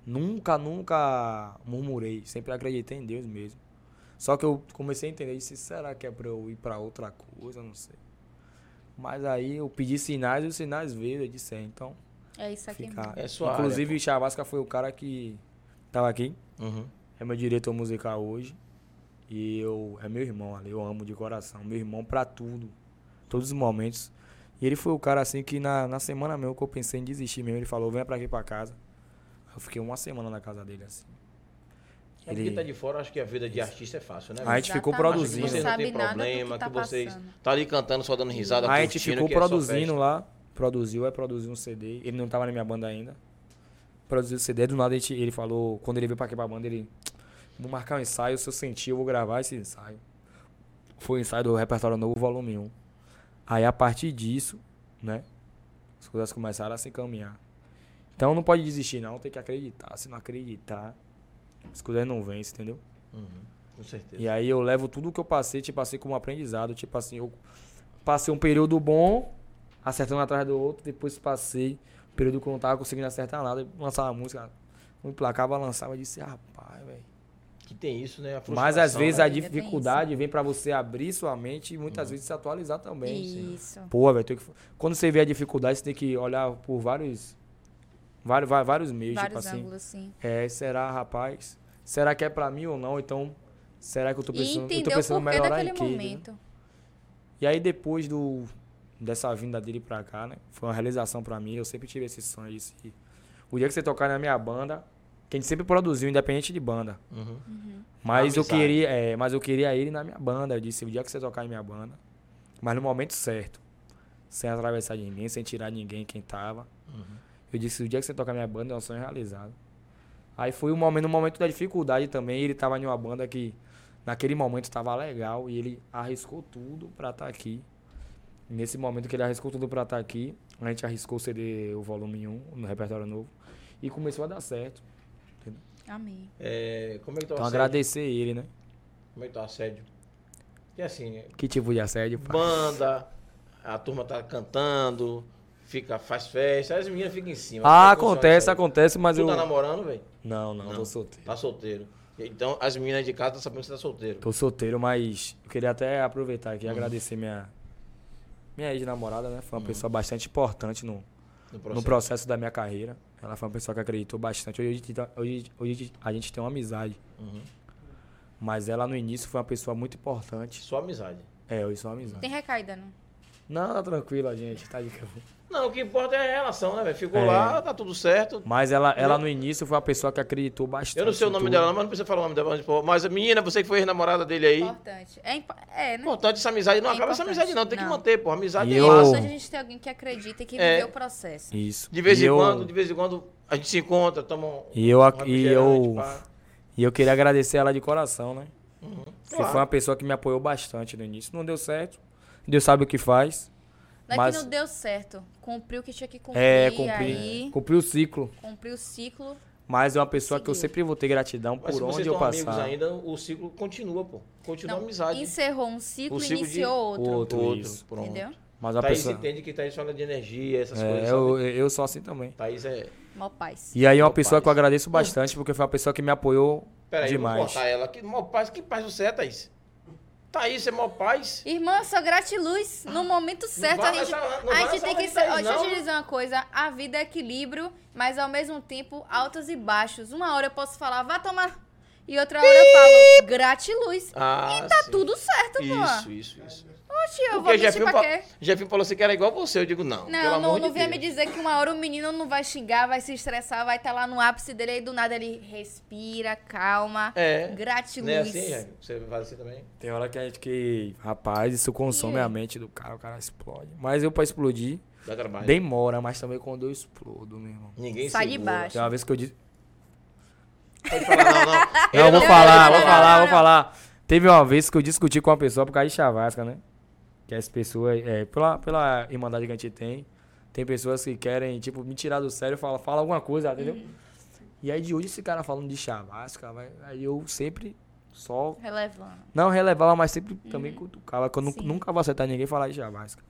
C: Nunca, nunca murmurei, sempre acreditei em Deus mesmo. Só que eu comecei a entender, disse, será que é pra eu ir pra outra coisa? Não sei. Mas aí eu pedi sinais e os sinais veio, eu disse, é, então
A: É isso aqui.
C: ficar.
B: É sua área,
C: Inclusive, o Chabasca foi o cara que tava aqui,
B: Uhum.
C: é meu diretor musical hoje. E eu, é meu irmão ali, eu amo de coração, meu irmão pra tudo, todos os momentos. E ele foi o cara assim que na, na semana mesmo que eu pensei em desistir mesmo, ele falou: "Vem pra aqui pra casa". Eu fiquei uma semana na casa dele assim.
B: É porque tá de fora, acho que a vida de artista é fácil, né?
C: A gente ficou
A: Exatamente.
B: Acho que
C: produzindo.
B: vocês
A: Não
B: não
A: sabe
B: têm
A: nada do
B: problema,
A: que
B: que,
A: tá
B: vocês
A: passando.
B: tá ali cantando, só dando risada,
C: Aí a gente
B: curtindo,
C: ficou
B: que é só
C: produzindo
B: festa.
C: lá, produziu, é produziu um CD. Ele não tava na minha banda ainda. Produziu o CD, do nada a gente- ele falou, quando ele veio pra aqui pra banda, ele. Vou marcar um ensaio, se eu sentir, eu vou gravar esse ensaio. Foi o ensaio do repertório novo, volume 1. Aí a partir disso, né? As coisas começaram a se encaminhar. Então não pode desistir, não, tem que acreditar. Se não acreditar, as coisas não vencem, entendeu?
B: Uhum, Com certeza.
C: E aí eu levo tudo que eu passei, tipo assim, como aprendizado. Tipo assim, eu passei um período bom, acertando atrás do outro, depois passei um período que eu não tava conseguindo acertar nada, eu lançava música, não emplacava, lançava e disse, rapaz, velho.
B: Que tem isso, né? A
C: Mas às
B: frustração,
C: vezes
B: né?
C: a
A: Ainda tem
C: dificuldade vem pra você abrir sua mente e muitas vezes se atualizar também.
A: Isso.
C: Pô, velho, tem que- quando você vê a dificuldade, você tem que olhar por vários vários, vai- vários meios,
A: Vários
C: tipo assim.
A: ângulos, sim.
C: É, será, rapaz? Será que é pra mim ou não? Então, será que eu tô
A: E
C: pensando, eu
A: entender
C: tô
A: o
C: pensando
A: porquê
C: melhorar em
A: daquele
C: quê? entendeu?
A: momento.
C: E aí depois do dessa vinda dele pra cá, né? Foi uma realização pra mim. Eu sempre tive esse sonho de se- o dia que você tocar na minha banda, que a gente sempre produziu independente de banda.
B: Uhum.
C: Mas eu
B: Amizade.
C: queria, é, mas eu queria ele na minha banda. Eu disse, o dia que você tocar em minha banda, mas no momento certo, sem atravessar ninguém, sem tirar ninguém quem tava. Eu disse, o dia que você tocar minha banda é um sonho realizado. Aí foi um momento, um momento da dificuldade também. Ele tava em uma banda que naquele momento tava legal e ele arriscou tudo pra estar aqui. Nesse momento que ele arriscou tudo pra estar aqui, a gente arriscou o CD, o volume 1, no repertório novo, e começou a dar certo.
A: Amém.
B: É, como é que tá o
C: Então
B: assédio?
C: agradecer ele, né?
B: Como é que tá o assédio? E assim,
C: Que tipo de assédio, pá?
B: banda, a turma tá cantando, fica, faz festa, as meninas ficam em cima.
C: Ah,
B: Como é que
C: acontece,
B: funciona isso
C: acontece,
B: aí?
C: mas
B: Tu
C: eu.
B: tá namorando, velho?
C: Não, não,
B: Não.
C: tô solteiro.
B: Tá solteiro. Então as meninas de casa tá sabendo que você tá solteiro.
C: Tô solteiro, mas eu queria até aproveitar
B: Uhum.
C: aqui e agradecer minha. Minha ex-namorada, né? Foi uma pessoa bastante importante no,
B: No
C: no processo da minha carreira. Ela foi uma pessoa que acreditou bastante. Hoje, a gente tá- hoje- hoje a gente tem uma amizade.
B: Uhum.
C: Mas ela no início foi uma pessoa muito importante.
B: Só amizade.
C: É, hoje sou uma amizade.
A: Tem recaída, não?
C: Não, tá tranquilo, a gente, tá de boa.
B: Não, o que importa é a relação, né, velho? Ficou
C: É.
B: lá, tá tudo certo.
C: Mas ela, ela no início foi uma pessoa que acreditou bastante.
B: Eu não sei o
C: em
B: nome
C: tudo.
B: dela, mas não precisa falar o nome dela. mas, pô, Mas, menina, você que foi namorada dele aí.
A: Importante. É, impo- é né?
B: Importante essa amizade. Não
A: É
B: acaba essa
A: importante.
B: amizade, não. Tem que
A: Não.
B: manter, pô. Amizade
C: E
B: é
C: eu-
B: massa.
A: Importante a gente ter alguém que acredita e que
B: É.
A: viveu o processo.
C: Isso.
B: De vez
C: E
B: em
C: eu-
B: quando, de vez em quando, a gente se encontra, toma um.
C: E eu, ac-
B: um
C: e
B: refrigerante,
C: eu,
B: pá.
C: e eu queria agradecer ela de coração, né?
A: Uhum.
C: Porque
B: Claro.
C: foi uma pessoa que me apoiou bastante no início. Não deu certo. Deus sabe o que faz.
A: Não é
C: mas
A: que não deu certo. Cumpriu o que tinha que cumprir.
C: é,
A: Aí,
C: cumpri, cumpri o ciclo.
A: cumpriu o ciclo.
C: Mas é uma pessoa que eu
A: Seguiu.
C: sempre vou ter gratidão
B: Mas
C: por
B: se vocês
C: onde
B: estão
C: eu
B: amigos
C: passar.
B: ainda, o ciclo continua, pô. Continua
A: Não,
B: a amizade.
A: encerrou um ciclo e
B: O ciclo de-
A: iniciou outro.
C: outro, isso.
B: pronto.
A: Entendeu?
C: Mas uma
B: Thaís
C: pessoa.
B: entende que Thaís fala de energia, essas
C: É,
B: coisas.
C: eu,
B: sabe?
C: eu sou assim também.
B: Thaís é.
A: Mó paz.
C: E aí é uma
B: Meu
C: pessoa
B: pai.
C: que eu agradeço bastante, porque foi uma pessoa que me apoiou
B: Peraí, eu vou
C: demais.
B: cortar ela. Que maior paz, que paz você é, Thaís? Thaís, você é maior paz.
A: Irmã, eu sou gratiluz. No momento certo, a
B: vai
A: gente,
B: nessa- não
A: a
B: vai
A: gente
B: nessa
A: tem que
B: linha
A: ser.
B: aí,
A: ó, Deixa eu
B: não.
A: te dizer uma coisa. A vida é equilíbrio, mas ao mesmo tempo altos e baixos. Uma hora eu posso falar, vá tomar. E outra hora eu falo, gratiluz.
B: Ah,
A: Tá
B: sim.
A: tudo certo, pô.
B: Isso, isso, isso.
A: Oxi, eu vou
B: Porque
A: mentir
B: Jefinho
A: pra quê?
B: fa- Jefinho falou assim que era igual você. Eu digo, não. pelo
A: Não, não,
B: amor
A: não
B: de
A: venha
B: Deus.
A: me dizer que uma hora o menino não vai xingar, vai se estressar, vai estar lá no ápice dele, aí do nada ele respira, calma,
B: É. Não
A: gratiluz.
B: é assim, Jefinho? Você faz assim também?
C: Tem hora que a gente que. Rapaz, isso consome
A: E aí?
C: a mente do cara, o cara explode. Mas eu, pra explodir,
B: Dá trabalho.
C: demora, mas também quando eu explodo, meu irmão.
B: Ninguém
A: Sai de
B: segura.
A: baixo.
C: Tem uma vez que eu disse.
B: Pode falar,
A: <laughs>
B: não, não. Ele
C: Não, vou
B: não-
A: não,
C: falar, vou
A: não,
C: falar,
A: não,
C: vou
A: não.
C: falar. Teve uma vez que eu discuti com uma pessoa por causa de chavasca, né? Que as pessoas, é, pela, pela irmandade que a gente tem, tem pessoas que querem, tipo, me tirar do sério e falar, fala alguma coisa, entendeu?
A: Hum.
C: E aí de hoje esse cara falando de chavasca, vai- aí eu sempre só.
A: Relevando.
C: Não relevava, mas sempre também cutucava. Que eu nu-
A: Sim.
C: nunca vou aceitar ninguém falar de chavasca.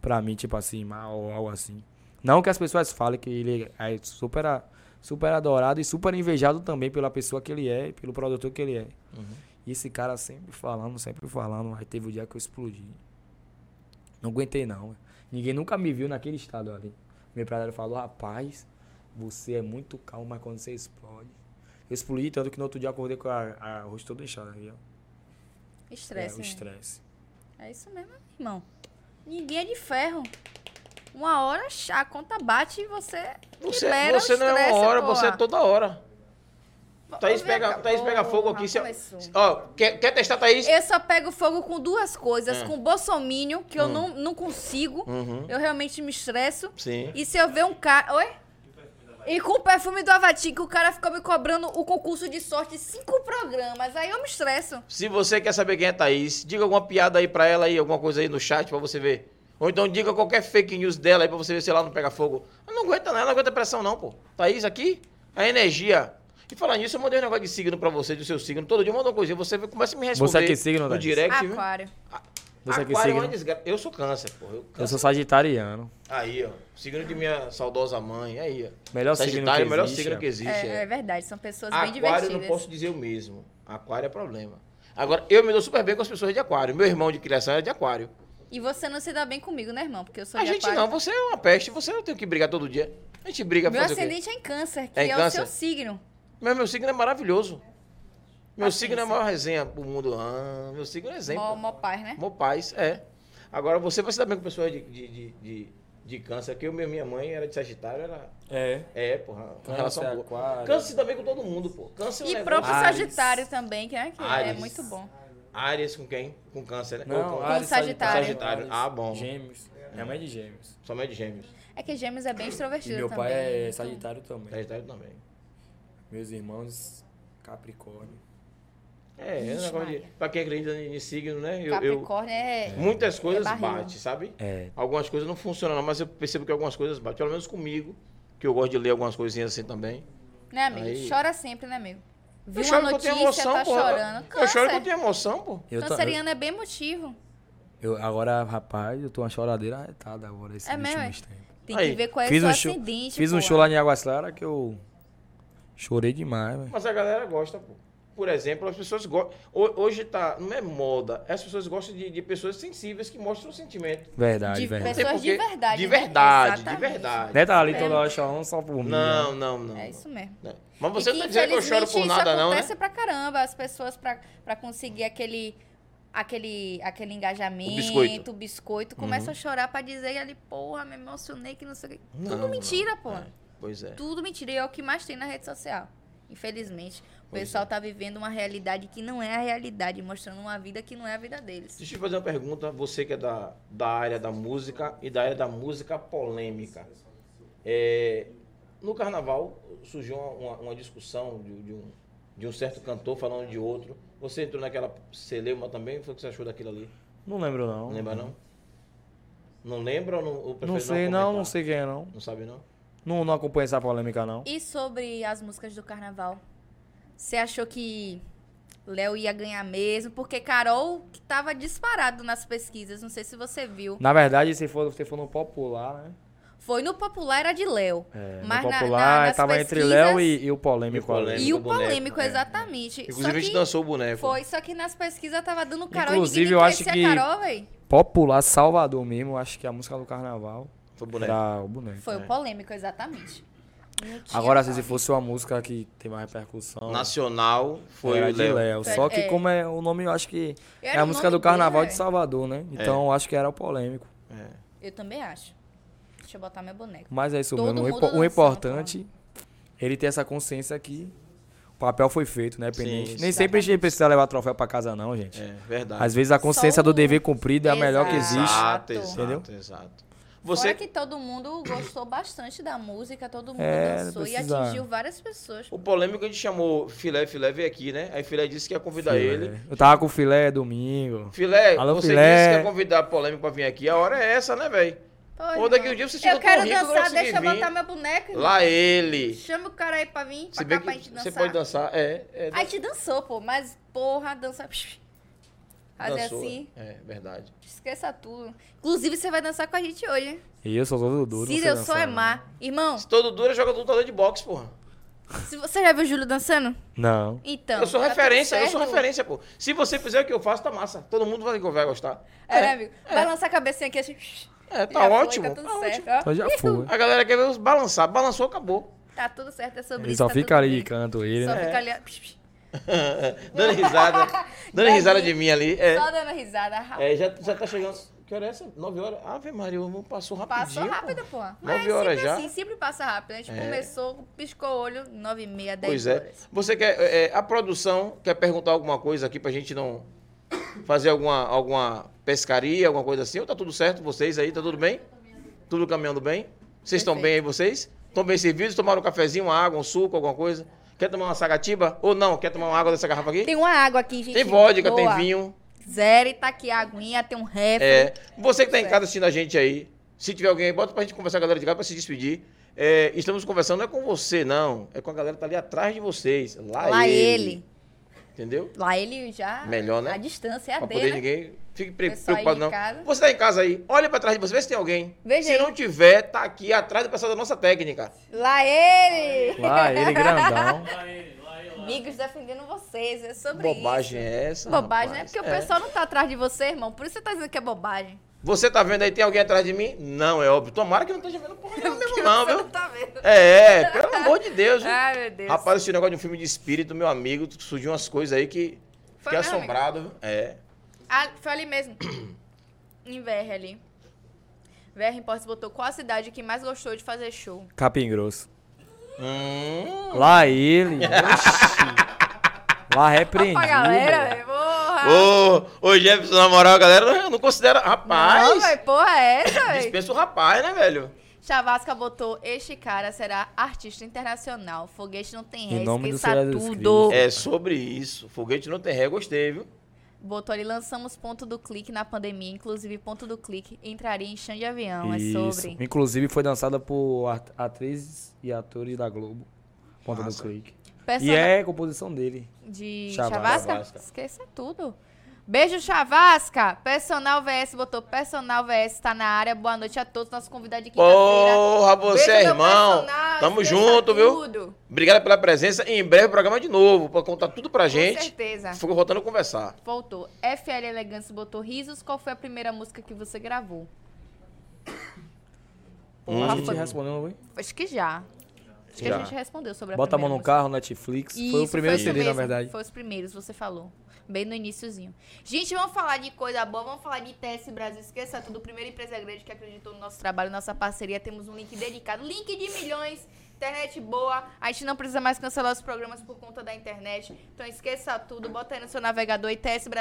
C: Pra mim, tipo assim, mal ou algo assim. Não que as pessoas falem que ele é super, a- super adorado e super invejado também pela pessoa que ele é e pelo produtor que ele é.
A: Uhum.
C: E esse cara sempre falando, sempre falando. Aí teve o dia que eu explodi. Não aguentei, não. Ninguém nunca me viu naquele estado ali. Meu empresário falou, rapaz, você é muito calmo, mas quando você explode... Eu explodi, tanto que no outro dia eu acordei com a, a o rosto tá todo inchado. Aqui, ó.
A: Estresse.
C: é, o
A: né?
C: estresse.
A: É isso mesmo, irmão. Ninguém é de ferro. Uma hora a conta bate e você
B: Você,
A: libera
B: você
A: o
B: não é
A: estresse,
B: uma hora,
A: porra.
B: você é toda hora.
A: Vou-
B: Thaís
A: vem
B: pega,
A: cá,
B: Thaís pega
A: porra,
B: fogo aqui. Se,
A: começou.
B: ó, quer, quer testar, Thaís?
A: Eu só pego fogo com duas coisas.
B: Hum.
A: Com bolsomínio, que eu não, não consigo. Eu realmente me estresso.
B: Uhum, Sim.
A: E se eu ver um cara. Oi? E com o perfume do Avatim, que o cara ficou me cobrando o concurso de sorte de cinco programas. Aí eu me estresso.
B: Se você quer saber quem é Thaís, diga alguma piada aí pra ela aí, alguma coisa aí no chat pra você ver. Ou então diga qualquer fake news dela aí pra você ver se ela não pega fogo. Ela não aguenta, não, ela não aguenta pressão, não, pô. Thaís aqui, a energia. E falando nisso, eu mandei um negócio de signo pra você, do seu signo. Todo dia eu mando uma coisinha, você começa a me responder.
C: Você é que signo,
B: no
C: Thaís?
A: Ah,
B: direct, viu?
A: Aquário.
C: Você é que
B: Aquário é uma
C: signo?
B: desgra- Eu sou câncer, pô. Eu,
C: Eu
B: câncer.
C: sou sagitariano.
B: Aí, ó. Signo de minha saudosa mãe. Aí, ó.
C: Melhor signo
B: Sagitário é o
C: que
B: melhor
C: existe,
B: signo
C: é.
B: que existe.
A: É,
B: é.
A: é verdade, são pessoas bem
B: Aquário eu
A: divertidas.
B: não posso dizer o mesmo. Aquário é problema. Agora, eu me dou super bem com as pessoas de aquário. Meu irmão de criação era de aquário.
A: E você não se dá bem comigo, né, irmão? Porque eu sou
B: a
A: de
B: gente
A: aquário.
B: não, você é uma peste, você não tem que brigar todo dia. A gente briga pra
A: Meu
B: fazer o quê?
A: ascendente é em câncer, que
B: É
A: é,
B: em
A: o
B: câncer?
A: seu signo.
B: Mas meu signo é maravilhoso. Meu
A: Paciência.
B: signo é a maior resenha pro mundo. Ah, meu signo é exemplo.
A: Mó, mó paz, né?
B: Mó paz, é. Agora, você vai se dar bem com pessoas de, de, de, de, de câncer, que eu, minha minha mãe era de sagitário, era...
C: É.
B: É, porra, uma
C: Câncer,
B: relação boa.
C: aquário.
B: Câncer se dá bem com todo mundo, pô. Câncer é um
A: E
B: negócio-
A: próprio
C: Ares.
A: Sagitário também, que é, que é
B: Ares.
A: muito bom.
B: Áries Ah, com quem? Com câncer, né? Ou
C: Não,
B: com-
C: Ares, é
A: Sagitário.
B: Sagitário. Ah, bom.
C: Gêmeos. Minha mãe é de gêmeos.
B: Somente gêmeos.
A: É que Gêmeos é bem
C: E
A: extrovertido
C: meu
A: também.
C: pai é
A: então-
C: sagitário também.
B: Sagitário também.
C: Meus irmãos, Capricórnio.
B: É, é um
A: Vixe,
B: negócio de...
A: Maria.
B: Pra quem acredita em em signo, né? Eu, eu-
A: Capricórnio é.
B: muitas coisas
A: barril.
B: batem, sabe?
C: É.
B: Algumas coisas não funcionam, não, mas eu percebo que algumas coisas batem. Pelo menos comigo, que eu gosto de ler algumas coisinhas assim também.
A: Né, amigo?
B: Aí-
A: Chora sempre, né, amigo? Viu uma
B: eu choro
A: notícia,
B: que eu tenho emoção,
A: tá
B: pô.
A: chorando.
B: Eu choro que eu
A: Câncer.
B: tenho emoção, pô.
C: Eu tô, eu,
A: Canceriano é bem motivo.
C: eu- agora, rapaz, eu tô uma choradeira arretada agora esses
A: É mesmo,
C: últimos tempos.
A: Tem
B: Aí,
A: que ver qual é
C: Fiz
A: seu
C: um, show,
A: ascendente.
C: fiz um
A: pô.
C: show lá em Águas Claras que eu chorei demais, velho.
B: Mas a galera gosta, pô. Por exemplo, as pessoas gostam... Ho- Hoje tá... Não é moda. As pessoas gostam de, de pessoas sensíveis que mostram sentimento.
C: Verdade,
A: De
B: Não
C: verdade.
B: tem
A: Pessoas de
B: porquê.
A: verdade,
B: É De
A: né?
B: verdade, de
A: Exatamente.
B: verdade.
C: Né, tá ali
A: mesmo.
C: toda hora chorando só por mim. né?
B: Não, não, não.
A: É
B: não.
A: isso mesmo.
B: Né? Mas
A: E
B: você não
A: que,
B: tá dizendo que eu choro por
A: infelizmente,
B: nada,
A: isso
B: não, né?
A: acontece pra caramba. As pessoas, pra, pra conseguir aquele aquele, aquele engajamento,
B: O biscoito. Uhum.
A: o biscoito, começa a chorar pra dizer ali, porra, me emocionei, que não sei o quê.
B: Não,
A: Tudo
B: não.
A: mentira, pô.
B: É, Pois é.
A: Tudo mentira. E é o que mais tem na rede social. Infelizmente. O
B: Pois é.
A: pessoal tá vivendo uma realidade que não é a realidade, mostrando uma vida que não é a vida deles.
B: Deixa eu te fazer uma pergunta, você que é da, da área da música e da área da música polêmica. É, no carnaval surgiu uma, uma- uma discussão de, de um, de um certo cantor falando de outro. Você entrou naquela celeuma também? Foi o que você achou daquilo ali?
C: Não lembro, não.
B: Não lembra não? Não lembra ou não? ou prefere
C: Não sei, não, não
B: comentar?
C: sei quem é, não.
B: Não sabe não?
C: Não, não acompanho essa polêmica, não.
A: E sobre as músicas do carnaval? Você achou que Léo ia ganhar mesmo? Porque Carol que tava disparado nas pesquisas, não sei se você viu.
C: Na verdade, se for, se for no popular, né?
A: Foi no popular era de Léo.
C: É,
A: Mas
C: no
A: na-
C: popular,
A: na- nas
C: tava entre
A: pesquisas-
C: Léo e, e o
B: E
C: polêmico.
B: o
C: ali.
B: polêmico.
A: E o
B: do boneco,
A: polêmico,
B: é.
A: exatamente.
B: Inclusive a
A: só
B: gente
A: que
B: dançou né, o boneco.
A: foi, só que nas pesquisas tava dando Carol
C: Inclusive,
A: e ninguém
C: eu acho
A: conhecia
C: que-
A: a Carol, velho.
C: Popular Salvador mesmo, acho que é a música do carnaval
B: Foi o boneco.
C: era o boneco.
B: É.
A: Foi o polêmico, exatamente. Não tinha
C: Agora, se
A: como.
C: fosse uma música que tem mais repercussão,
B: Nacional foi
C: um era
B: o
C: de
B: Léo.
C: Léo.
A: Foi-
C: Só que
A: é.
C: como é o nome, eu acho que
A: Eu
C: é
A: era
C: a
A: o
C: música
A: nome
C: do carnaval
A: dele,
C: de
A: né?
C: Salvador, né? Então, eu acho que era o polêmico.
B: É.
A: Eu também acho. Deixa eu botar meu boneco.
C: Mas é isso
A: Todo
C: mesmo. O,
A: mundo
C: impo-
A: dançando, né?
C: o importante ele ter essa consciência que o papel foi feito, né, Penente?
B: Sim,
C: Nem sempre a gente precisa levar troféu pra casa, não, gente.
B: É, verdade.
C: Às vezes a consciência do
A: o-
C: dever cumprido é a melhor que
A: um Exato.
C: existe.
B: Exato, exato,
C: Entendeu?
B: exato.
A: Fora
B: Você,
A: que todo mundo gostou bastante da música, todo mundo
C: É,
A: dançou e
C: precisava.
A: atingiu várias pessoas.
B: O polêmico a gente chamou Filé, Filé veio aqui, né? Aí Filé disse que ia convidar
C: Filé.
B: ele.
C: Eu tava com o filé domingo.
B: Filé,
C: Alô,
B: você
C: Filé.
B: disse que ia convidar polêmico pra vir aqui. A hora é essa, né, velho?
A: Pois,
B: Ou daqui
A: mano.
B: um dia você chega
A: Eu
B: tão
A: quero
B: rico,
A: dançar,
B: você
A: deixa eu
B: vir.
A: botar meu boneco. irmão.
B: Lá ele.
A: Chama o cara aí pra vir, pra
B: Se
A: cá
B: bem
A: pra
B: que
A: gente
B: você
A: dançar.
B: pode dançar. É, é
A: Aí te dançou, pô, mas porra, dança. Fazer
B: dançou.
A: assim,
B: É, verdade.
A: esqueça tudo. Inclusive, você vai dançar com a gente hoje, hein?
C: E eu sou todo duro.
A: Se
C: não sei
A: eu sou é
C: dançar, né?
A: má. Irmão,
B: Se todo duro, joga do lutador de boxe, porra.
A: se você já viu o Júlio dançando?
C: Não.
A: Então.
B: eu sou
A: tá tudo
B: referência, eu sou
A: certo.
B: referência, pô. Se você fizer o que eu faço, tá massa. Todo mundo vai, vai gostar.
A: É, né, amigo? Balançar a cabecinha aqui assim. <laughs>
B: É,
A: já
B: tá
A: foi,
B: ótimo.
A: Tá tudo
B: tá
A: certo.
B: ótimo.
A: ó.
C: Então já foi.
B: A galera quer ver os balançar. Balançou, acabou.
A: Tá tudo certo, é sobre
C: Ele
A: isso.
C: só
A: tá
C: fica
A: tudo
C: ali
A: bem.
C: de canto, ele,
A: Só
C: né?
A: fica ali. ó, psh, psh.
B: <laughs> dando risada. dando risada de mim ali.
A: <laughs>
B: É.
A: Só dando risada. rapaz.
B: É, já, já tá chegando. Que hora é essa? 9 horas? Ave Maria, o irmão passou rapidinho.
A: Passou rápido, pô. Mas
B: Nove horas
A: sempre
B: já? É.
A: assim, sempre passa rápido. A gente começou, piscou o olho, nove e meia, dez
B: Pois é.
A: horas.
B: Você quer. é, a produção quer perguntar alguma coisa aqui pra gente não fazer alguma, alguma pescaria, alguma coisa assim? Ou tá tudo certo vocês aí? Tá tudo bem? Tudo caminhando bem? Vocês estão bem aí, vocês? Estão bem servidos? Tomaram um cafezinho, uma água, um suco, alguma coisa? Quer tomar uma sagatiba? Ou não? Quer tomar uma água dessa garrafa aqui?
A: Tem uma água aqui, gente.
B: Tem vodka, tem
A: boa.
B: vinho.
A: Zero, e tá aqui a aguinha, tem um refri.
B: É, você que está em casa assistindo a gente aí, se tiver alguém aí, bota pra gente conversar com a galera de casa pra se despedir. É, estamos conversando não é com você, não. É com a galera que tá ali atrás de vocês. Lá,
A: Lá
B: ele,
A: ele.
B: Entendeu?
A: Lá ele já.
B: tá Melhor, né?
A: A distância é a
B: pra
A: dele.
B: poder
A: né?
B: ninguém. Fique pre-
A: Pessoal aí
B: preocupado,
A: de
B: não.
A: casa.
B: Você tá em casa aí, olha pra trás de você, vê se tem alguém.
A: Veja
B: se
A: aí.
B: não tiver, tá aqui atrás do pessoal da nossa técnica.
A: Lá ele! <laughs>
C: Lá ele, grandão.
A: Amigos defendendo vocês, é sobre
B: Bobagem é
A: isso.
B: essa?
A: Bobagem,
B: rapaz?
A: é porque o pessoal não tá atrás de você, irmão. Por isso você tá dizendo que é bobagem.
B: Você tá vendo aí, tem alguém atrás de mim? Não, é óbvio. Tomara que não esteja vendo
A: <laughs>
B: porra nenhuma mesmo,
A: Porque
B: não,
A: você
B: viu?
A: não tá vendo.
B: É, é, pelo amor de Deus. viu?
A: Ai, meu Deus.
B: Rapaz, esse negócio de um filme de espírito, meu amigo, surgiu umas coisas aí que
A: Foi
B: fiquei
A: mesmo,
B: assombrado. É.
A: Ah, foi ali
C: <coughs>
A: mesmo. em VR ali. VR Imports botou qual a cidade que mais gostou de fazer show?
C: Capim Grosso.
B: Hum.
C: Lá ele.
B: <laughs>
C: Oxi. Lá é
A: Ó
C: repreendido.
A: pra galera, velho. Porra!
B: Ô, ô Jefferson, na moral, a galera não- não considera.
A: Não,
B: Rapaz!
A: velho, porra é essa, velho?
B: dispensa o rapaz, né, velho?
A: Chavasca botou, este cara será artista internacional. Foguete não tem ré,
C: Em nome do
A: esqueça
C: Senhor Jesus
A: tudo.
B: É sobre isso. Foguete não tem ré, gostei, viu?
A: Botou ali, lançamos ponto do clique na pandemia. Inclusive, ponto do clique entraria em chão de avião. É
C: Isso.
A: sobre.
C: Inclusive foi dançada por at- atrizes e atores da Globo. Ponta do
B: Massa.
C: clique. E
A: Persona
C: é composição dele.
A: de
C: Chavasca.
A: Chavasca?
B: Chavasca.
A: Esqueça tudo. Beijo, Chavasca! Personal VS botou. Personal VS tá na área. Boa noite a todos. Nosso convidado de quinta-feira.
B: Porra, você
A: assim, né?
B: é
A: Beijo, meu é
B: irmão.
A: personal,
B: Tamo
A: esqueça
B: junto, viu?
A: tudo.
B: Obrigado pela presença. E em breve o programa de novo, pra contar tudo pra
A: Com
B: gente.
A: certeza.
B: Ficou voltando a conversar.
A: Voltou. FL Elegância botou risos. Qual foi a primeira música que você gravou?
C: Hum. A gente respondeu, não foi?
A: Acho que já. Acho que a
C: Já.
A: gente respondeu sobre a
C: Bota a mão no
A: primeira
C: carro, Netflix.
A: música.
C: foi o
A: Isso,
C: primeiro
A: isso
C: CD, na
A: mesmo,
C: verdade.
A: Foi os primeiros, você falou. Bem no iníciozinho. Gente, vamos falar de coisa boa, vamos falar de TS Brasil. Esqueça tudo. Primeira empresa grande que acreditou no nosso trabalho, nossa parceria. Temos um link dedicado. Link de milhões. Internet boa. A gente não precisa mais cancelar os programas por conta da internet. Então esqueça tudo. Bota aí no seu navegador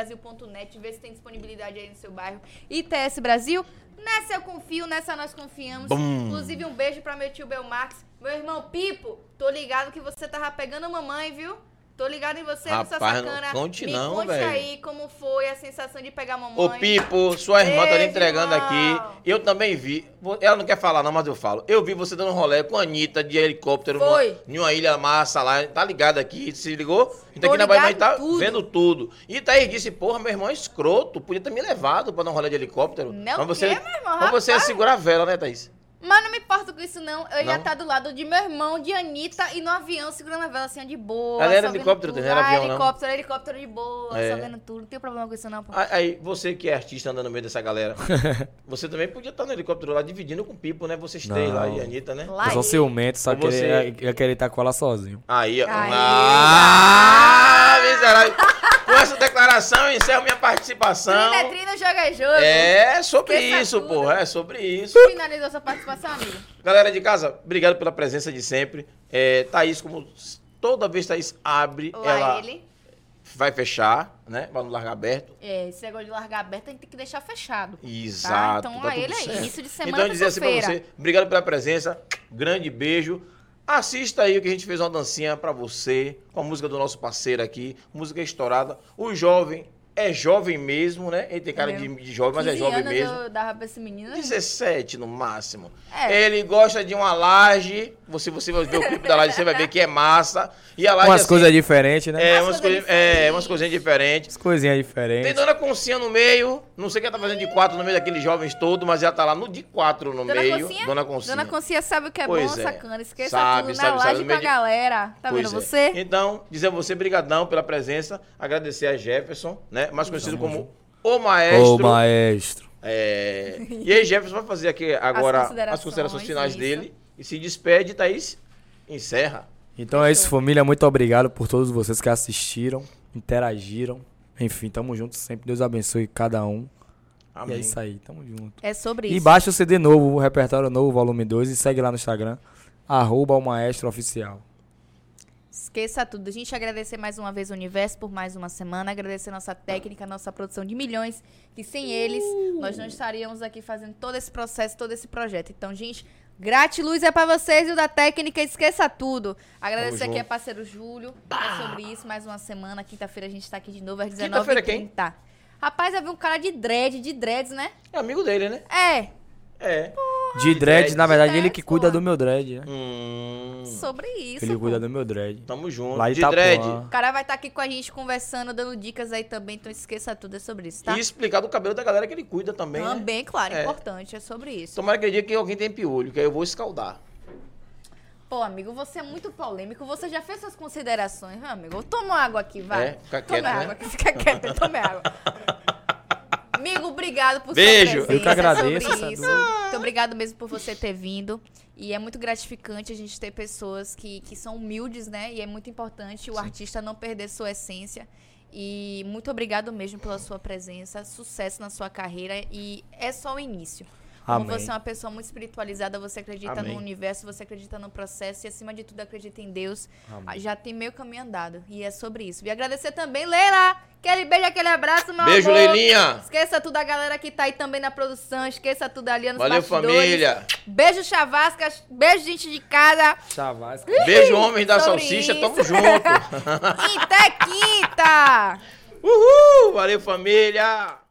A: itsbrasil.net. Vê se tem disponibilidade aí no seu bairro. ITS Brasil. Nessa eu confio, nessa nós confiamos. Inclusive, um beijo pra meu tio Belmarx. Meu irmão Pipo, tô ligado que você tava pegando a mamãe, viu? Tô ligado em você,
B: Rapaz,
A: essa
B: não
A: sacana.
B: conte
A: Me
B: não,
A: conte
B: velho.
A: aí como foi a sensação de pegar a mamãe.
B: Ô Pipo, sua irmã tá lhe
A: Beijo,
B: entregando
A: irmão.
B: aqui. Eu também vi. Vo- Ela não quer falar, não, mas eu falo. Eu vi você dando um rolê com a Anitta de helicóptero numa,
A: Foi.
B: em uma ilha massa lá. Tá ligado aqui? Se ligou?
A: Tô
B: Então aqui na Bahia a gente
A: ligado
B: tá
A: tudo.
B: vendo tudo. E Thaís disse: Porra, meu irmão é escroto. Podia ter me levado pra dar um rolê de helicóptero.
A: Não
B: mas você,
A: quer, meu irmão,
B: mas você ia segurar a vela, né, Thaís?
A: Mas não me importo com isso, não. Eu ia
B: Não?
A: estar do lado de meu irmão, de Anitta, e no avião, segurando a vela assim, de boa.
B: Ela era
A: só vendo
B: helicóptero,
A: tudo.
B: não era
A: Ah,
B: avião, não.
A: helicóptero, helicóptero de boa,
B: É.
A: só vendo tudo. Não tem problema com isso, não, pô.
B: Aí, aí, você que é artista andando no meio dessa galera, você também podia estar no helicóptero lá dividindo com o Pipo, né? Vocês três
C: Não.
B: lá e a Anitta, né?
A: Lá
C: Eu sou
A: ele.
C: ciumento, só
B: Ou você-
C: querer, é, ia querer estar com ela sozinho.
B: Aí, ó.
A: Aí. né?
B: Ah, miserável. Com essa declaração, eu encerro minha participação.
A: Trina, trina, joga jogo.
B: É sobre
A: Esqueça
B: isso,
A: tudo.
B: porra. É sobre isso.
A: Finalizou sua participação, amigo.
B: Galera de casa, obrigado pela presença de sempre. É, Thaís, como s- toda vez Thaís abre,
A: Lá
B: ela
A: ele.
B: vai fechar, né? Vai no largar aberto.
A: É, esse negócio de largar aberto a gente tem que deixar fechado.
B: Exato.
A: então,
B: tá
A: lá
B: tudo
A: ele é
B: certo.
A: isso, de semana
B: Então,
A: pra
B: dizer assim pra
A: sexta-feira.
B: você, obrigado pela presença, grande beijo. Assista aí que a gente fez uma dancinha pra você, com a música do nosso parceiro aqui, música estourada. O jovem é jovem mesmo, né? Ele tem cara de, de jovem, mas é
A: 15
B: jovem
A: anos
B: mesmo.
A: eu dava pra esse menino.
B: 17 no máximo.
A: É.
B: Ele gosta de uma laje. Você, você vai ver o clipe da laje, você vai ver que é massa. E a laje
C: Umas
B: assim,
C: coisas diferentes, né?
B: é,
A: Umas coisas
B: umas, coisas, é,
A: diferentes.
B: umas coisinhas diferentes.
C: Umas coisinhas diferentes.
B: Tem Dona Concinha no meio, não sei quem tá fazendo de quatro no meio daqueles jovens todos, mas ela tá lá no de quatro no
A: Dona
B: meio.
A: Concinha?
B: Dona Concinha.
A: Dona Consciência sabe o que é
B: Pois
A: bom,
B: é.
A: sacana. Esqueça
B: Sabe,
A: tudo na
B: sabe, sabe,
A: laje
B: no
A: com a
B: meio de-
A: galera. Tá
B: Pois
A: vendo
B: é.
A: você?
B: Então, dizer a você, brigadão pela presença, agradecer a Jefferson, né? Mais conhecido como o Maestro.
C: Ô, maestro.
B: É, E aí, Jefferson vai fazer aqui agora as considerações,
A: considerações,
B: finais
A: isso.
B: dele e se despede, Thaís. Encerra.
C: Então é isso, família. Muito obrigado por todos vocês que assistiram, interagiram. Enfim, tamo junto sempre. Deus abençoe cada um.
B: Amém.
C: E é isso aí, tamo junto.
A: É sobre
C: E
A: isso.
C: baixa o CD novo, o repertório novo, volume 2, e segue lá no Instagram, arroba o maestro oficial.
A: Esqueça tudo. A gente agradecer mais uma vez o universo por mais uma semana. Agradecer nossa técnica, nossa produção de milhões, que
B: Uh!
A: sem eles nós não estaríamos aqui fazendo todo esse processo, todo esse projeto. Então, gente, gratiluz é pra vocês e o da técnica, esqueça tudo. Agradecer
B: Tamo
A: aqui
B: junto.
A: a parceiro Júlio. É sobre isso, mais uma semana. Quinta-feira a gente tá aqui de novo às
B: Quinta-feira quem?
A: 19h30. Rapaz, eu vi um cara de dread, de dreads, né?
B: É amigo dele, né?
A: É,
B: É.
C: De dread, na verdade,
A: dread,
C: ele que cuida
A: porra.
C: do meu dread, né?
B: Hum,
A: sobre isso.
C: Ele
A: pô.
C: cuida do meu dread.
B: tamo junto.
C: Lá em
B: de
C: Itapuã.
B: dread.
A: O cara vai estar aqui com a gente conversando, dando dicas aí também, então esqueça tudo, é sobre isso, tá?
B: E explicar do cabelo da galera que ele cuida também. né?
A: Também, claro,
B: É.
A: importante, é sobre isso.
B: Tomara que ele diga que alguém tem piolho, que aí eu vou escaldar.
A: Pô, amigo, você é muito polêmico, você já fez suas considerações, né, amigo? Toma água aqui, vai.
B: É, fica
A: toma
B: quieto, né?
A: água, aqui, fica quieto, <laughs> toma água. Amigo, obrigado por
B: Beijo.
A: sua presença.
C: Eu que agradeço,
A: é sobre
C: essa
A: isso.
C: dor.
A: Muito obrigado mesmo por você ter vindo. E é muito gratificante a gente ter pessoas que, que são humildes, né? E é muito importante o artista não perder sua essência. E muito obrigado mesmo pela sua presença. Sucesso na sua carreira. E é só o início. Como
C: Amém.
A: você é uma pessoa muito espiritualizada, você acredita
B: Amém.
A: no universo, você acredita no processo e, acima de tudo, acredita em Deus. Já tem meio caminho andado. E é sobre isso. E agradecer também, Leila! Aquele beijo, aquele abraço, meu
B: Beijo,
A: amor.
B: Leilinha.
A: Esqueça tudo a galera que tá aí também na produção. Esqueça tudo ali tá nos
B: Valeu,
A: bastidores.
B: família.
A: Beijo, Chavasca. Beijo, gente de
B: <laughs>
A: casa.
C: Chavasca.
B: Beijo, homens da
A: Sobre
B: salsicha.
A: isso.
B: Tamo junto. <laughs>
A: Quinta é quinta!
B: Uhul! Valeu, família.